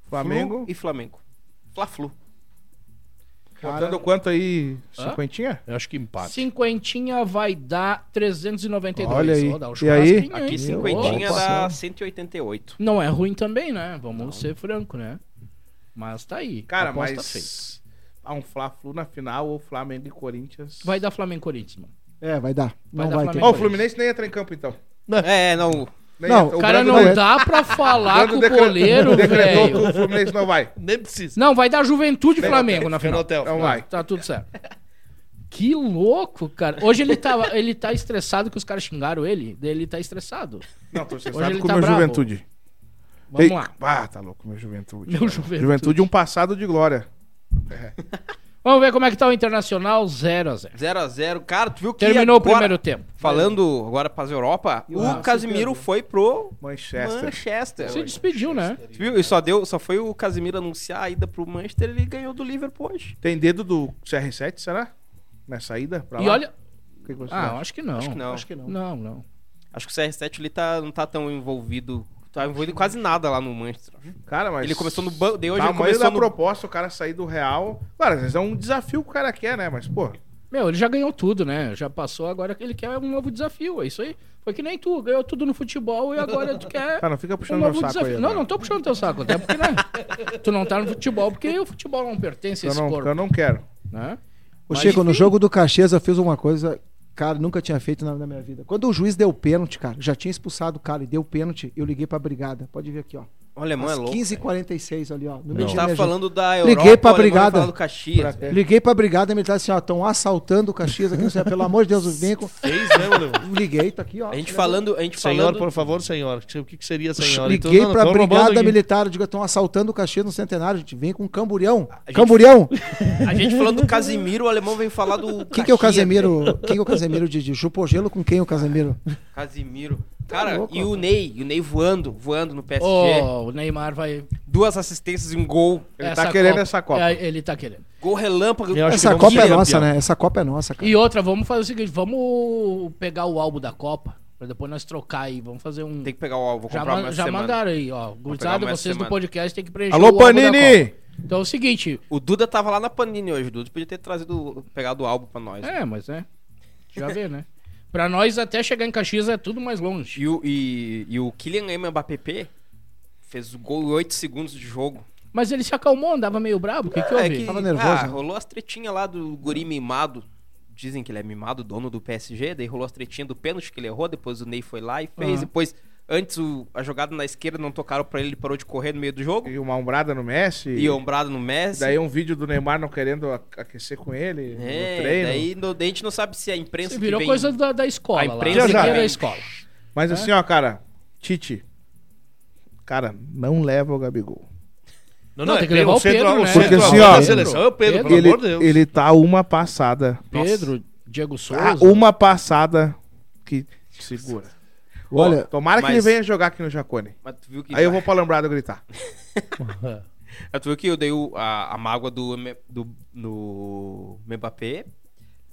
F: Flamengo.
E: Flu E Flamengo. Fla-Flu.
F: Botando quanto aí?
C: Hã?
F: Cinquentinha?
D: Eu acho que empate.
C: Cinquentinha vai dar 392.
F: Olha aí.
C: Ó, dá um
F: E aí?
C: churrasquinho, hein?
E: Aqui cinquentinha
B: opa.
E: dá 188.
C: Não é ruim também, né? Vamos ser franco, né? Mas tá aí.
F: Cara,
C: aposta
F: mas.
C: feita.
F: Há um Fla-Flu na final ou Flamengo e Corinthians.
C: Vai dar Flamengo e Corinthians, mano.
B: É, vai dar.
C: Vai dar
B: não vai
F: Ó, o
C: Flamengo.
B: ter.
F: Fluminense nem entra em campo, então.
E: É, não.
F: Nem
B: Não,
F: entra.
C: O cara
F: Brando-
C: não
B: não-
C: dá pra falar
F: Brando
C: com o
F: decre-
C: goleiro,
F: decretou que
C: velho.
F: o Fluminense não vai.
D: Nem precisa.
C: Não, vai dar Juventude e Flamengo na final.
D: Fenotel.
F: Não vai.
C: Tá tudo certo. Que louco, cara. Hoje ele tá, ele tá estressado que os caras xingaram ele. daí Ele tá estressado.
F: Não, tô estressado
C: ele
F: com o
C: tá
F: meu
C: bravo.
F: é juventude.
C: Vamos
F: Ei,
C: lá.
F: Ah, tá louco, meu juventude.
C: Meu Juventude.
F: Juventude um passado de glória.
C: Vamos ver como é que tá o Internacional 0x0.
E: 0x0. Cara, tu viu que.
C: Terminou o
E: agora-
C: primeiro tempo.
E: Falando agora pras Europa, o Casimiro foi pro
F: né? Manchester.
E: Manchester.
C: Se despediu, né?
E: Tu viu? E só, deu, só foi o Casimiro anunciar a ida pro Manchester ele ganhou do Liverpool hoje.
F: Tem dedo do CR7, será? Nessa ida pra lá?
C: E olha.
F: O que que você
C: Ah,
F: acha?
C: acho que não.
E: Acho que não.
B: Acho que não.
C: Não, não.
E: Acho que o CR7 ele tá, não tá tão envolvido. Tá envolvido em quase nada lá no Manchester.
F: Cara, mas...
E: Ele começou no banco. Daí
F: Hoje
E: hoje
F: Tamanho
E: ele começou
F: da
E: no.
F: proposta, o cara sair do Real... Claro, às vezes é um desafio que o cara quer, né? Mas, pô...
C: Meu, ele já ganhou tudo, né? Já passou, agora ele quer um novo desafio. É isso aí. Foi que nem tu, ganhou tudo no futebol e agora tu quer.
F: Cara, não fica
C: um
F: Tá puxando meu
C: novo
F: saco
C: desafio.
F: aí. né?
C: não,
F: agora.
C: não tô puxando teu saco, até porque né? tu não tá no futebol, porque o futebol não pertence a
F: Eu
C: esse
F: Tá não,
C: corpo.
F: eu não quero.
C: Né?
B: Ô,
C: Mas
B: Chico, no
C: enfim.
B: jogo do Caxias eu fiz uma coisa, cara, nunca tinha feito na, na minha vida. Quando o juiz deu pênalti, cara, já tinha expulsado o cara e deu pênalti, eu liguei pra brigada. Pode ver aqui, ó.
E: O alemão é
B: Às
E: louco.
B: 15h46 ali, ó.
E: A
B: No meio
E: gente
B: de
E: tava
B: emergência.
E: falando da Europa.
B: Liguei pra
E: o alemão
B: brigada.
E: falando do Caxias.
F: Pra-
B: Liguei pra brigada e me disseram assim, ó, estão assaltando o Caxias aqui, não sei, pelo amor de Deus, vem com...
D: Fez, né, Bruno?
B: Liguei, tá aqui, ó.
E: A gente falando. A gente
D: Senhor,
E: falando.
D: por favor, senhor. O que, que seria, senhor?
B: Liguei
D: Então, não,
B: pra
D: tão roubando
B: brigada
D: aqui.
B: militar, eu digo, estão assaltando o Caxias no centenário, gente, vem com um camburião. Camburião!
E: A gente falando do Casimiro, o alemão vem falar do.
B: Quem que é o
E: Caxias.
B: Casemiro? Quem que é o Casemiro de, de Chupogelo com quem é o Casemiro?
E: Casimiro. Cara,
B: Tá louco,
E: e o Ney, e o Ney voando, voando no PSG.
C: Ô, o Neymar vai.
E: Duas assistências e um gol.
F: Ele tá querendo essa Copa.
C: É, ele tá querendo.
E: Gol relâmpago. Assim,
D: Eu acho que
B: Essa
D: vamos
B: Copa
D: ser
B: é nossa,
D: campeão.
B: né? Essa Copa é nossa, cara.
C: E outra, vamos fazer o seguinte: vamos pegar o álbum da Copa. Pra depois nós trocar aí. Vamos fazer um.
E: Tem que pegar o álbum, vou
C: já
E: comprar
C: man-
E: uma
C: já
E: semana.
C: mandaram aí, ó.
E: pegar
C: Gurizada,
E: uma essa
C: vocês do
E: semana.
C: podcast tem que preencher. o
F: Alô,
C: álbum da
F: Panini!
C: Copa. Então é o seguinte.
E: O Duda tava lá na Panini hoje. O Duda podia ter trazido, pegado o álbum pra nós. né?
C: É, mas é. Já vê, né? Pra nós, até chegar em Caxias é tudo mais longe.
E: E, o, e, e o Kylian Mbappé fez o gol em 8 segundos de jogo.
C: Mas ele se acalmou, andava meio brabo. O que, que houve?
B: Tava nervoso,
E: ah,
B: né?
E: rolou as tretinhas lá do guri mimado. Dizem que ele é mimado, dono do PSG. Daí rolou as tretinhas do pênalti que ele errou. Depois o Ney foi lá e fez.
C: Aham.
E: Depois, antes, o- a jogada na esquerda não tocaram pra ele. Ele parou de correr no meio do jogo.
F: E uma ombrada no Messi.
E: E ombrado no Messi.
F: Daí um vídeo do Neymar não querendo a- aquecer com ele no
E: é,
F: treino.
E: daí no- daí a gente não sabe se a imprensa
C: Isso
E: que
C: virou
E: vem-
C: coisa da, da escola.
E: A
C: lá.
E: imprensa
C: Isso aqui
F: já
C: é da
E: vem.
C: escola.
F: Mas assim, ó, cara, Tite. Cara, não leva o Gabigol.
D: Não,
C: Não, tem que levar o
D: centro-
C: Pedro, né?
D: centro-
F: Porque assim,
D: da
F: ó,
D: seleção é o Pedro,
C: Pedro.
D: pelo
F: ele,
D: amor de Deus.
F: ele tá uma passada.
C: Pedro, Diego Souza.
F: Ah, uma passada que segura.
B: Olha,
F: Ó, tomara que
E: mas-
F: ele venha jogar aqui no Jacone.
E: Mas tu viu que,
F: Aí eu vou pra Lambrada gritar.
E: mas É, tu viu que eu dei o- a, a mágoa do, Me- do no Mbappé.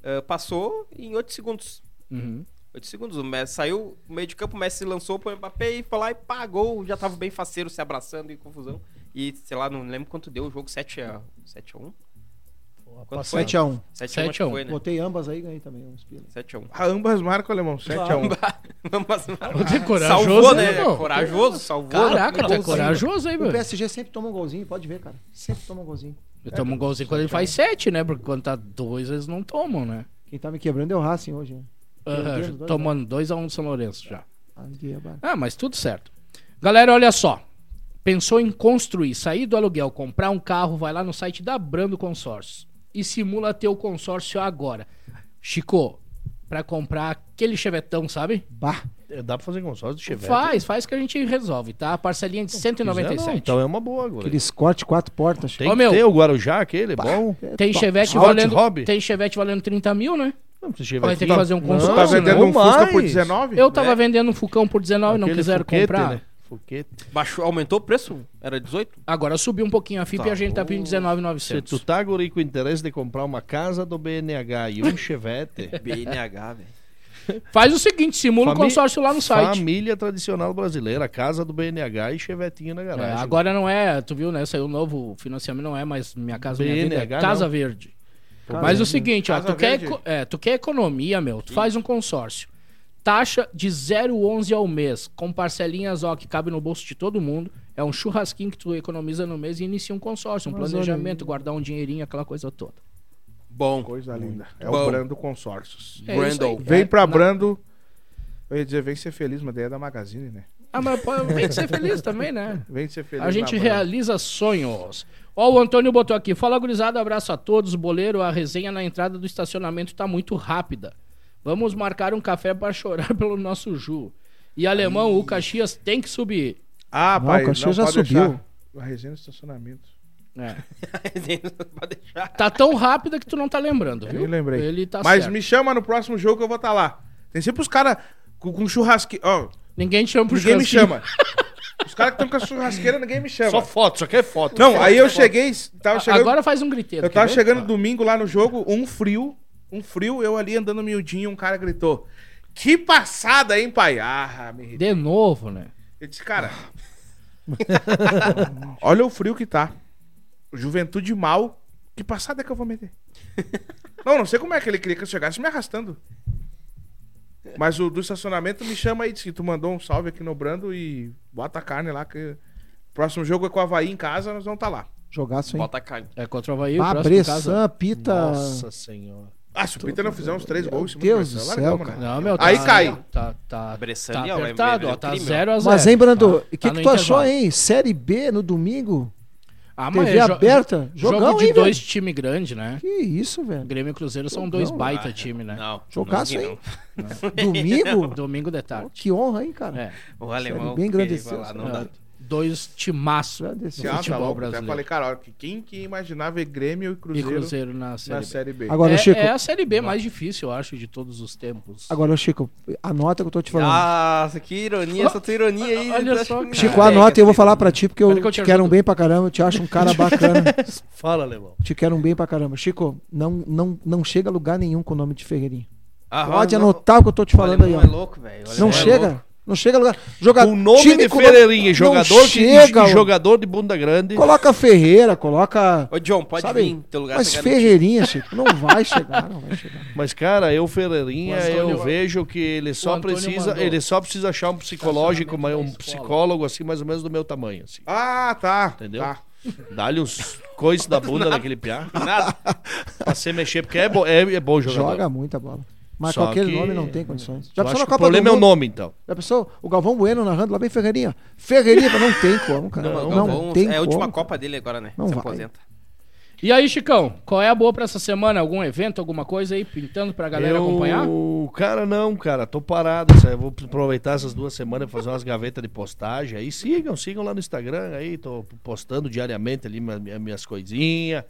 E: eh, passou em 8 segundos.
C: Uhum.
E: 8 segundos, o Messi saiu no meio de campo, o Messi lançou pro Mbappé e foi lá e pagou. Já tava bem faceiro se abraçando e confusão. E sei lá, não lembro quanto deu o jogo, 7x1. 7x1? Quanto foi?
B: 7x1.
E: 7x1 acho
C: 7 a 1.
E: que foi, né?
B: Botei ambas aí e ganhei também uns pila.
E: 7x1.
F: Ah, ambas marcam, alemão. 7x1.
E: Mas-
C: Tu é corajoso,
E: salvou,
C: né,
E: né?
C: irmão?
E: Corajoso, salvou.
C: Caraca, tu é
B: golzinho.
C: corajoso aí,
B: O
C: meu.
B: PSG sempre toma um golzinho, pode ver, cara. Sempre toma um golzinho.
C: Eu tomo um golzinho quando ele faz sete, né? Porque quando tá dois, eles não tomam, né?
B: Quem tá me quebrando é o Racing hoje, né?
C: Ah, já tomando 2x1 um do São Lourenço já.
B: Aqui, rapaz.
C: Ah, mas tudo certo. Galera, olha só. Pensou em construir, sair do aluguel, comprar um carro, vai lá no site da Brando Consórcio e simula teu consórcio agora. Chico, pra comprar aquele chevetão, sabe?
B: Bah,
D: É, Dá pra fazer consórcio de Chevette.
C: Faz, faz que a gente resolve, tá? Parcelinha de
D: Se quiser, não.
C: 197.
D: Então é uma boa agora.
B: aqueles corte quatro portas.
D: Tem
C: Ô,
D: que
C: meu.
D: ter o Guarujá, aquele, bom.
C: Tem Chevette
D: Hot
C: valendo,
D: tá. Hobby?
C: tem Chevette valendo 30 mil, né?
D: Não, precisa
C: Vai ter que fazer um consórcio,
F: Tu tá
C: Não,
F: vendendo
D: não
F: um Fusca por
D: mais.
F: 19?
C: Eu tava vendendo um Fucão por 19 e não
D: É. Aquele
C: quiseram
D: Fuquete,
C: comprar.
D: né? Fuquete.
E: Baixou, aumentou o preço? Era 18?
C: Agora subiu um pouquinho a FIP e a gente tá pedindo
D: Se tu
C: 19,900.
D: tá guri com interesse de comprar uma casa do BNH e um Chevette,
E: BNH, velho.
C: Faz o seguinte, simula o
D: Famí-
C: consórcio lá no site.
D: família tradicional brasileira, casa do BNH e Chevetinho na
C: É,
D: garagem.
C: agora não é, tu viu, né? Saiu um novo financiamento, não é mais Minha Casa Minha Vida, é
D: BNH
C: Casa
D: não.
C: Verde. Mas o seguinte, ó,
F: Casa
C: tu quer,
F: Verde?
C: eco- é, tu quer economia, meu, tu faz um consórcio. Taxa de 0,11 ao mês, com parcelinhas, ó, que cabe no bolso de todo mundo. É um churrasquinho que tu economiza no mês e inicia um consórcio, um
B: Mas
C: planejamento, guardar um dinheirinho, aquela coisa toda.
E: Bom,
F: Coisa linda. É
E: Bom.
F: o Brando Consórcios.
C: É isso aí.
E: Brandon.
F: Vem
C: É,
F: pra
C: na-
F: Brando. Eu ia dizer, vem ser feliz, mas daí é da Magazine, né?
C: Ah, mas pô, tem que ser feliz também, né?
F: Vem ser feliz.
C: A gente
F: na Brando.
C: realiza sonhos. Ó, o Antônio botou aqui. Fala, gurizada, abraço a todos. Boleiro, a resenha na entrada do estacionamento tá muito rápida. Vamos marcar um café para chorar pelo nosso Ju. E alemão, o Caxias tem que subir.
F: Ah,
B: Não,
F: pai,
B: o Caxias
F: não
B: já
F: pode
B: subiu.
F: deixar. A resenha no estacionamento.
C: É.
E: Pode deixar.
C: Tá tão rápida que tu não tá lembrando,
F: Eu
C: viu?
F: nem lembrei.
C: Ele tá
F: Mas
C: certo.
F: me chama no próximo jogo que eu vou estar lá. Tem sempre os caras com, com churrasqueira. Ó,
C: Ninguém te chama pro
F: ninguém me
C: churrasquinho.
F: chama. Os caras que estão com a churrasqueira, ninguém me chama.
D: Só foto, só Tá. quer foto.
F: é Não, aí eu cheguei, tava chegando,
C: Agora faz um griteiro.
F: eu
C: quer
F: tava
C: ver?
F: chegando domingo lá no jogo, um frio, um frio, eu ali andando miudinho, um cara gritou: "Que passada, hein, pai?" Ah, me
C: De
F: irritei.
C: novo, né?
F: Eu disse, cara, olha o frio que tá. Juventude mal, que passada que eu vou meter? não, não sei como é que ele queria que eu chegasse me arrastando. Mas o do estacionamento me chama aí, disse que tu mandou um salve aqui no Brando e bota a carne lá que próximo jogo é com o Havaí em casa, nós vamos tá lá.
B: Jogaço, hein?
E: Bota a carne.
C: É contra o Havaí, o
B: Bah,
C: próximo em casa.
B: Bressan, Pita.
D: Nossa senhora.
F: Ah, se o Peter não fizer uns três gols, em cima
B: Deus
F: do
B: do
F: Marcelo,
B: céu,
F: largamos, né?
C: Não, meu,
F: Aí
C: tá,
F: cai.
C: Tá, tá,
E: Bressan é
C: tá
E: ali, ó,
C: apertado,
E: lembrei,
C: ó, tá
E: crime, ó.
C: 0x0.
B: Mas, hein, Brando, o que,
C: tá
B: que
C: no
B: tu achou,
C: intervalo.
B: hein? Série B no domingo?
C: Amanhã
B: TV aberta?
C: Ah, Jogo
B: Jogão,
C: de
B: hein,
C: dois times grandes, né?
B: Que isso, velho.
C: Grêmio e Cruzeiro são dois baita time, né?
E: ah, Não.
B: Jogaço,
E: não,
B: hein? Domingo?
C: Domingo de tarde.
B: que honra, hein, cara?
C: É,
E: não. O alemão.
B: bem
E: que
B: grande
E: ele
B: esse,
E: vai lá, não
C: é,
E: dá.
C: dois timaço
B: Agradeceu.
F: Ah, tá
C: futebol
F: louco. Até
C: brasileiro.
F: falei, cara, olha, que quem que imaginava ver Grêmio e
C: e
F: Cruzeiro,
C: Cruzeiro na
F: na
C: Série B.
F: Série B?
B: Agora,
C: é,
B: Chico,
C: é a Série B mais difícil, eu acho, de todos os tempos.
B: agora, Chico, anota o que eu tô te falando.
E: Nossa, que ironia, essa tua ironia aí.
C: Olha
E: tá
C: só,
E: achando-
B: Chico,
E: Ah, é,
B: anota e eu vou
E: cacete.
B: falar pra ti, porque eu,
C: Pera que eu te
B: te quero um
C: ajudo.
B: bem pra caramba, eu te acho um cara bacana.
D: Fala, Levão.
B: te quero um bem pra caramba. Chico, não, não, não chega a lugar nenhum com o nome de Ferreirinha.
E: Aham,
B: Pode
E: Ah, não.
B: anotar o que eu tô te
E: O
B: falando aí,
E: alemão
B: ó.
E: é louco, velho. O alemão
B: não
E: é
B: chega.
E: louco.
B: Não chega a lugar. Joga...
D: O nome
B: time
D: de
B: com-
D: Ferreirinha,
B: não
D: jogador, de-
B: chega,
D: de,
B: ó.
D: jogador de bunda grande.
B: Coloca Ferreira, coloca.
E: Ô, John, pode
B: Sabe,
E: vir. Teu lugar
B: Mas
E: tá
B: Ferreirinha, Chico, não vai chegar, não vai chegar.
D: Mas, cara, eu, Ferreirinha,
C: O Antônio-
D: eu vejo que ele só
C: Antônio
D: precisa.
C: mandou.
D: Ele só precisa achar um psicológico,
C: Estacionamento
D: um
C: da escola.
D: psicólogo assim, mais ou menos do meu tamanho. Assim.
F: Ah, tá.
D: Entendeu?
F: Tá.
D: Dá-lhe uns coices da bunda daquele piá. Nada. Pra você mexer, porque é, bo é, é bom jogador.
B: Joga muita bola. Mas
D: Só
B: com aquele
D: que-
B: nome não tem condições.
D: Eu
B: Já
D: acho
B: pensou na
D: que o
B: Copa do
D: problema é o
B: Mundo?
D: nome, então.
B: Já pensou? O Galvão Bueno narrando lá bem Ferreirinha. Ferreirinha, não tem como, cara.
E: Não,
B: Não,
E: não, vamos-
B: tem
E: é a
B: como.
E: última Copa dele agora, né?
B: Não
E: Se
B: vai.
E: aposenta.
C: E aí, Chicão, qual é a boa pra essa semana? Algum evento, alguma coisa aí pintando pra galera acompanhar?
D: O cara não, cara, tô parado. sabe? Eu vou aproveitar essas duas semanas pra fazer umas gavetas de postagem. Aí sigam, sigam lá no Instagram. Aí tô postando diariamente ali minha- minha- minhas coisinhas.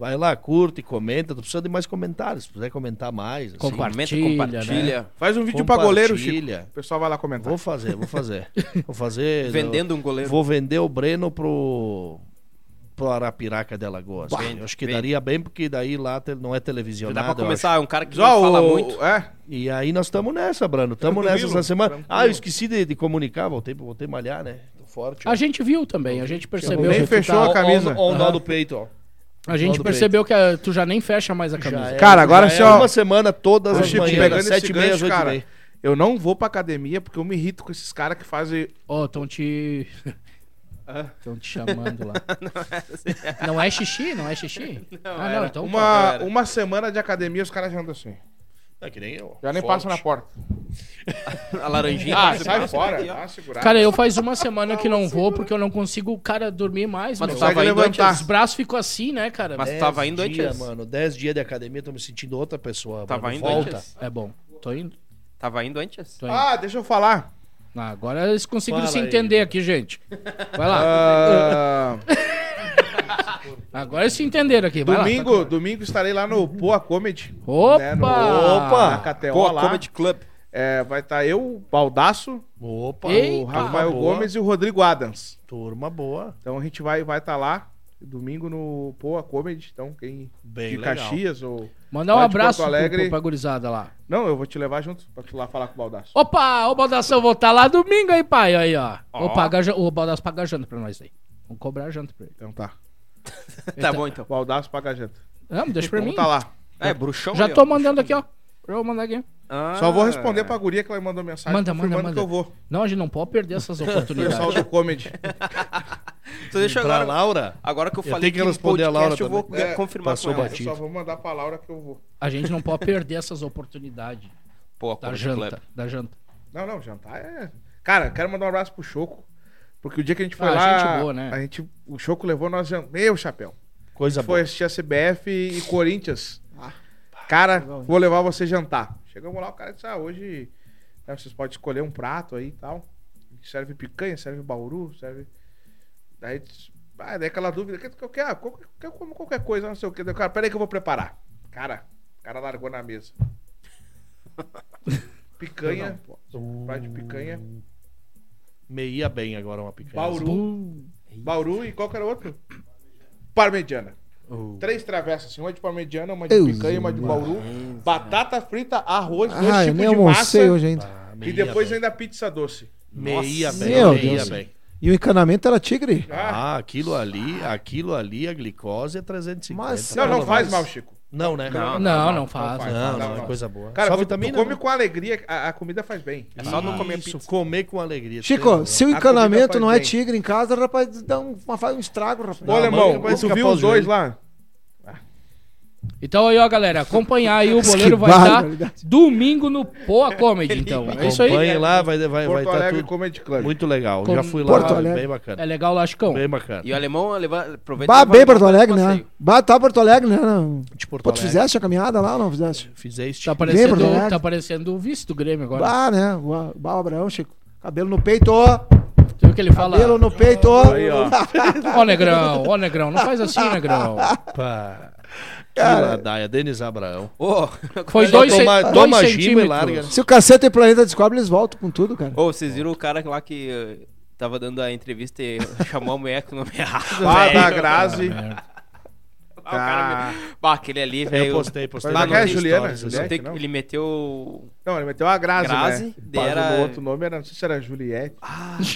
D: Vai lá, curte, comenta. Tô precisando de mais comentários. Se puder comentar mais. assim.
E: Comenta,
C: Compartilha,
E: compartilha.
F: Faz um vídeo pra goleiro, Chico.
D: Compartilha.
F: O pessoal vai lá comentar.
D: Vou fazer, vou fazer. Vou fazer.
E: Vendendo um goleiro.
D: Vou vender o Breno pro. Pro Arapiraca de Alagoas.
E: Bah.
D: Eu acho que
E: Vende.
D: daria bem, porque daí lá te- não é
E: Já
D: televisionado.
E: dá pra
D: eu acho.
E: começar, é um cara que
F: Só
E: não fala
F: o-
E: muito.
F: É,
D: E aí nós estamos nessa, Brano. Estamos
F: Tranquilo,
D: nessa essa semana.
F: tranquilo.
D: Ah, eu esqueci de, de comunicar, voltei, voltei a malhar, né? Tô forte. ó.
C: A gente viu também, a gente percebeu.
F: nem
C: que tu
F: fechou
C: tá-
F: a camisa.
D: Ó, ó o nó
C: Aham.
D: do peito, ó.
C: A gente
D: Todo
C: percebeu que ah, tu já nem fecha mais a
D: Já
C: camisa.
D: é-
F: Cara, agora
D: já
F: assim,
D: é
F: ó.
D: Uma semana todas
F: Ô,
D: as
F: Chico,
D: manhãs,
F: pegando
D: das
F: esse
D: sete e meia, às
F: gancho,
D: oito e
F: cara.
D: meia.
F: Eu não vou pra academia porque eu me irrito com esses caras que fazem.
C: Ó, estão te. Estão te chamando lá. não é xixi? Não é xixi? ah, não,
E: era
C: então. tá.
F: Uma,
E: galera.
F: uma semana de academia, os caras já andam assim.
D: É que nem eu.
F: Já nem
D: Forte.
F: passam na porta.
E: A laranjinha.
F: Ah,
E: passa-
F: sai
E: passa
F: fora.
E: aqui, ó.
F: Dá uma
C: tá.
F: segurada.
C: Cara, eu faz uma semana que não vou porque eu não consigo, cara, dormir mais.
E: Mas
C: meu.
E: tu tava
F: Consegue
E: indo antes.
F: levantar.
C: Os braços ficam assim, né, cara?
E: Mas tu
D: Dez
E: tava indo
D: dias,
E: antes.
D: mano. Dez dias de academia, tô me sentindo outra pessoa.
E: Tava
D: Brano.
E: indo
D: Volta.
E: antes.
C: É bom. Tô indo.
E: Tava indo antes.
C: Tô indo.
F: Ah, deixa eu falar.
C: Ah, agora eles conseguiram
D: Fala
C: se
D: aí.
C: entender aqui, gente. Vai lá.
F: Ah,
C: Agora eles se entenderam aqui. Vai Lá.
F: domingo, domingo estarei lá no Poa Comedy.
C: Opa!
F: Né, no-
C: Opa!
F: Na KTO
E: Pô,
F: lá.
E: Comedy Club.
F: É, vai estar eu, o Baldaço,
D: Opa,
C: Ei,
F: o
D: turma
F: Rafael
D: Ah, boa.
F: Gomes e o Rodrigo Adams.
D: Turma boa.
F: Então a gente vai vai estar lá domingo no Poa Comedy. Então quem
D: Bem
F: de
D: legal.
F: Caxias ou
C: Mandar um
F: Lá de Porto
C: abraço
F: Alegre.
C: pro, pra gurizada lá.
F: não, eu vou te levar junto pra tu lá falar com o Baldaço.
C: Opa, o Baldação vou estar lá domingo aí, pai. Aí, ó.
E: Ó.
C: Vou pagar ja- o Baldaço paga janta pra nós aí. Vamos cobrar janta pra ele.
F: Então tá.
E: Tá bom, então.
F: Baldaço paga a janta.
C: Não, deixa pra mim.
F: Vamos tá lá.
E: É, bruxão.
C: Já
E: ali, ó.
C: tô mandando aqui, ó. Eu vou mandar aqui.
E: Ah.
F: Só vou responder pra guria que ela me mandou mensagem
C: Manda, manda,
F: confirmando
C: manda.
F: que eu vou.
C: Não, a gente não pode perder essas
F: Pessoal
C: oportunidades.
F: do comedy.
E: Então deixa eu
D: Pra
E: agora.
D: Laura.
E: Agora que eu
D: Eu
E: falei
D: tenho que responder a Laura
E: eu vou
D: também.
E: é, confirmar
D: passou
E: com ela.
D: batido.
F: Eu só vou mandar pra Laura que eu vou.
C: A gente não pode perder essas oportunidades
E: Pô,
C: da
E: Comedy Club.
C: Tá janta. Da janta.
F: Não, não, jantar é. Cara, quero mandar um abraço pro Choco. Porque o dia que a gente foi
C: Ah,
F: lá.
C: gente boa, né?
F: A gente, o Choco levou nós. jan- Meu chapéu.
D: Coisa boa.
F: Foi assistir a CBF e Corinthians. Cara, vou levar você jantar. Chegamos lá, o cara disse: Ah, hoje né, vocês podem escolher um prato aí e tal. Serve picanha, serve bauru, serve. Daí, disse, ah, daí aquela dúvida: que que eu quero? Qual- que eu como qualquer coisa, não sei o que. Daí, o cara, peraí que eu vou preparar. Cara, o cara largou na mesa. Picanha, um prato de picanha,
D: Meia bem agora uma
B: É
D: picanha.
F: bauru. Bauru e qual que era o outro? Parmegiana.
B: Oh.
F: Três travessas, assim, uma de parmegiana, uma de
B: Deus
F: picanha, uma de bauru, batata frita, arroz, dois
B: Ah, eu
F: tipos
B: nem
F: de massa
B: almocei hoje ainda.
D: Ah,
F: e
D: meia
F: depois
D: bem.
F: ainda pizza doce.
D: Meia
E: Nossa.
D: bem,
B: Meu
D: meia
B: Deus.
D: bem.
B: E o encanamento era tigre?
F: Ah,
D: Ah, aquilo ali, aquilo ali, a glicose é 350.
B: Mas-
F: não, não
B: mas-
F: faz mal, Chico.
D: Não, né?
E: Não,
C: Não, não faz.
F: faz.
D: Não, não,
F: não.
D: é coisa boa.
F: Cara,
D: Só
F: tu,
D: vitamina.
F: tu come
D: né?
F: com alegria, a, a comida faz bem.
E: É só não comer
D: Isso,
E: pizza.
D: comer com alegria.
B: Chico, se o
D: Ah,
F: comida
B: encanamento
F: faz
B: não é
F: bem.
B: tigre em casa, rapaz, dá um, uma- faz um estrago, rapaz.
F: Ô, alemão,
D: mas
F: tu
D: escapar
F: viu
D: o
F: os dois
D: joelho.
F: lá?
C: Então aí, ó, galera, acompanhar aí. O goleiro
B: Que
C: vai estar
B: barbaridade.
C: domingo no Poa Comedy, então. É isso aí.
D: Acompanhe lá, vai vai vai
F: Porto
D: estar
F: Alegre
D: tudo
F: Comedy Club.
D: muito legal.
C: Com-
D: Já fui lá,
B: Porto
D: bem
B: Alegre.
D: bacana.
C: É legal, Lascão.
D: Bem bacana.
E: E o alemão leva- aproveita. e
B: Bah,
E: leva
B: bem
E: ele
B: Porto
E: pra
B: Alegre,
D: é.
E: passeio.
B: né? Bah, tá Porto Alegre, né?
D: De Porto
B: Pô, tu
D: Alegre.
B: fizeste a caminhada lá ou não fizeste?
D: Fizeste.
C: Tá
B: Bem, Porto
C: aparecendo,
B: Alegre.
C: tá aparecendo o vice do Grêmio agora.
B: Bah, né? O A- Bah, o Abraão, Chico. Cabelo no peito,
C: Tu viu que ele fala?
B: cabelo no peito.
F: Aí, ó.
C: Ó, Negrão, ó, Negrão, não faz assim, Negrão.
D: Pá. Que ladaia, Denis Abraão.
E: Ô, ô,
C: Foi dois,
D: toma-
C: cen-
D: toma
C: dois
D: gima e
C: centímetros.
D: larga, né?
B: Se o cacete e o planeta descobre, eles voltam com tudo, cara.
E: vocês viram o cara lá que eh,
D: Ah,
E: tava dando a entrevista e chamou a mulher com o nome errado?
F: Lá
E: velho?
F: da Grazi.
E: Ah, o cara me- Bah, aquele ali,
D: tá. Eu
E: velho.
D: postei, postei.
F: Mas
D: no
E: não é
D: meu
F: Juliana,
D: stories, assim.
F: Juliana?
E: não tem-
F: Não.
E: Ele meteu
F: Não, ele meteu a Grazi,
E: Grazi,
F: né?
E: daí
F: Mas
E: era-
F: O outro nome era, não sei se era Juliette.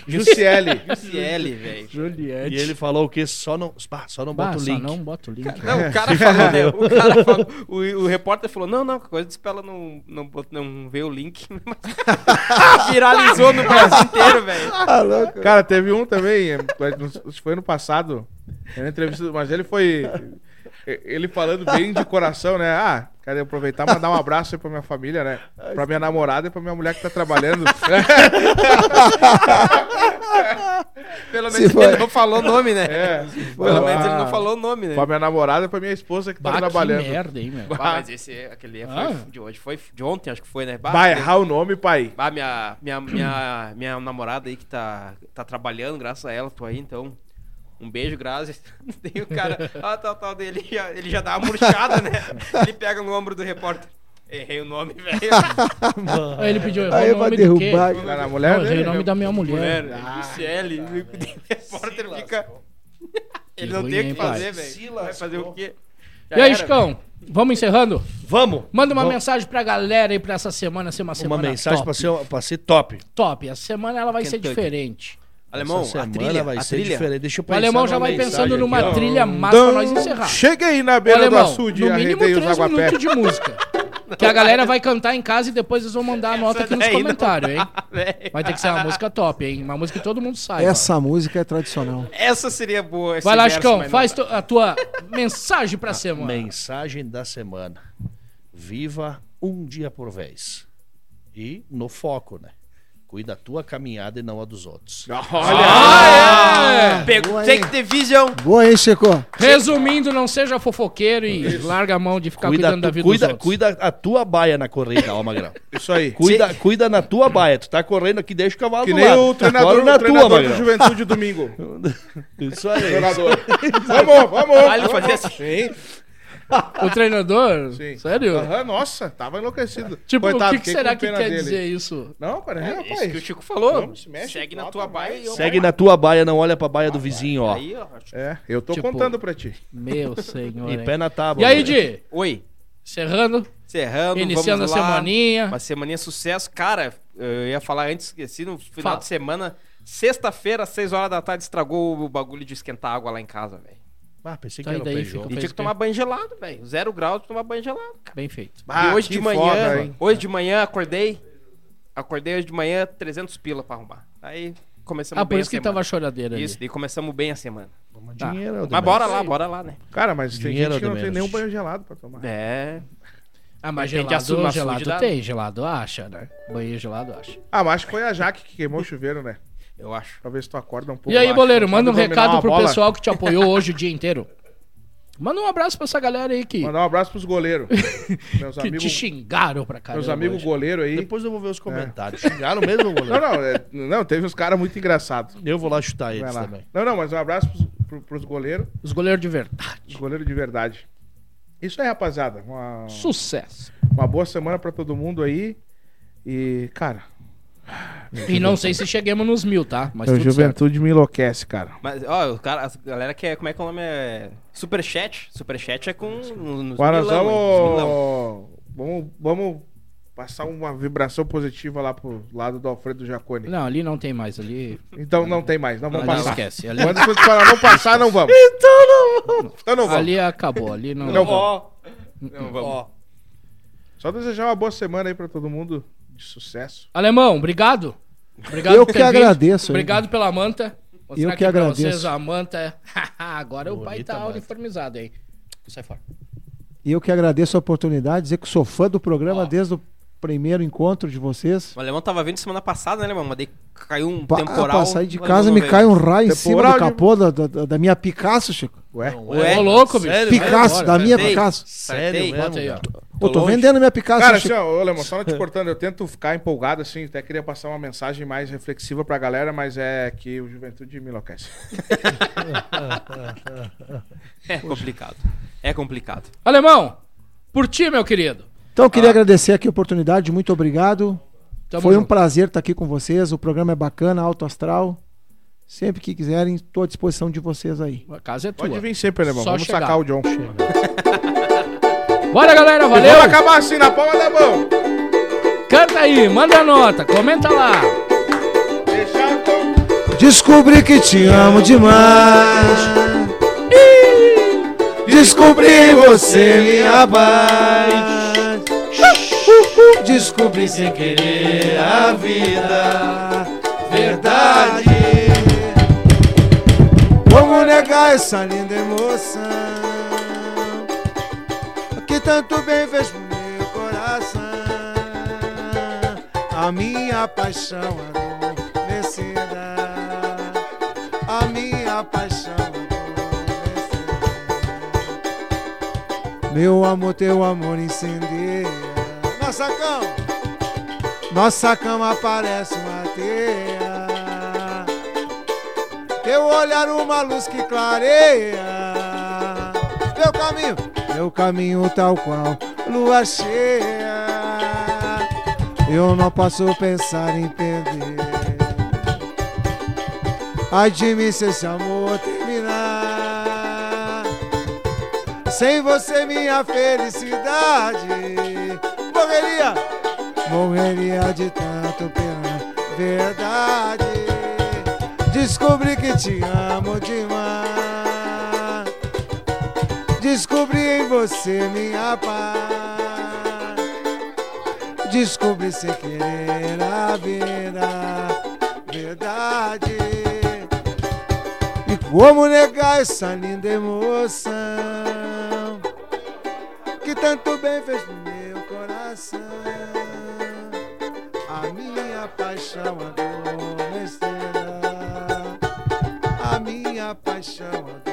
F: Jussiele.
E: Ciel, velho.
C: Juliette.
D: E ele falou que só não, bah, só não
C: Bah,
D: bota o
C: só
D: link.
C: não bota o link.
E: Não, o cara tá falou, né? O, cara falou, o, o repórter falou: não, não, coisa de ela não, não, bot- não vê o link. Viralizou no Brasil inteiro, velho.
F: Tá Cara, teve um também, é, mas não sei se foi ano passado, era entrevista, mas ele foi. é, Ele falando bem de coração, né? Ah, quero aproveitar e mandar um abraço aí pra minha família, né? Pra minha namorada e pra minha mulher que tá trabalhando.
E: Pelo
B: Se
E: menos
B: foi.
E: ele não falou o nome, né?
F: É.
E: Pelo menos ele não falou o nome, né?
F: Pra minha namorada e pra minha esposa que tá
C: Bah,
F: trabalhando.
C: que merda, hein, meu.
E: Bah, mas esse, aquele foi
C: Ah. é
E: de hoje, foi de ontem, acho que foi, né? Bah,
F: Vai
E: meu-
F: errar o nome, pai.
E: Bah, minha, minha, minha, minha namorada aí que tá, tá trabalhando, graças a ela, tô aí, então. Um beijo, Grazi. Daí o cara, ah, tal, tal, dele, ele já, ele já dá uma murchada, né? Ele pega no ombro do repórter. Errei o nome, velho.
C: Aí ele pediu errou
B: Aí
C: o
B: vai
C: nome do quê?
B: derrubar.
F: Era a
C: Não,
F: mulher né,
C: eu errei
F: dele?
C: o nome da minha mulher.
E: Mulher,
C: Ah,
E: ICL.
C: tá,
E: O repórter fica. Ele não
C: ruim,
E: tem o
C: hein,
E: que
C: pai?
E: fazer, velho. Vai fazer o quê? Já
C: E aí,
E: era,
C: Chicão? Vamos encerrando?
D: Vamos!
C: Manda uma
D: Vamos.
C: mensagem pra galera aí pra essa semana ser uma
D: Uma
C: semana
D: mensagem pra
C: top.
D: ser, pra ser top.
C: Top. Essa semana ela vai ser
E: Kentucky.
C: diferente.
E: Alemão,
D: Essa
E: a
D: semana
E: trilha,
D: vai
E: a
D: ser
E: trilha.
D: diferente. Deixa eu
C: O
D: pensar
C: alemão já
D: numa
C: vai pensando
D: mensagem
C: numa
D: aqui, ó.
C: trilha massa pra nós encerrar.
F: Então, Cheguei na
C: Ô,
F: beira do
C: alemão,
F: açude,
C: no mínimo
F: arredei os
C: três minutos
F: aguapés.
C: de música. Que a galera vai cantar em casa e depois eles vão mandar a nota aqui nos
E: daí não
C: comentários, hein?
E: velho.
C: Vai ter que ser uma música top, hein? Uma música que todo mundo saiba.
B: Essa música é tradicional.
E: Essa seria boa. esse
C: Vai lá,
E: verso,
C: Chicão,
E: mas não
C: faz
E: dá.
C: tu- a tua mensagem pra semana.
D: Mensagem da semana. Viva um dia por vez. E no foco, né? Cuida da tua caminhada e não a dos outros.
E: Ah, é! Pegou,
B: Boa, hein?
E: take the vision.
B: Boa, hein, Chico?
C: Resumindo, não seja fofoqueiro e larga a mão de ficar
D: Cuida,
C: cuidando da
D: tu-
C: vida
D: cuida,
C: dos outros.
D: cuida a tua baia na corrida, ó, Magrão.
F: Isso aí.
D: Cuida, cuida na tua baia. Tu tá correndo aqui, deixa o cavalo
F: Que
D: do
F: nem
D: lado.
F: o treinador,
D: Corre na
F: o treinador
D: é tua,
F: do
D: Magrão.
F: Juventude domingo.
D: Isso aí.
F: Treinador. vamos, vamos.
E: Ah, ele fazia assim.
F: Sim.
C: O treinador?
F: Sim.
C: Sério?
F: Aham, nossa, tava enlouquecido.
C: Tipo,
F: Coitado,
C: o que, que
F: fiquei
C: será
F: com
C: que
F: pena
C: quer
F: dele.
C: dizer isso?
F: Não, cara, é,
E: Isso que o
F: rapaz.
E: Chico falou.
F: Não, se mexe,
E: Segue na
F: bota
E: tua
F: mais.
E: baia e eu-
D: Segue na tua baia, não olha pra baia do vizinho, ó.
E: Aí, ó.
F: É, eu tô
C: Tipo-
F: contando pra ti.
C: Meu senhor.
D: E
C: hein?
D: pé na tábua.
C: E aí,
D: Di?
C: Di?
E: Oi.
C: Encerrando,
E: Encerrando,
C: iniciando a
E: vamos lá.
C: semaninha.
E: Uma semaninha sucesso. Cara, eu ia falar antes, esqueci, no final
C: Fala.
E: de semana, sexta-feira, às 6 horas da tarde, estragou o bagulho de esquentar água lá em casa, velho.
D: Ah, pensei que
C: Tá, e
D: era o
C: daí
D: Peugeot.
C: fica
E: E tinha que tomar banho gelado, velho. Zero grau, tinha que tomar banho gelado.
C: bem feito.
E: e
F: Ah,
E: hoje
F: que
E: de manhã,
F: foda, hein?
E: hoje de manhã acordei, acordei hoje de manhã 300 pila pra arrumar. Aí começamos
C: Ah, por
E: bem
C: isso
E: a
C: que
E: semana.
C: tava a choradeira ali.
E: Isso, e começamos bem a semana.
C: Tá.
D: Dinheiro é o
E: Mas
D: demais.
E: bora lá, bora lá, né?
F: Cara, mas tem
D: Dinheiro
F: gente que
D: de
F: não tem
D: menos.
F: nenhum banho gelado pra tomar.
E: É.
C: Ah, mas
E: Tem que
C: gelado,
E: assumir, assume
C: gelado
E: de lado.
C: tem, gelado acha, né? Banheiro gelado acha.
F: Ah, mas acho que foi a Jaque que queimou o chuveiro, né?
E: Eu acho.
F: Talvez tu acorda um pouco.
C: E aí,
F: mais.
C: boleiro, manda um
F: Sabe dominar
C: recado
F: uma
C: pro
F: bola?
C: pessoal que te apoiou hoje o dia inteiro. Manda um abraço pra essa galera aí que,
F: Mandar um abraço pros goleiros. Meus
C: que né, te
F: amigos,
C: xingaram pra caramba.
F: um meus amigos
C: hoje.
F: goleiros aí.
D: Depois eu vou ver os comentários. Xingaram mesmo, eu vou
F: É. Não,
D: ler.
F: não, é- não, teve uns caras muito engraçados.
D: Eu vou lá chutar
F: Vai
D: eles
F: lá.
D: também.
F: Não, não, mas um abraço pros, pro- pros goleiros.
C: Os goleiros de verdade.
F: Os goleiros de verdade. Isso aí, rapaziada. Uma,
C: Sucesso.
F: uma boa semana pra todo mundo aí. E, cara,
C: E não sei se cheguemos nos mil, tá? Mas
B: É
F: a
C: tudo certo.
F: É, juventude me enlouquece, cara.
E: Mas, ó, o cara, a galera que é. Como é que é o nome? É. Superchat. Superchat é com. no- Nos
F: Agora nós
E: milão, hein? Nos milão.
F: vamos, vamos, vamos passar uma vibração positiva lá pro lado do Alfredo Jacone.
C: Não, ali não tem mais. Ali,
F: Então não tem mais, não vamos
C: ali
F: passar.
C: esquece. Ali,
F: Quando você falar não passar, não vamos. Então não vamos. Então não vamos.
C: ali acabou. Ali não.
F: Não vamos.
E: Não, vamos.
F: Só desejar uma boa semana aí pra todo mundo de sucesso.
C: Alemão, obrigado. Obrigado
B: Eu
C: por
B: que
C: ter vindo.
B: agradeço, hein?
C: Obrigado pela manta.
B: Eu
C: aqui
B: que
C: pra
B: agradeço.
C: Vocês, a manta. Agora o pai
D: Bonita
C: tá
D: manta.
C: uniformizado, hein? Sai fora.
B: E eu que agradeço a oportunidade, dizer que sou fã do programa desde o primeiro encontro de vocês.
E: O alemão tava vindo semana passada, né, alemão? Mas daí caiu um
B: Pa
E: temporal.
B: pra sair de
E: o
B: casa
E: alemão
B: me
E: não
B: cai
E: veio.
B: um raio em cima do
F: Temporal de-
B: capô da, da, da minha Picasso, Chico.
F: Ué?
E: Ué?
C: Ô, louco, bicho.
D: Sério?
B: Picasso, da minha
E: Sei.
B: Picasso.
D: Sério
E: Acertei.
D: mesmo,
C: Bota aí, ó.
D: cara?
B: Pô, tô
E: longe.
B: vendendo minha Picasso,
F: Cara, assim,
B: Chico.
F: ó, ô, Alemão, só não te cortando, eu tento ficar empolgado, assim, até queria passar uma mensagem mais reflexiva pra galera, mas é que o Juventude me enlouquece.
E: É complicado. É complicado.
C: Alemão, por ti, meu querido.
B: Então, eu queria agradecer aqui a oportunidade, muito obrigado.
C: Tamo
B: Foi um
C: junto.
B: prazer estar aqui com vocês. O programa é bacana, alto astral. Sempre que quiserem, estou à disposição de vocês aí.
C: A casa é tua.
F: Pode vencer, Pelemão.
C: Só
F: Vamos
C: chegar.
F: sacar o John.
C: Bora, galera, valeu.
F: Vamos acabar assim, na palma da mão.
C: Canta aí, manda a nota, comenta lá.
F: Deixar com...
B: Descobri que te amo demais. Descobri você me abate. Descobri sem querer a vida. Verdade. Como negar essa linda emoção? Que tanto bem fez pro meu coração. A minha paixão adormecida. A minha paixão adormecida. Meu amor, teu amor incendeia Nossa cama Nossa cama parece uma teia Teu olhar uma luz que clareia Meu caminho, meu caminho tal qual lua cheia eu não posso pensar em perder. Ai de mim se esse amor terminar. Sem você, minha felicidade morreria, morreria de tanto pela verdade. Descobri que te amo demais. Descobri em você minha paz descobri sem querer a vida, verdade. E como negar essa linda emoção que tanto bem fez pro meu coração? A minha paixão adormecida, a minha paixão adormecida.